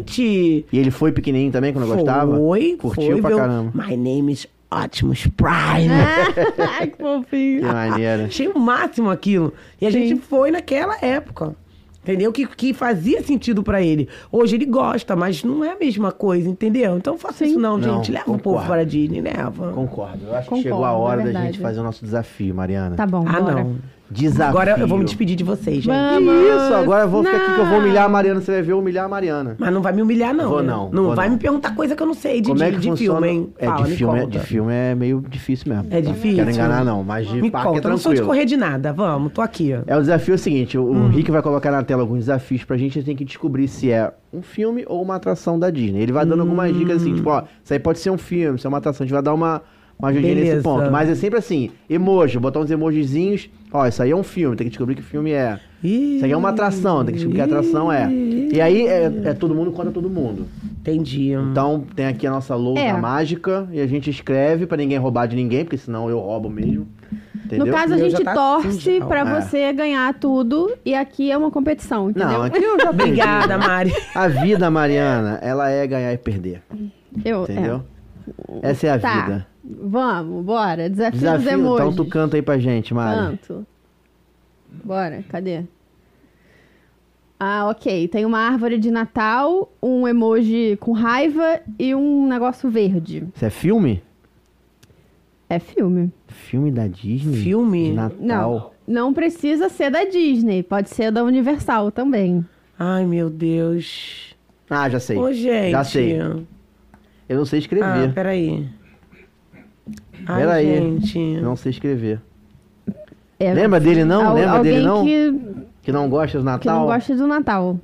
Speaker 3: Gigante.
Speaker 2: E ele foi pequenininho também, quando eu gostava?
Speaker 3: Foi,
Speaker 2: Curtiu
Speaker 3: foi,
Speaker 2: pra
Speaker 3: viu?
Speaker 2: caramba.
Speaker 3: My name is Optimus Prime.
Speaker 1: Ai, que fofinho.
Speaker 2: Que
Speaker 3: Ah,
Speaker 2: maneiro.
Speaker 3: Achei o máximo aquilo. E a
Speaker 1: Sim.
Speaker 3: gente foi naquela época. Entendeu? Que, que fazia sentido pra ele. Hoje ele gosta, mas não é a mesma coisa, entendeu? Então faça isso não,
Speaker 2: Não,
Speaker 3: gente. Leva um o povo
Speaker 2: concordo.
Speaker 3: para Disney, leva.
Speaker 2: Concordo. Eu
Speaker 1: Concordo,
Speaker 2: acho que chegou a hora
Speaker 1: é
Speaker 2: da
Speaker 1: verdade.
Speaker 2: gente fazer o nosso desafio, Mariana.
Speaker 1: Tá bom,
Speaker 3: Ah,
Speaker 1: bora.
Speaker 3: não.
Speaker 2: Desafio.
Speaker 3: Agora eu vou me despedir de vocês, gente.
Speaker 1: Vamos.
Speaker 2: Que Isso, agora eu vou ficar aqui que eu
Speaker 1: Não.
Speaker 2: vou humilhar a Mariana. Você vai ver eu humilhar a Mariana.
Speaker 3: Mas não vai me humilhar, não.
Speaker 2: Vou
Speaker 3: né?
Speaker 2: não,
Speaker 3: Não
Speaker 2: vou
Speaker 3: vai
Speaker 2: não.
Speaker 3: me perguntar coisa que eu não sei de,
Speaker 2: Como
Speaker 3: de,
Speaker 2: é que
Speaker 3: de
Speaker 2: funciona?
Speaker 3: filme, hein?
Speaker 2: É,
Speaker 3: Fala,
Speaker 2: de,
Speaker 3: me
Speaker 2: filme é,
Speaker 3: conta.
Speaker 2: de filme é meio difícil mesmo.
Speaker 3: É difícil.
Speaker 2: Quero enganar não, mas de
Speaker 3: Me
Speaker 2: parque
Speaker 3: conta,
Speaker 2: é
Speaker 3: eu não sou de
Speaker 2: tranquilo.
Speaker 3: correr Hum. de nada. Vamos, tô aqui.
Speaker 2: É o desafio é o seguinte, o, o Rick vai colocar na tela alguns desafios pra gente, a gente tem que descobrir se é um filme ou uma atração da Disney. Ele vai dando
Speaker 3: Hum.
Speaker 2: algumas dicas assim, tipo, ó, isso aí pode ser um filme, isso é uma atração, a gente vai dar uma, uma ajudinha nesse
Speaker 3: Beleza.
Speaker 2: ponto. Mas é sempre assim, emoji, botar uns emojizinhos, ó, isso aí é um filme, tem que descobrir que filme é.
Speaker 3: Ih,
Speaker 2: Isso aqui é uma atração, tem que descobrir que atração é. E aí é, é todo mundo contra todo mundo.
Speaker 3: Entendi.
Speaker 2: Então tem aqui a nossa lousa
Speaker 1: É.
Speaker 2: mágica e a gente escreve pra ninguém roubar de ninguém, porque senão eu roubo mesmo. Entendeu?
Speaker 1: No caso, a
Speaker 3: Meu
Speaker 1: gente
Speaker 3: já tá
Speaker 1: torce
Speaker 3: sujo,
Speaker 1: pra
Speaker 2: ó. É.
Speaker 1: você ganhar tudo e aqui é uma competição, entendeu?
Speaker 2: Não, aqui eu já perdi.
Speaker 3: Obrigada, Mari.
Speaker 2: A vida, Mariana, ela é ganhar e perder.
Speaker 1: Eu,
Speaker 2: Entendeu? Essa é a
Speaker 1: É. Tá,
Speaker 2: vida.
Speaker 1: vamos, bora. Desafio, dos
Speaker 2: Desafio,
Speaker 1: emojis. Ah.
Speaker 2: então tu canta aí pra gente, Mari.
Speaker 1: Canto. Bora, cadê? Ah, ok. Tem uma árvore de Natal, um emoji com raiva e um negócio verde.
Speaker 2: Isso é filme?
Speaker 1: É filme.
Speaker 2: Filme da Disney?
Speaker 3: Filme?
Speaker 2: De Natal.
Speaker 1: Não, não precisa ser da Disney, pode ser da Universal também.
Speaker 3: Ai, meu Deus.
Speaker 2: Ah, já sei.
Speaker 3: Ô, gente.
Speaker 2: Já sei. Eu não sei
Speaker 3: Ah,
Speaker 2: escrever.
Speaker 3: peraí. Ai,
Speaker 2: Peraí.
Speaker 3: gente.
Speaker 2: Não sei escrever.
Speaker 1: É,
Speaker 2: Lembra dele não?
Speaker 1: al-
Speaker 2: Lembra
Speaker 1: alguém
Speaker 2: dele não? Que...
Speaker 1: Que,
Speaker 2: não gosta do
Speaker 1: que não
Speaker 2: Natal?
Speaker 1: gosta do Natal.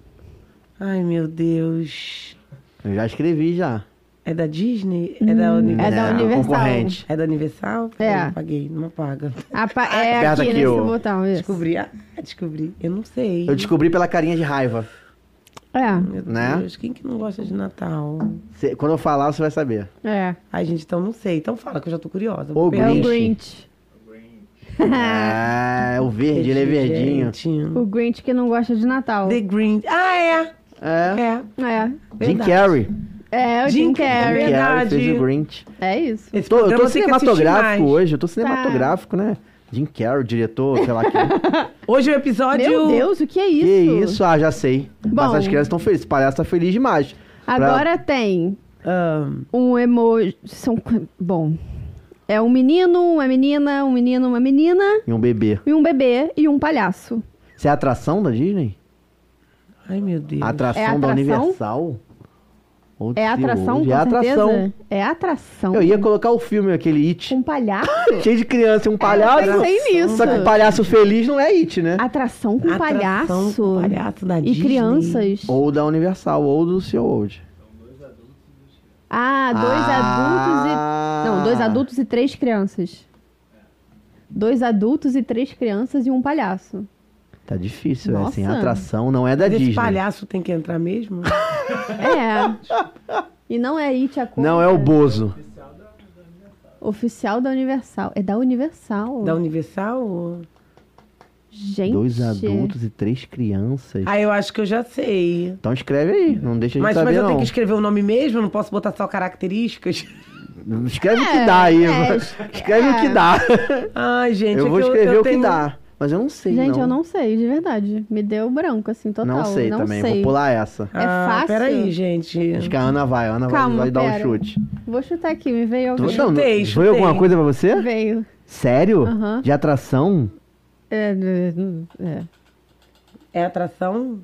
Speaker 3: Ai, meu Deus.
Speaker 2: Eu já escrevi já.
Speaker 3: É da Disney? É da
Speaker 2: Hum.
Speaker 3: Universal?
Speaker 1: É da
Speaker 2: Não,
Speaker 1: Universal.
Speaker 2: Concorrente.
Speaker 3: É da Universal?
Speaker 1: É.
Speaker 3: Não paguei, não apaga.
Speaker 1: Ah, pa- é
Speaker 2: Aperta
Speaker 1: aqui,
Speaker 2: aqui
Speaker 1: nesse
Speaker 2: o-
Speaker 1: botão, isso.
Speaker 3: Descobri. Ah, descobri. Eu não sei.
Speaker 2: Eu descobri pela carinha de raiva.
Speaker 1: É,
Speaker 3: Meu
Speaker 2: Né?
Speaker 3: Deus, quem que não gosta de Natal?
Speaker 2: Cê- quando eu falar, você vai saber.
Speaker 1: é.
Speaker 3: Ai, gente, então não sei. Então fala que eu já tô curiosa.
Speaker 2: Ô,
Speaker 1: É o
Speaker 2: Grinch.
Speaker 1: Grinch.
Speaker 2: Ah, é o verde, ele é verdinho.
Speaker 1: O Grinch que não gosta de Natal.
Speaker 3: The Green. Ah, é.
Speaker 2: É.
Speaker 3: É.
Speaker 1: É.
Speaker 2: Jim
Speaker 3: Verdade.
Speaker 2: Carrey.
Speaker 1: É, o
Speaker 3: Jim
Speaker 1: Jim
Speaker 2: Jim
Speaker 1: Carrey.
Speaker 3: Carrey.
Speaker 2: Carrey fez
Speaker 3: Verdade.
Speaker 2: o Grinch.
Speaker 1: É isso.
Speaker 3: Esse
Speaker 2: Tô- eu
Speaker 3: programa
Speaker 2: tô
Speaker 3: tem que assistir
Speaker 2: cinematográfico
Speaker 3: mais.
Speaker 2: hoje, eu tô cinematográfico,
Speaker 1: Tá.
Speaker 2: né? Jim Carrey, diretor, sei lá quem.
Speaker 3: Hoje é o episódio.
Speaker 1: Meu Deus, o que é isso?
Speaker 2: Que isso? Ah, já sei. Mas
Speaker 1: Bom.
Speaker 2: as crianças estão felizes. O palhaço tá feliz demais. Pra-
Speaker 1: Agora tem
Speaker 3: Ahn,
Speaker 1: um emoji. São. Bom. É um menino, uma menina, um menino, uma menina,
Speaker 2: E um bebê.
Speaker 1: e um bebê e um palhaço.
Speaker 2: Isso é atração da Disney?
Speaker 3: Ai, meu Deus.
Speaker 2: Atração,
Speaker 1: É
Speaker 2: da
Speaker 1: atração?
Speaker 2: Universal? Ou de
Speaker 1: É atração,
Speaker 2: hoje?
Speaker 1: com
Speaker 2: É atração.
Speaker 1: certeza. É atração.
Speaker 2: Eu ia colocar o filme, aquele It.
Speaker 1: Com palhaço?
Speaker 2: Cheio de criança e um palhaço.
Speaker 1: Ah, Eu pensei nisso.
Speaker 2: Só que o palhaço feliz não é It, né?
Speaker 1: Atração com
Speaker 3: Atração
Speaker 1: Um palhaço.
Speaker 3: com palhaço da
Speaker 1: E
Speaker 3: Disney.
Speaker 1: crianças.
Speaker 2: Ou da Universal, ou do Sea World.
Speaker 1: Ah, dois
Speaker 2: Ah.
Speaker 1: adultos e. Não, dois adultos e três crianças. Dois adultos e três crianças e um palhaço.
Speaker 2: Tá difícil, é
Speaker 1: Nossa.
Speaker 2: assim. Atração não é da
Speaker 3: Mas Esse
Speaker 2: Disney.
Speaker 3: palhaço tem que entrar mesmo?
Speaker 1: É. e não é It a Conta.
Speaker 2: Não é o Bozo.
Speaker 1: Oficial da Universal. É da Universal.
Speaker 3: da Universal? ou-
Speaker 1: Gente.
Speaker 2: Dois adultos e três crianças.
Speaker 3: Ah, eu acho que eu já sei.
Speaker 2: Então escreve aí, não deixa a gente
Speaker 3: Mas,
Speaker 2: saber
Speaker 3: mas eu
Speaker 2: não.
Speaker 3: tenho que escrever o nome mesmo? Eu Não posso botar só características?
Speaker 2: Escreve o que
Speaker 1: É,
Speaker 2: dá aí.
Speaker 1: é,
Speaker 2: mano. escreve o que
Speaker 1: é.
Speaker 2: dá.
Speaker 3: Ai, gente.
Speaker 2: eu
Speaker 3: é
Speaker 2: vou
Speaker 3: que
Speaker 2: escrever
Speaker 3: eu
Speaker 2: o que
Speaker 3: tenho-
Speaker 2: dá. Mas eu não sei,
Speaker 1: Gente,
Speaker 2: não.
Speaker 1: eu não sei, de verdade. Me deu branco, assim, total.
Speaker 2: Não sei também, vou pular essa.
Speaker 1: É
Speaker 3: Ah,
Speaker 1: fácil?
Speaker 3: Peraí, gente.
Speaker 2: Acho que a Ana vai, a Ana vai-
Speaker 1: Calma,
Speaker 2: vai, dar um
Speaker 1: pera.
Speaker 2: chute.
Speaker 1: Vou chutar aqui, me veio
Speaker 2: Tu-
Speaker 1: alguém.
Speaker 2: não,
Speaker 3: Chutei,
Speaker 2: não-
Speaker 3: chutei.
Speaker 2: Foi alguma coisa pra você?
Speaker 1: Veio.
Speaker 2: Sério?
Speaker 1: Aham.
Speaker 2: De atração?
Speaker 1: É, é, é.
Speaker 3: É atração?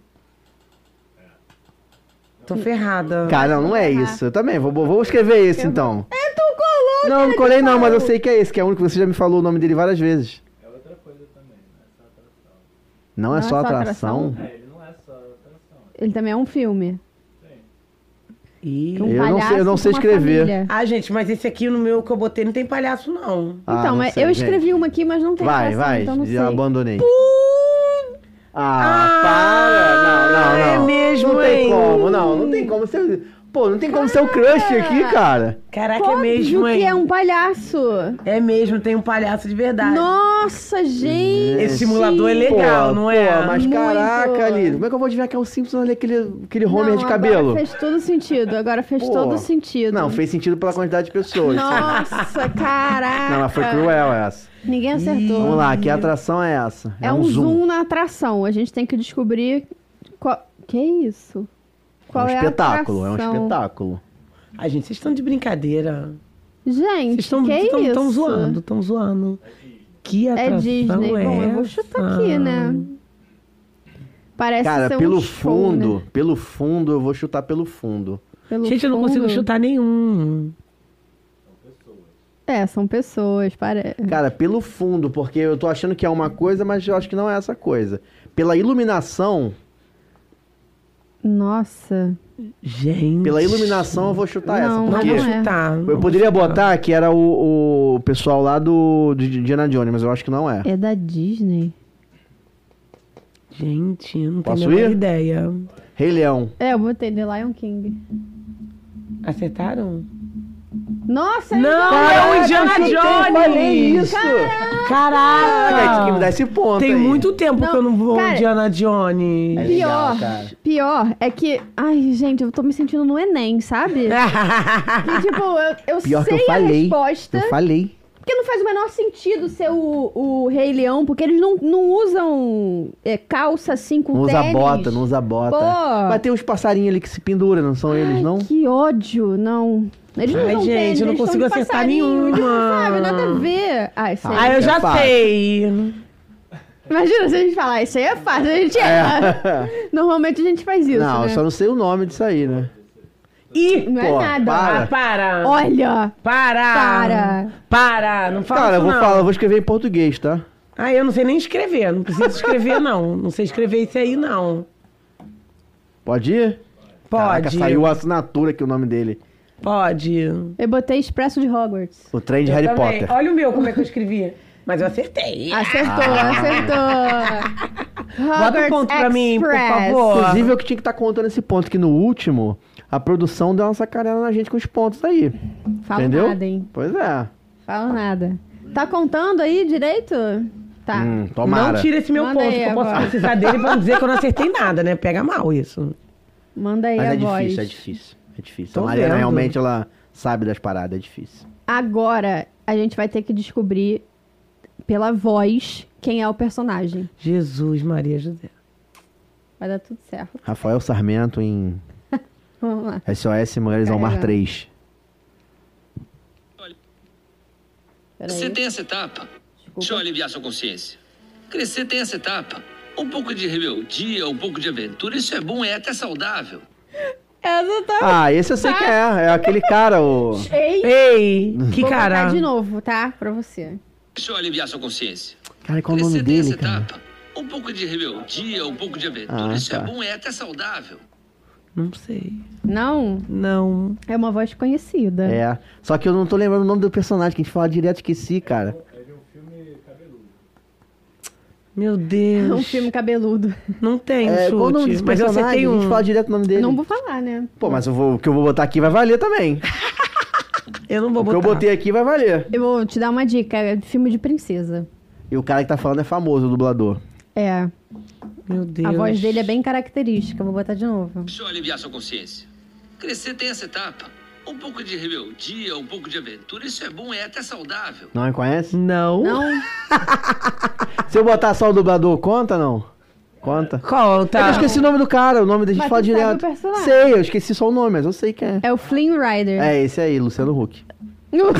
Speaker 3: Tô ferrada.
Speaker 2: Cara, não, não é isso. Eu também, vou, vou escrever esse então.
Speaker 1: É, tu colou!
Speaker 2: Não, não colei não, mas eu sei que é esse, que é o único que você já me falou o nome dele várias vezes. Não é só atração?
Speaker 1: Ele também é um filme.
Speaker 3: Ih.
Speaker 1: Um
Speaker 2: Eu não sei- eu
Speaker 1: palhaço
Speaker 2: não
Speaker 1: com
Speaker 2: sei
Speaker 1: uma
Speaker 2: escrever.
Speaker 1: família.
Speaker 3: Ah, gente, mas esse aqui no meu que eu botei não tem palhaço, não.
Speaker 2: Ah,
Speaker 1: então,
Speaker 2: não
Speaker 1: mas
Speaker 2: sei,
Speaker 1: eu
Speaker 2: gente.
Speaker 1: escrevi uma aqui, mas não tem
Speaker 2: Vai,
Speaker 1: atração,
Speaker 2: vai,
Speaker 1: então não
Speaker 2: já
Speaker 1: sei.
Speaker 2: abandonei.
Speaker 3: Ah,
Speaker 2: Ah, para! Não, não, não.
Speaker 3: é mesmo,
Speaker 2: Não tem
Speaker 3: hein?
Speaker 2: como, não. Não tem como ser. Pô, não tem como ser o crush aqui, cara.
Speaker 3: Caraca, é
Speaker 1: Óbvio
Speaker 3: mesmo,
Speaker 1: que
Speaker 3: hein?
Speaker 1: é um palhaço.
Speaker 3: É mesmo, tem um palhaço de verdade.
Speaker 1: Nossa, gente.
Speaker 3: Esse simulador é legal,
Speaker 2: Pô,
Speaker 3: não é?
Speaker 2: Pô, mas
Speaker 1: Muito.
Speaker 2: caraca, ali, como é que eu vou adivinhar que é o Simpson ali, aquele, aquele Homer
Speaker 1: Não,
Speaker 2: é de
Speaker 1: agora
Speaker 2: cabelo?
Speaker 1: fez todo sentido. Agora fez
Speaker 2: Pô.
Speaker 1: todo sentido.
Speaker 2: Não, fez sentido pela quantidade de pessoas.
Speaker 1: Nossa, caraca.
Speaker 2: Não, mas foi cruel essa.
Speaker 1: Ninguém acertou.
Speaker 2: Vamos lá, que atração é essa?
Speaker 1: É um zoom. na atração. A gente tem que descobrir qual. Que isso? Qual
Speaker 2: é um
Speaker 1: é,
Speaker 2: espetáculo,
Speaker 1: a
Speaker 2: é um
Speaker 1: atração?
Speaker 2: espetáculo.
Speaker 3: Ai, gente, vocês estão de brincadeira.
Speaker 1: Gente,
Speaker 3: Vocês estão
Speaker 1: que é
Speaker 3: tão,
Speaker 1: isso?
Speaker 3: tão zoando, estão zoando. Que
Speaker 1: É
Speaker 3: atração
Speaker 1: Disney. Bom, eu vou
Speaker 3: essa?
Speaker 1: chutar aqui, né? Parece
Speaker 2: Cara,
Speaker 1: ser um
Speaker 2: pelo
Speaker 1: show, né?
Speaker 2: fundo, pelo fundo, eu vou chutar pelo fundo.
Speaker 1: Pelo
Speaker 3: Gente, eu não consigo
Speaker 1: fundo.
Speaker 3: chutar nenhum.
Speaker 1: É, são pessoas, parece.
Speaker 2: Cara, pelo fundo, porque eu tô achando que é uma coisa, mas eu acho que não é essa coisa. Pela iluminação,
Speaker 1: Nossa.
Speaker 3: Gente.
Speaker 2: pela iluminação eu vou
Speaker 1: Não,
Speaker 2: chutar essa.
Speaker 3: Não
Speaker 2: Porque
Speaker 3: vou
Speaker 1: Não é.
Speaker 3: chutar. não
Speaker 2: eu
Speaker 3: vou
Speaker 2: poderia
Speaker 3: chutar.
Speaker 2: botar que era o, o pessoal lá do de Diana Jones, mas eu acho que não é.
Speaker 1: É da Disney?
Speaker 3: Gente, eu não tenho a
Speaker 2: Posso
Speaker 3: menor
Speaker 2: ir?
Speaker 3: ideia.
Speaker 2: Rei Leão.
Speaker 1: É, eu botei The Lion King.
Speaker 3: Acertaram?
Speaker 1: Nossa,
Speaker 3: Não, é o Indiana
Speaker 2: Eu falei
Speaker 3: Jones!
Speaker 2: isso! Caraca, tinha Ah, que me dar
Speaker 3: Caraca!
Speaker 2: esse ponto
Speaker 3: Tem
Speaker 2: aí.
Speaker 3: muito tempo
Speaker 1: Não,
Speaker 3: que eu não vou ao
Speaker 1: cara-
Speaker 3: Indiana Jones.
Speaker 2: É
Speaker 1: Pior,
Speaker 2: legal, cara.
Speaker 1: pior é que. Ai, gente, eu tô me sentindo no Enem, sabe? que, tipo, eu, eu
Speaker 2: Pior que
Speaker 1: sei
Speaker 2: eu
Speaker 1: a
Speaker 2: falei.
Speaker 1: resposta.
Speaker 2: Eu falei.
Speaker 1: Porque não faz o menor sentido ser o, o Rei Leão, porque eles não, não usam é, calça assim com
Speaker 2: Não usa
Speaker 1: tênis.
Speaker 2: bota, não usa bota.
Speaker 1: Pô.
Speaker 2: Mas tem uns passarinhos ali que se penduram, não são eles, não?
Speaker 1: Que ódio, não. Eles não
Speaker 3: Ai,
Speaker 1: usam
Speaker 3: gente,
Speaker 1: tênis,
Speaker 3: eu não
Speaker 1: eles
Speaker 3: consigo
Speaker 1: são de
Speaker 3: acertar
Speaker 1: passarinho,
Speaker 3: nenhuma.
Speaker 1: Sabe, nada a ver. Ah, isso aí.
Speaker 3: Ah, eu
Speaker 2: É
Speaker 3: já
Speaker 2: fácil.
Speaker 3: sei.
Speaker 1: Imagina se a gente falar, isso aí é fácil, a gente erra. Normalmente a gente faz isso,
Speaker 2: É. não,
Speaker 1: né?
Speaker 2: eu só não sei o nome disso aí, né?
Speaker 3: Ih!
Speaker 1: Não é
Speaker 2: Pô,
Speaker 1: nada.
Speaker 2: para.
Speaker 3: Ah, para!
Speaker 1: Olha!
Speaker 3: Para!
Speaker 1: Para.
Speaker 3: Para! Não fala
Speaker 2: Cara, eu
Speaker 3: isso,
Speaker 2: vou
Speaker 3: não.
Speaker 2: falar, eu vou escrever em português, tá?
Speaker 3: Ah, eu não sei nem escrever. Não preciso escrever, não. Não sei escrever isso aí, não.
Speaker 2: Pode ir?
Speaker 3: Pode.
Speaker 2: Caraca, saiu a assinatura aqui, o nome dele.
Speaker 3: Pode.
Speaker 1: Eu botei Expresso de Hogwarts.
Speaker 2: O trem de Harry
Speaker 3: Eu também.
Speaker 2: Potter.
Speaker 3: Olha o meu, como é que eu escrevi. Mas eu acertei.
Speaker 2: Ah.
Speaker 1: Acertou, acertou.
Speaker 3: Bota um ponto pra mim, por
Speaker 1: Express.
Speaker 3: favor.
Speaker 2: Inclusive, eu que tinha que estar contando esse ponto, que no último, a produção deu uma sacanada na gente com os pontos aí.
Speaker 1: Falo
Speaker 2: entendeu?
Speaker 1: nada, hein?
Speaker 2: Pois é.
Speaker 1: Falo nada. Tá contando aí direito? Tá.
Speaker 2: Hum, tomara.
Speaker 3: Não tira esse meu
Speaker 1: Manda
Speaker 3: ponto,
Speaker 1: aí
Speaker 3: que eu posso
Speaker 1: agora.
Speaker 3: precisar dele pra não dizer que eu não acertei nada, né? Pega mal isso.
Speaker 1: Manda aí
Speaker 2: Mas
Speaker 1: a
Speaker 2: é
Speaker 1: voz.
Speaker 2: difícil, é difícil. É difícil.
Speaker 3: Tô
Speaker 2: a Mariana
Speaker 3: vendo.
Speaker 2: realmente ela sabe das paradas, é difícil.
Speaker 1: Agora a gente vai ter que descobrir pela voz quem é o personagem.
Speaker 3: Jesus, Maria José.
Speaker 1: Vai dar tudo certo.
Speaker 2: Rafael Sarmento em
Speaker 1: Vamos lá.
Speaker 2: SOS Mulheres ao Mar
Speaker 1: Caramba.
Speaker 2: 3.
Speaker 1: Peraí.
Speaker 4: Você tem essa etapa? Deixa eu aliviar sua consciência. Crescer tem essa etapa. Um pouco de rebeldia, um pouco de aventura, isso é bom, é até saudável.
Speaker 1: Eu não tô.
Speaker 2: Ah, esse eu sei que é. É aquele cara, o.
Speaker 1: Ei,
Speaker 3: Ei, que
Speaker 1: Vou botar
Speaker 3: cara.
Speaker 1: de novo, tá? Pra você.
Speaker 4: Deixa eu aliviar sua consciência.
Speaker 2: Cara, qual é o
Speaker 4: Crescer
Speaker 2: nome
Speaker 4: tem essa
Speaker 2: dele, cara?
Speaker 4: etapa. Um pouco de rebeldia, um pouco de aventura,
Speaker 2: Ah,
Speaker 4: isso é
Speaker 2: tá.
Speaker 4: bom, é até saudável.
Speaker 3: Não sei.
Speaker 1: Não,
Speaker 3: Não.
Speaker 1: é uma voz conhecida.
Speaker 2: É. Só que eu não tô lembrando o nome do personagem, que a gente fala direto, esqueci, cara.
Speaker 3: Meu
Speaker 1: É
Speaker 3: Deus.
Speaker 1: um filme cabeludo.
Speaker 3: Não tem
Speaker 2: É, qual o nome
Speaker 3: chute.
Speaker 2: desse
Speaker 3: Mas eu acertei
Speaker 2: personagem? A gente
Speaker 3: um.
Speaker 2: fala direto o nome dele.
Speaker 1: Não vou falar, né?
Speaker 2: Pô, mas eu vou- o que eu vou botar aqui vai valer também.
Speaker 3: Eu não vou
Speaker 2: O que
Speaker 3: botar.
Speaker 2: eu botei aqui vai valer.
Speaker 1: Eu vou te dar uma dica. É filme de princesa.
Speaker 2: E o cara que tá falando é famoso, o dublador.
Speaker 1: É.
Speaker 3: Meu Deus.
Speaker 1: A voz dele é bem característica. Vou botar de novo.
Speaker 4: Deixa eu aliviar sua consciência. Crescer tem essa etapa. Um pouco de rebeldia, um pouco de aventura, isso é bom, é até saudável.
Speaker 2: Não me conhece?
Speaker 3: Não.
Speaker 1: Não?
Speaker 2: Se eu botar só o dublador, conta não? Conta.
Speaker 3: Conta.
Speaker 2: É que eu esqueci o nome do cara, o nome da gente
Speaker 1: Mas
Speaker 2: fala
Speaker 1: tu sabe
Speaker 2: direto.
Speaker 1: o personagem.
Speaker 2: sei, eu esqueci só o nome, mas eu sei quem é.
Speaker 1: É o Flynn Rider.
Speaker 2: É esse aí, Luciano Huck.
Speaker 1: Não-
Speaker 2: É o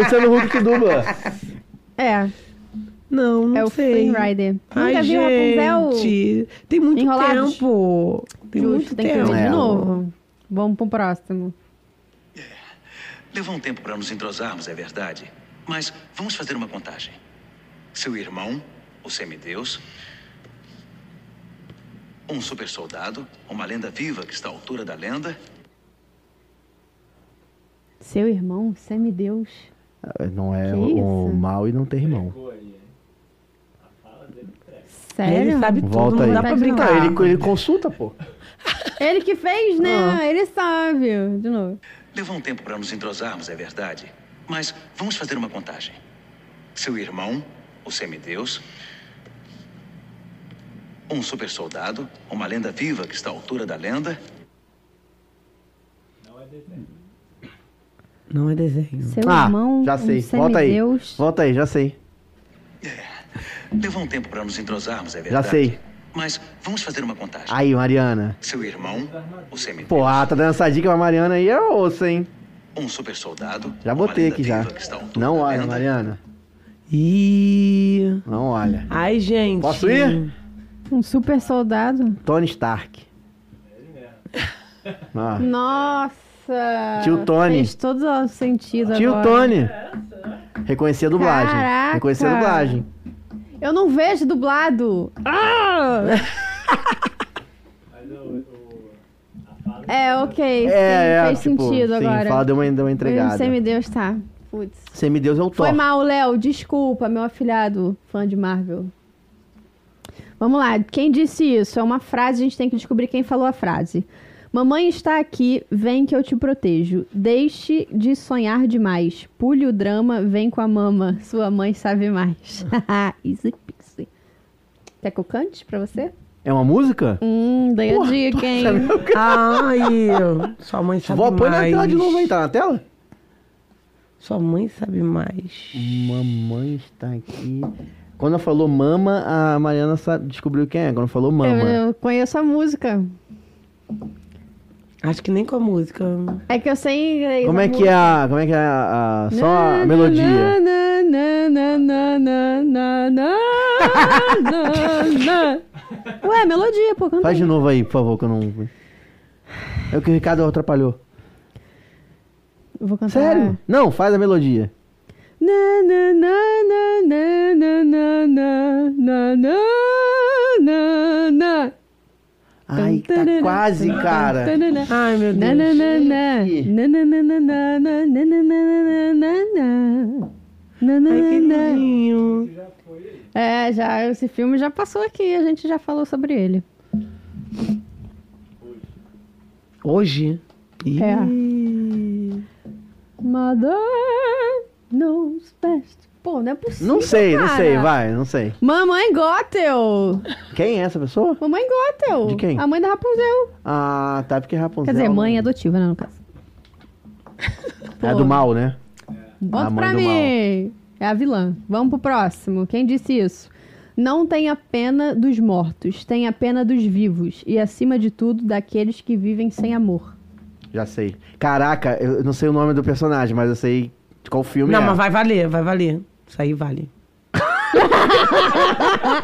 Speaker 2: Luciano Huck que dubla.
Speaker 1: é.
Speaker 3: Não, não
Speaker 1: É o
Speaker 3: sei.
Speaker 1: Flynn Rider.
Speaker 3: Ai,
Speaker 1: Nunca viu Rapunzel?
Speaker 3: gente. Tem muito
Speaker 1: Enrolados?
Speaker 3: tempo. Tem muito
Speaker 1: Justo, tem que
Speaker 3: tempo.
Speaker 1: ver
Speaker 2: É.
Speaker 1: de novo. Vamos pro próximo.
Speaker 5: Levou um tempo para nos entrosarmos, é verdade. Mas vamos fazer uma contagem. Seu irmão, o semideus. Um super soldado, uma lenda viva que está à altura da lenda.
Speaker 1: Seu irmão, semideus.
Speaker 2: Não é
Speaker 1: Que
Speaker 2: o, o
Speaker 1: isso?
Speaker 2: mal e não tem irmão.
Speaker 1: Sério?
Speaker 3: Ele sabe tudo,
Speaker 2: Volta
Speaker 3: não
Speaker 2: aí.
Speaker 3: dá pra
Speaker 1: Não,
Speaker 3: brincar.
Speaker 2: Ah, ele, ele consulta, pô.
Speaker 1: Ele que fez, né? Ele sabe. De novo.
Speaker 5: Levou um tempo para nos entrosarmos, é verdade. Mas vamos fazer uma contagem. Seu irmão, o semideus. Um super soldado, uma lenda viva que está à altura da lenda.
Speaker 3: Não é desenho.
Speaker 1: Seu
Speaker 2: ah,
Speaker 1: irmão,
Speaker 2: já sei.
Speaker 1: um
Speaker 2: Volta aí.
Speaker 1: semideus.
Speaker 2: Volta aí, já sei.
Speaker 5: Levou um tempo para nos entrosarmos, é verdade.
Speaker 2: sei.
Speaker 5: Mas vamos fazer uma contagem.
Speaker 2: Aí, Mariana.
Speaker 5: Seu irmão, o semideus.
Speaker 2: Porra, tá dando essa dica pra Mariana aí, é osso, hein?
Speaker 5: Um super soldado.
Speaker 2: Já botei aqui já. Não olha,
Speaker 5: Maria.
Speaker 2: Mariana.
Speaker 3: Ih.
Speaker 2: Não olha.
Speaker 3: Ai, gente.
Speaker 2: Posso ir?
Speaker 1: Um super soldado.
Speaker 2: Tony Stark. Ah,
Speaker 1: Nossa!
Speaker 2: Tio Tony.
Speaker 1: Fez todo o sentido
Speaker 2: Tio
Speaker 1: agora.
Speaker 2: Tony. Reconhecer a dublagem.
Speaker 1: Caraca.
Speaker 2: Reconhecer a dublagem.
Speaker 1: Eu não vejo dublado. Ah! é, ok. sim,
Speaker 2: É, é.
Speaker 1: fez
Speaker 2: tipo,
Speaker 1: sentido
Speaker 2: sim,
Speaker 1: agora.
Speaker 2: Fala, deu uma, deu uma
Speaker 1: Hum,
Speaker 2: entregada.
Speaker 1: Semideus, tá. Putz.
Speaker 2: Semideus é o Thor.
Speaker 1: Foi mal, Léo. Desculpa, meu afilhado, fã de Marvel. Vamos lá. Quem disse isso? É uma frase, a gente tem que descobrir quem falou a frase. Mamãe está aqui, vem que eu te protejo. Deixe de sonhar demais. Pule o drama, vem com a mama. Sua mãe sabe mais. Easy peasy. Quer que eu cante pra você?
Speaker 2: É uma música?
Speaker 1: Hum, dei a dica, hein?
Speaker 3: Ai. Sua mãe sabe
Speaker 1: Tá
Speaker 2: Vó, põe na
Speaker 3: mais.
Speaker 2: tá tela de novo aí, tá na tela?
Speaker 3: Sua mãe sabe mais.
Speaker 2: Mamãe está aqui. Quando ela falou mama, a Mariana sabe- descobriu quem é. Quando falou mama.
Speaker 1: Eu, eu conheço a música.
Speaker 3: Acho que nem com a música.
Speaker 1: É que eu sei em inglês.
Speaker 2: Como é que é a. Como é que é a. a- só a melodia.
Speaker 1: Na, na, na, na, na, na, na, na, na. Ué, melodia, pô. Canta.
Speaker 2: Faz
Speaker 1: aí.
Speaker 2: de novo aí, por favor, que eu não. É o que o Ricardo atrapalhou.
Speaker 1: Eu vou cantar.
Speaker 2: Sério? Não, faz a melodia.
Speaker 1: Na, na, na, na, na, na, na, na, na, na, na, na.
Speaker 2: Ai, tá
Speaker 1: Tantarana,
Speaker 2: quase,
Speaker 1: tantarana,
Speaker 2: cara.
Speaker 1: tantarana.
Speaker 3: Ai, meu
Speaker 1: Na,
Speaker 3: Deus.
Speaker 1: na, na, na.
Speaker 2: Gente.
Speaker 1: Na, na, na, na, na, na, na, na, na, na, na, na. Na, na,
Speaker 3: Ai, que
Speaker 1: na.
Speaker 3: lindinho.
Speaker 1: É, já, esse filme já passou aqui, a gente já falou sobre ele.
Speaker 3: Hoje? Ih.
Speaker 1: É. Mother knows best. Pô, não é possível.
Speaker 2: Não sei, não
Speaker 1: cara.
Speaker 2: sei, vai, não sei.
Speaker 1: Mamãe Gothel!
Speaker 2: Quem é essa pessoa?
Speaker 1: Mamãe Gothel!
Speaker 2: De quem?
Speaker 1: A mãe da Rapunzel.
Speaker 2: Ah, tá, porque Rapunzel.
Speaker 1: Quer dizer, mãe
Speaker 2: é do.
Speaker 1: adotiva, né, no caso.
Speaker 2: É do mal, né?
Speaker 1: Bota
Speaker 2: A mãe
Speaker 1: pra
Speaker 2: do
Speaker 1: mim! É a vilã. Vamos pro próximo. Quem disse isso? Não tenha pena dos mortos, tenha pena dos vivos. E acima de tudo, daqueles que vivem sem amor.
Speaker 2: Já sei. Caraca, eu não sei o nome do personagem, mas eu sei de qual filme
Speaker 3: Não,
Speaker 2: é.
Speaker 3: mas vai valer, vai valer. Isso aí vale.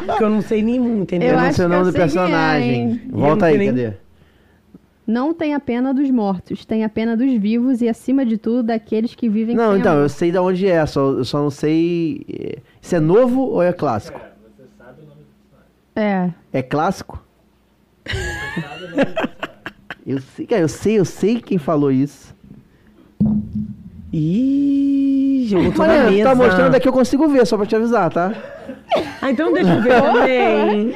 Speaker 3: Porque eu não sei nenhum, entendeu?
Speaker 2: Eu
Speaker 1: Eu
Speaker 2: não
Speaker 1: acho
Speaker 2: sei o
Speaker 1: que eu
Speaker 2: nome do
Speaker 1: sei quem é,
Speaker 2: personagem.
Speaker 1: hein?
Speaker 3: Eu
Speaker 2: Volta
Speaker 3: não
Speaker 2: aí,
Speaker 3: sei nem-
Speaker 2: cadê?
Speaker 1: Não tenha pena dos mortos, tenha pena dos vivos e acima de tudo, daqueles que
Speaker 3: é
Speaker 1: vivem
Speaker 2: Não,
Speaker 1: sem
Speaker 2: então,
Speaker 1: amor.
Speaker 2: eu sei de onde é, só, eu só não sei. é, Isso é novo ou é clássico?
Speaker 1: É.
Speaker 2: É clássico? eu sei, cara, eu sei, eu sei quem falou isso.
Speaker 3: Ih, jogou toda a
Speaker 2: Olha,
Speaker 3: mesa.
Speaker 2: tá mostrando aqui, eu consigo ver, só pra te avisar, tá?
Speaker 3: Ah, então deixa eu ver também.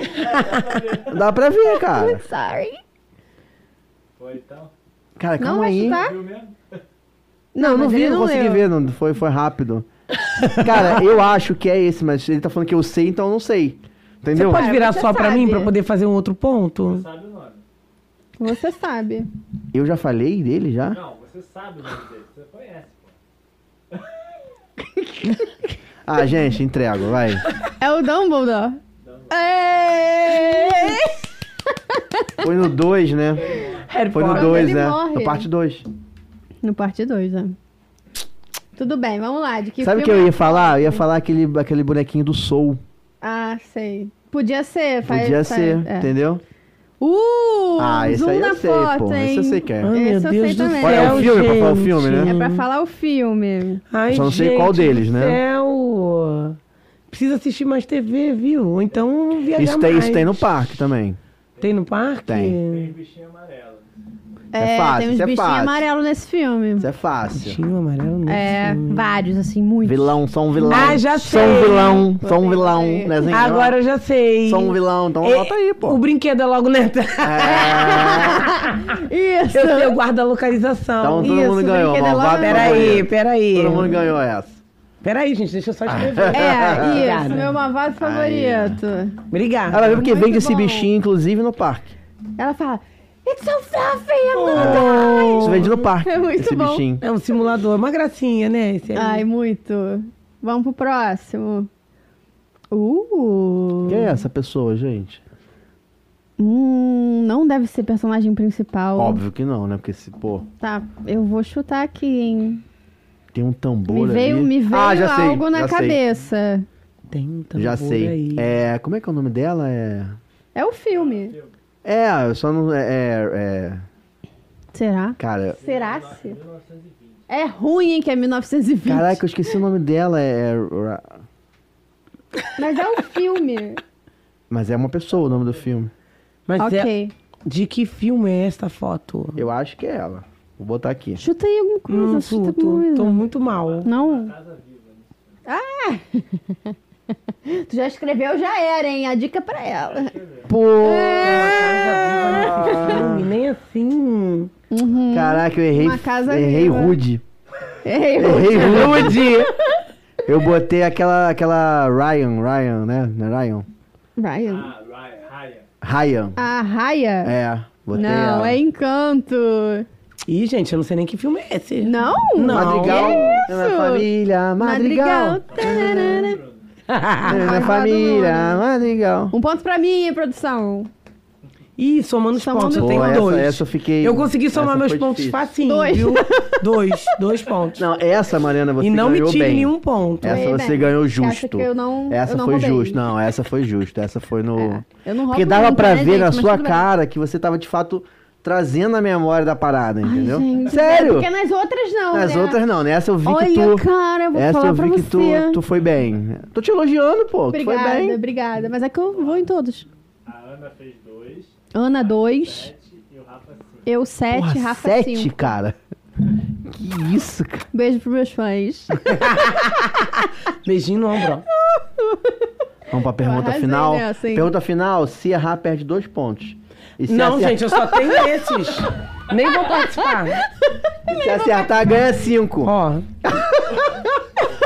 Speaker 2: Dá pra ver, cara.
Speaker 1: Sorry.
Speaker 2: Cara,
Speaker 1: Não,
Speaker 2: calma
Speaker 1: mas
Speaker 2: aí.
Speaker 1: tá.
Speaker 2: Não, eu não
Speaker 1: mas
Speaker 2: vi,
Speaker 1: ele
Speaker 2: não
Speaker 1: não
Speaker 2: consegui
Speaker 1: leu.
Speaker 2: ver, não, foi, foi rápido. Cara, eu acho que é esse, mas ele tá falando que eu sei, então eu não sei. Entendeu?
Speaker 3: Pode virar
Speaker 1: você
Speaker 3: só pra
Speaker 1: sabe.
Speaker 3: mim pra eu poder fazer um outro ponto?
Speaker 1: Você sabe.
Speaker 2: Eu já falei dele já?
Speaker 6: Não, você sabe o nome dele, você conhece, pô.
Speaker 2: Ah, gente, entrego, vai.
Speaker 1: É o Dumbledore. Ei!
Speaker 2: Foi no 2, né?
Speaker 3: Harry
Speaker 2: Foi no
Speaker 1: Quando
Speaker 2: 2,
Speaker 1: ele
Speaker 2: né?
Speaker 1: morre.
Speaker 2: Na parte 2.
Speaker 1: No parte 2, né? Tudo bem, vamos lá. De que
Speaker 2: Sabe o que
Speaker 1: filme
Speaker 2: eu
Speaker 1: é?
Speaker 2: ia falar? Eu ia falar aquele, aquele bonequinho do Soul.
Speaker 1: Ah, sei. Podia ser. Faz,
Speaker 2: Podia
Speaker 1: faz-
Speaker 2: ser,
Speaker 1: é.
Speaker 2: entendeu?
Speaker 1: Uh!
Speaker 2: ah, esse
Speaker 1: zoom
Speaker 2: aí
Speaker 1: na
Speaker 2: eu sei,
Speaker 1: foto,
Speaker 2: pô.
Speaker 1: hein?
Speaker 2: Esse eu sei que é.
Speaker 3: Ai,
Speaker 1: Esse
Speaker 3: Ah, meu
Speaker 1: eu sei
Speaker 3: Deus do
Speaker 1: também.
Speaker 3: céu.
Speaker 1: Olha,
Speaker 2: é o filme, pra falar o
Speaker 3: gente.
Speaker 2: filme, né?
Speaker 1: É pra falar o filme.
Speaker 3: Ai,
Speaker 2: Só não sei
Speaker 3: gente
Speaker 2: qual deles,
Speaker 3: do
Speaker 2: né?
Speaker 3: Céu. Precisa assistir mais TV, viu? Ou Então viajar
Speaker 2: Isso tem,
Speaker 3: mais.
Speaker 2: isso tem no parque também.
Speaker 3: Tem no parque?
Speaker 2: Tem.
Speaker 6: Tem bichinho amarelo.
Speaker 2: É fácil,
Speaker 1: tem uns
Speaker 2: isso é
Speaker 1: bichinhos
Speaker 2: fácil.
Speaker 1: amarelos nesse filme.
Speaker 2: Isso é fácil.
Speaker 3: Bichinho um amarelo não.
Speaker 1: É,
Speaker 3: sei.
Speaker 1: vários, assim, muitos.
Speaker 2: Vilão, só um vilão.
Speaker 3: Ah, já
Speaker 2: Só um
Speaker 3: sei.
Speaker 2: vilão, só um
Speaker 1: Botei,
Speaker 2: vilão.
Speaker 1: botei.
Speaker 2: Né, assim,
Speaker 3: Agora eu já sei.
Speaker 2: Só um vilão, então
Speaker 3: É,
Speaker 2: bota aí, pô.
Speaker 3: O brinquedo é logo na entrada.
Speaker 1: Isso!
Speaker 3: Eu, eu guardo a localização.
Speaker 2: Então todo
Speaker 1: Isso,
Speaker 2: mundo ganhou,
Speaker 1: brinquedo é
Speaker 2: malvado.
Speaker 1: logo-
Speaker 3: Peraí,
Speaker 2: favorito.
Speaker 3: peraí.
Speaker 2: Todo mundo ganhou essa.
Speaker 3: Peraí, gente, deixa eu só escrever.
Speaker 2: Ah,
Speaker 1: É, isso,
Speaker 3: Obrigada.
Speaker 1: meu malvado favorito.
Speaker 3: Obrigada.
Speaker 2: Ela viu porque
Speaker 1: Muito
Speaker 2: vende esse
Speaker 1: bom.
Speaker 2: bichinho, inclusive, no parque.
Speaker 1: Ela fala, it's so fluffy, I'm gonna
Speaker 2: Ah. Isso vende no parque.
Speaker 1: É muito
Speaker 2: esse
Speaker 1: bom.
Speaker 2: bichinho.
Speaker 3: É um simulador, uma gracinha, né? Esse aí.
Speaker 1: Ai, muito. Vamos pro próximo. Uh.
Speaker 2: Quem é essa pessoa, gente?
Speaker 1: Hum, não deve ser personagem principal.
Speaker 2: Óbvio que não, né? Porque esse, pô,
Speaker 1: Tá, eu vou chutar aqui, hein?
Speaker 2: tem um
Speaker 1: Me
Speaker 2: tambor
Speaker 1: veio,
Speaker 2: ali.
Speaker 1: me veio
Speaker 2: ah, já sei,
Speaker 1: algo na
Speaker 2: já sei,
Speaker 1: cabeça.
Speaker 3: Tem um tambor
Speaker 2: Já sei.
Speaker 3: aí.
Speaker 2: É, como é que é o nome dela? É.
Speaker 1: É o filme.
Speaker 2: É, eu só não. É. é-
Speaker 1: Será?
Speaker 2: cara.
Speaker 1: Será se? É ruim, hein, que é 1920.
Speaker 2: Caraca, eu esqueci o nome dela. É. é-
Speaker 1: Mas é o filme.
Speaker 2: Mas é uma pessoa o nome do filme.
Speaker 3: Mas é-
Speaker 1: ok.
Speaker 3: de que filme é esta foto?
Speaker 2: Eu acho que é ela. Vou botar aqui.
Speaker 1: Chuta aí alguma coisa,
Speaker 3: Não,
Speaker 1: chuta
Speaker 3: Hum, tô,
Speaker 1: alguma coisa.
Speaker 3: tô muito mal.
Speaker 1: Não. Ah! tu já escreveu, já era, hein? A dica é pra ela.
Speaker 2: Pô!
Speaker 1: É,
Speaker 2: Ah.
Speaker 3: Filme, nem assim.
Speaker 2: Caraca, eu errei.
Speaker 1: Hum, Uma casa
Speaker 2: errei
Speaker 1: viva.
Speaker 2: rude.
Speaker 1: Errei.
Speaker 2: Errei rude! Eu botei aquela. aquela Ryan, Ryan, né? Não é Ryan?
Speaker 1: Ryan.
Speaker 6: Ah, Ryan. Ryan.
Speaker 2: Ryan.
Speaker 1: A Raya?
Speaker 2: É, botei
Speaker 1: Não,
Speaker 2: ela.
Speaker 1: é Encanto.
Speaker 3: Ih, gente, eu não sei nem que filme é esse.
Speaker 1: Não?
Speaker 3: Não.
Speaker 2: Madrigal. É Minha família, Madrigal. É
Speaker 1: Madrigal. Tadadana.
Speaker 6: Bruno.
Speaker 2: Minha família, Madrigal.
Speaker 1: Um ponto pra mim, hein, produção.
Speaker 3: Ih, somando os
Speaker 1: Somando
Speaker 3: pontos, eu
Speaker 1: Pô,
Speaker 3: tenho
Speaker 2: essa-
Speaker 3: dois.
Speaker 2: essa eu fiquei-
Speaker 3: consegui somar
Speaker 2: essa
Speaker 3: meus
Speaker 2: foi
Speaker 3: pontos
Speaker 2: difícil.
Speaker 3: facinho,
Speaker 1: Dois.
Speaker 3: viu? dois, dois pontos.
Speaker 2: Não, essa, Mariana, você
Speaker 3: e não me
Speaker 2: ganhou
Speaker 3: tire
Speaker 2: bem.
Speaker 3: nenhum ponto.
Speaker 1: É.
Speaker 2: Essa
Speaker 1: Ganhei
Speaker 2: você
Speaker 1: bem.
Speaker 2: ganhou
Speaker 1: Você acha
Speaker 2: justo.
Speaker 1: que eu não-
Speaker 2: essa
Speaker 1: eu não
Speaker 2: foi
Speaker 1: roubei?
Speaker 2: justa. Não, essa foi justa. Essa foi no.
Speaker 1: É, eu não roubo
Speaker 2: Porque dava
Speaker 1: muito,
Speaker 2: pra
Speaker 1: né,
Speaker 2: ver
Speaker 1: gente?
Speaker 2: na
Speaker 1: Mas
Speaker 2: sua
Speaker 1: tudo bem.
Speaker 2: cara que você tava de fato trazendo a memória da parada, entendeu?
Speaker 1: gente, é
Speaker 2: Sério?
Speaker 1: Porque nas outras não,
Speaker 2: Nas
Speaker 1: né?
Speaker 2: outras não, nessa eu vi que
Speaker 1: Olha,
Speaker 2: tu.
Speaker 1: cara, eu vou
Speaker 2: essa
Speaker 1: falar
Speaker 2: eu vi
Speaker 1: pra
Speaker 2: que
Speaker 1: você.
Speaker 2: Tu, tu foi bem. Tô te elogiando, pô. que
Speaker 1: Obrigada,
Speaker 2: Foi bem.
Speaker 1: obrigada. Mas é que eu vou em todos.
Speaker 6: A Ana fez dois,
Speaker 1: Ana 2,
Speaker 6: sete e o Rafa cinco.
Speaker 1: eu 7,
Speaker 2: Porra,
Speaker 1: Rafa
Speaker 2: sete,
Speaker 1: 5.
Speaker 2: cara. Que isso, cara.
Speaker 1: Beijo pros meus fãs.
Speaker 3: Beijinho no ombro.
Speaker 2: Vamos pra pergunta
Speaker 1: arrasei né, assim.
Speaker 2: final.
Speaker 1: nessa, hein?
Speaker 2: pergunta final, se errar, perde dois pontos. E se
Speaker 3: Não,
Speaker 2: acertar-
Speaker 3: gente, eu só tenho esses. Nem vou participar.
Speaker 2: e se acertar, ganha cinco.
Speaker 3: Ó,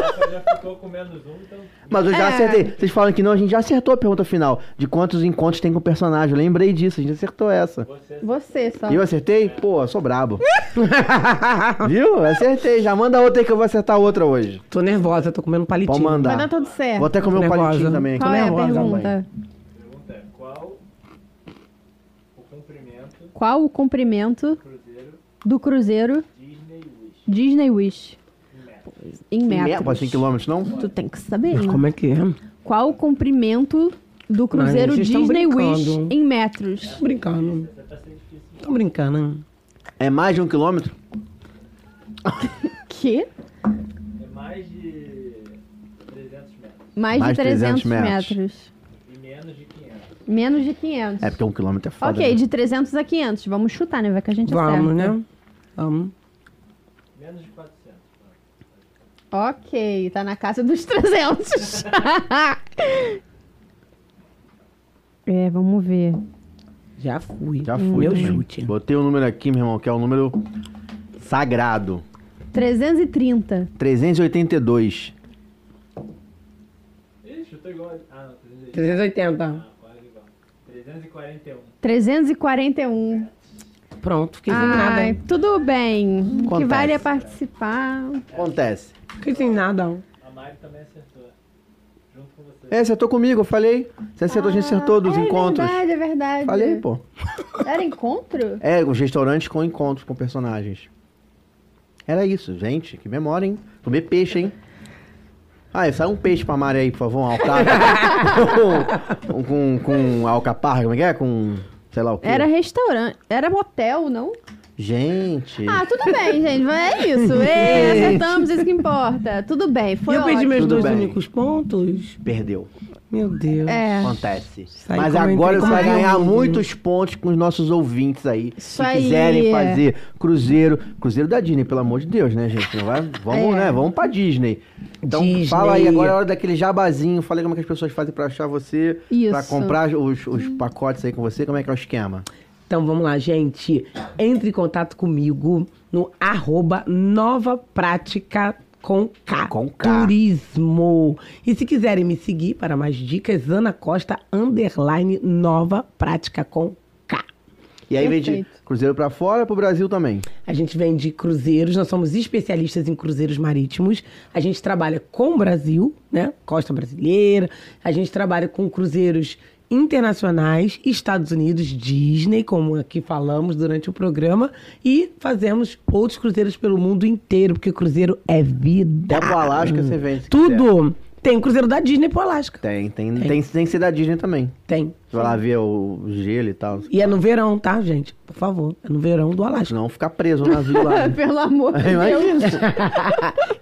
Speaker 6: Rafa já ficou com menos um, então
Speaker 2: Mas eu já
Speaker 1: É.
Speaker 2: acertei. Vocês falam que não, a gente já acertou a pergunta final. De quantos encontros tem com o personagem? Eu lembrei disso, a gente acertou essa.
Speaker 1: Você só.
Speaker 2: E eu acertei? Pô, eu sou brabo. Viu? Eu Acertei. Já manda outra aí que eu vou acertar outra hoje.
Speaker 3: tô nervosa, tô comendo palitinho.
Speaker 2: Pode mandar.
Speaker 1: Vai dar tudo certo.
Speaker 2: Vou até comer um
Speaker 3: Nervosa.
Speaker 2: palitinho também. aqui.
Speaker 1: É. Qual é a
Speaker 3: nervosa,
Speaker 1: pergunta?
Speaker 6: a pergunta é qual o comprimento do
Speaker 1: Qual o comprimento
Speaker 6: cruzeiro
Speaker 1: do cruzeiro
Speaker 6: Disney Wish?
Speaker 1: Disney Wish? Em
Speaker 2: Em
Speaker 1: metros.
Speaker 2: metros. assim, Pode ser em quilômetros, não?
Speaker 1: Tu tem que saber. hein?
Speaker 3: Como é que é?
Speaker 1: Qual o comprimento do cruzeiro
Speaker 3: vocês tão
Speaker 1: Disney Wish
Speaker 3: brincando.
Speaker 1: em metros?
Speaker 3: Tô brincando. Tô brincando. hein?
Speaker 2: É mais de um quilômetro?
Speaker 1: Que?
Speaker 6: É mais de 300 metros
Speaker 1: Mais,
Speaker 2: Mais
Speaker 1: de 300 metros.
Speaker 6: e menos de 500.
Speaker 1: Menos de 500.
Speaker 2: É, porque um quilômetro é foda.
Speaker 1: ok,
Speaker 2: né?
Speaker 1: de 300 a 500. Vamos chutar, né? Vai que a gente
Speaker 3: Vamos,
Speaker 1: acerta.
Speaker 3: né? Vamos.
Speaker 6: Menos de 400.
Speaker 1: Ok, tá na casa dos 300. é, vamos ver.
Speaker 3: Já fui.
Speaker 2: Já fui.
Speaker 3: Meu
Speaker 2: também.
Speaker 3: chute.
Speaker 2: Botei o número aqui, meu irmão, que é o número sagrado.
Speaker 1: 330.
Speaker 2: 382.
Speaker 6: Ih, chutou igual. a- Ah, não, 300
Speaker 3: 380.
Speaker 6: quase igual. 341.
Speaker 1: 341.
Speaker 3: Pronto, fiquei sem um nada.
Speaker 1: Ai, tudo bem. O que
Speaker 2: Acontece.
Speaker 1: vale é participar.
Speaker 2: Acontece.
Speaker 3: Fiquei sem nada.
Speaker 6: A Mari também acertou. Junto com você.
Speaker 2: É, acertou comigo, eu falei. Você acertou, a gente acertou dos
Speaker 1: é
Speaker 2: encontros.
Speaker 1: verdade, é verdade.
Speaker 2: Falei, pô.
Speaker 1: Era encontro?
Speaker 2: É, os restaurantes com encontros com personagens. Era isso, gente. Que memória, hein? Comer peixe, hein? Ah, sai um peixe pra Mari aí, por favor, um alcatra. com, com, com alcaparra, como é que é? Com, sei lá o quê.
Speaker 1: Era restaurante. Era motel, não?
Speaker 2: Gente.
Speaker 1: Ah, tudo bem, gente. mas É isso. Ei, acertamos, isso que importa. Tudo bem. Foi
Speaker 3: E eu perdi
Speaker 1: ótimo.
Speaker 3: meus
Speaker 2: Tudo
Speaker 3: dois
Speaker 2: bem.
Speaker 3: únicos pontos.
Speaker 2: Perdeu.
Speaker 3: Meu Deus.
Speaker 1: É.
Speaker 2: Acontece.
Speaker 3: Sai
Speaker 2: Mas
Speaker 3: como eu
Speaker 2: agora
Speaker 3: entrei
Speaker 2: você vai
Speaker 3: como eu
Speaker 2: ganhar
Speaker 3: vim.
Speaker 2: muitos pontos com os nossos ouvintes aí.
Speaker 1: Isso
Speaker 2: se
Speaker 1: aí.
Speaker 2: quiserem fazer cruzeiro. Cruzeiro da Disney, pelo amor de Deus, né, gente? Não vai, vamos,
Speaker 1: É.
Speaker 2: né? Vamos pra Disney. Então
Speaker 3: Disney.
Speaker 2: fala aí, agora é hora daquele jabazinho. Fala aí como é que as pessoas fazem pra achar você, pra
Speaker 1: Isso. Hum.
Speaker 2: comprar os, os pacotes aí com você, como é que é o esquema?
Speaker 3: Então vamos lá, gente. Entre em contato comigo no arroba Nova Prática com K.
Speaker 2: Com K.
Speaker 3: Turismo. E se quiserem me seguir para mais dicas, Ana Costa, underline Nova Prática com K.
Speaker 2: E aí vende
Speaker 1: Perfeito.
Speaker 2: cruzeiro pra fora, pro Brasil também.
Speaker 3: A gente vende cruzeiros, nós somos especialistas em cruzeiros marítimos. A gente trabalha com o Brasil, né? Costa brasileira. A gente trabalha com cruzeiros internacionais, Estados Unidos, Disney, como aqui falamos durante o programa, e fazemos outros cruzeiros pelo mundo inteiro, porque cruzeiro é vida.
Speaker 2: Até pro Alasca você vende. se quiser.
Speaker 3: Tudo. Tem cruzeiro da Disney pro Alasca.
Speaker 2: Tem, tem, tem, tem, tem que ser da Disney também.
Speaker 3: Tem.
Speaker 2: Você vai lá ver o gelo e tal.
Speaker 3: E é no verão, tá, gente? Por favor, é no verão do Alasca.
Speaker 2: Senão ficar preso no navio lá. né?
Speaker 1: Pelo amor de Deus.
Speaker 2: Imagina.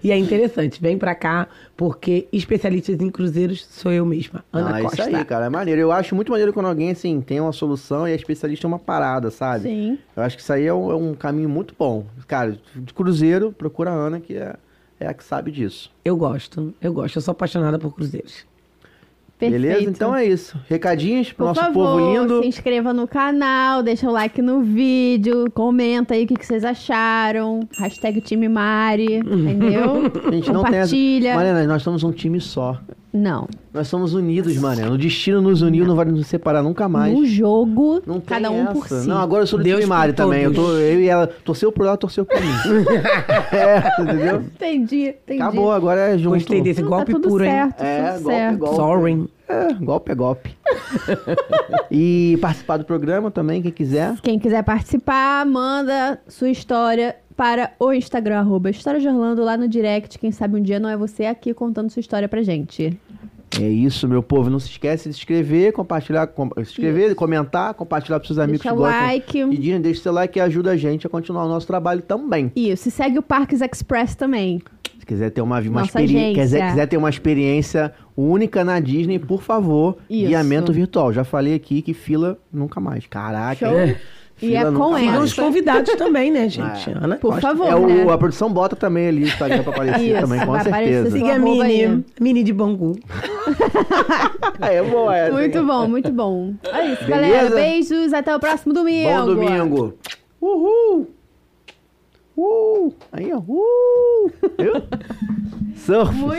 Speaker 3: e é interessante, vem pra cá, porque especialistas em cruzeiros sou eu mesma, Ana
Speaker 2: Não, é
Speaker 3: Costa.
Speaker 2: isso aí, cara. É maneiro. Eu acho muito maneiro quando alguém, assim, tem uma solução e é especialista em uma parada, sabe?
Speaker 1: Sim.
Speaker 2: Eu acho que isso aí é um, é um caminho muito bom. Cara, de cruzeiro, procura a Ana, que é, é a que sabe disso.
Speaker 3: Eu gosto, eu gosto, eu sou apaixonada por cruzeiros.
Speaker 1: Perfeito.
Speaker 2: Beleza? Então é isso. Recadinhos pro
Speaker 1: Por
Speaker 2: nosso
Speaker 1: favor,
Speaker 2: povo lindo.
Speaker 1: se inscreva no canal, deixa o like no vídeo, comenta aí o que, que vocês acharam. Hashtag time Mari, entendeu?
Speaker 2: A gente não tem essa...
Speaker 1: Compartilha.
Speaker 2: Mariana, nós somos um time só.
Speaker 1: Não.
Speaker 2: Nós somos unidos, mano. O destino nos uniu, não vai nos separar nunca mais.
Speaker 1: No jogo,
Speaker 2: Não tem
Speaker 1: cada um
Speaker 2: essa.
Speaker 1: por si.
Speaker 2: Não, agora eu sou do
Speaker 3: Deus
Speaker 2: time
Speaker 3: por
Speaker 2: Mari também. Eu, tô,
Speaker 3: todos.
Speaker 2: eu e ela torceu pro ela, torceu pra mim. é, entendeu?
Speaker 1: Entendi, entendi.
Speaker 2: Acabou, agora é junto.
Speaker 3: Gostei desse
Speaker 1: Não,
Speaker 3: golpe
Speaker 1: tá tudo
Speaker 3: puro, hein?
Speaker 1: certo,
Speaker 2: É,
Speaker 1: tudo
Speaker 2: golpe,
Speaker 1: certo.
Speaker 2: golpe.
Speaker 3: Sorry.
Speaker 2: É, golpe é golpe. e participar do programa também, quem quiser.
Speaker 1: Quem quiser participar, manda sua história para o Instagram, arroba História de Orlando, lá no direct. Quem sabe um dia não é você aqui contando sua história pra gente.
Speaker 2: É isso, meu povo. Não se esquece de se inscrever, compartilhar, com- se inscrever, comentar, compartilhar pros seus amigos
Speaker 1: Deixa
Speaker 2: que
Speaker 1: o
Speaker 2: gostam.
Speaker 1: like.
Speaker 2: E dizem, deixa o seu like que ajuda a gente a continuar o nosso trabalho também.
Speaker 1: Isso, e segue o Parques Express também.
Speaker 2: Se quiser ter uma, uma
Speaker 1: Nossa
Speaker 2: experiência,
Speaker 1: agência.
Speaker 2: quiser, quiser ter uma experiência única na Disney, por favor,
Speaker 1: Isso.
Speaker 2: guiamento virtual. Já falei aqui que fila nunca mais. Caraca.
Speaker 1: Show.
Speaker 2: hein?
Speaker 1: E
Speaker 2: Ah, Fila
Speaker 1: é
Speaker 2: nunca
Speaker 1: com
Speaker 2: mais.
Speaker 1: essa.
Speaker 3: São os convidados também, né, gente? Ana
Speaker 1: Por
Speaker 3: Costa.
Speaker 1: favor,
Speaker 2: É o-
Speaker 1: né?
Speaker 2: a produção bota também ali o Instagram pra aparecer
Speaker 1: Isso,
Speaker 2: também, com
Speaker 1: vai aparecer
Speaker 2: certeza.
Speaker 1: sim.
Speaker 3: Siga a
Speaker 1: Arroba aí.
Speaker 3: Mini. Mini de Bangu.
Speaker 2: É boa essa. hein?
Speaker 1: Muito bom, muito bom. É isso,
Speaker 2: Beleza?
Speaker 1: galera. Beijos, até o próximo domingo.
Speaker 2: Bom domingo. Uhul. Uhul. Aí, ó. Uhul. Viu? Surf.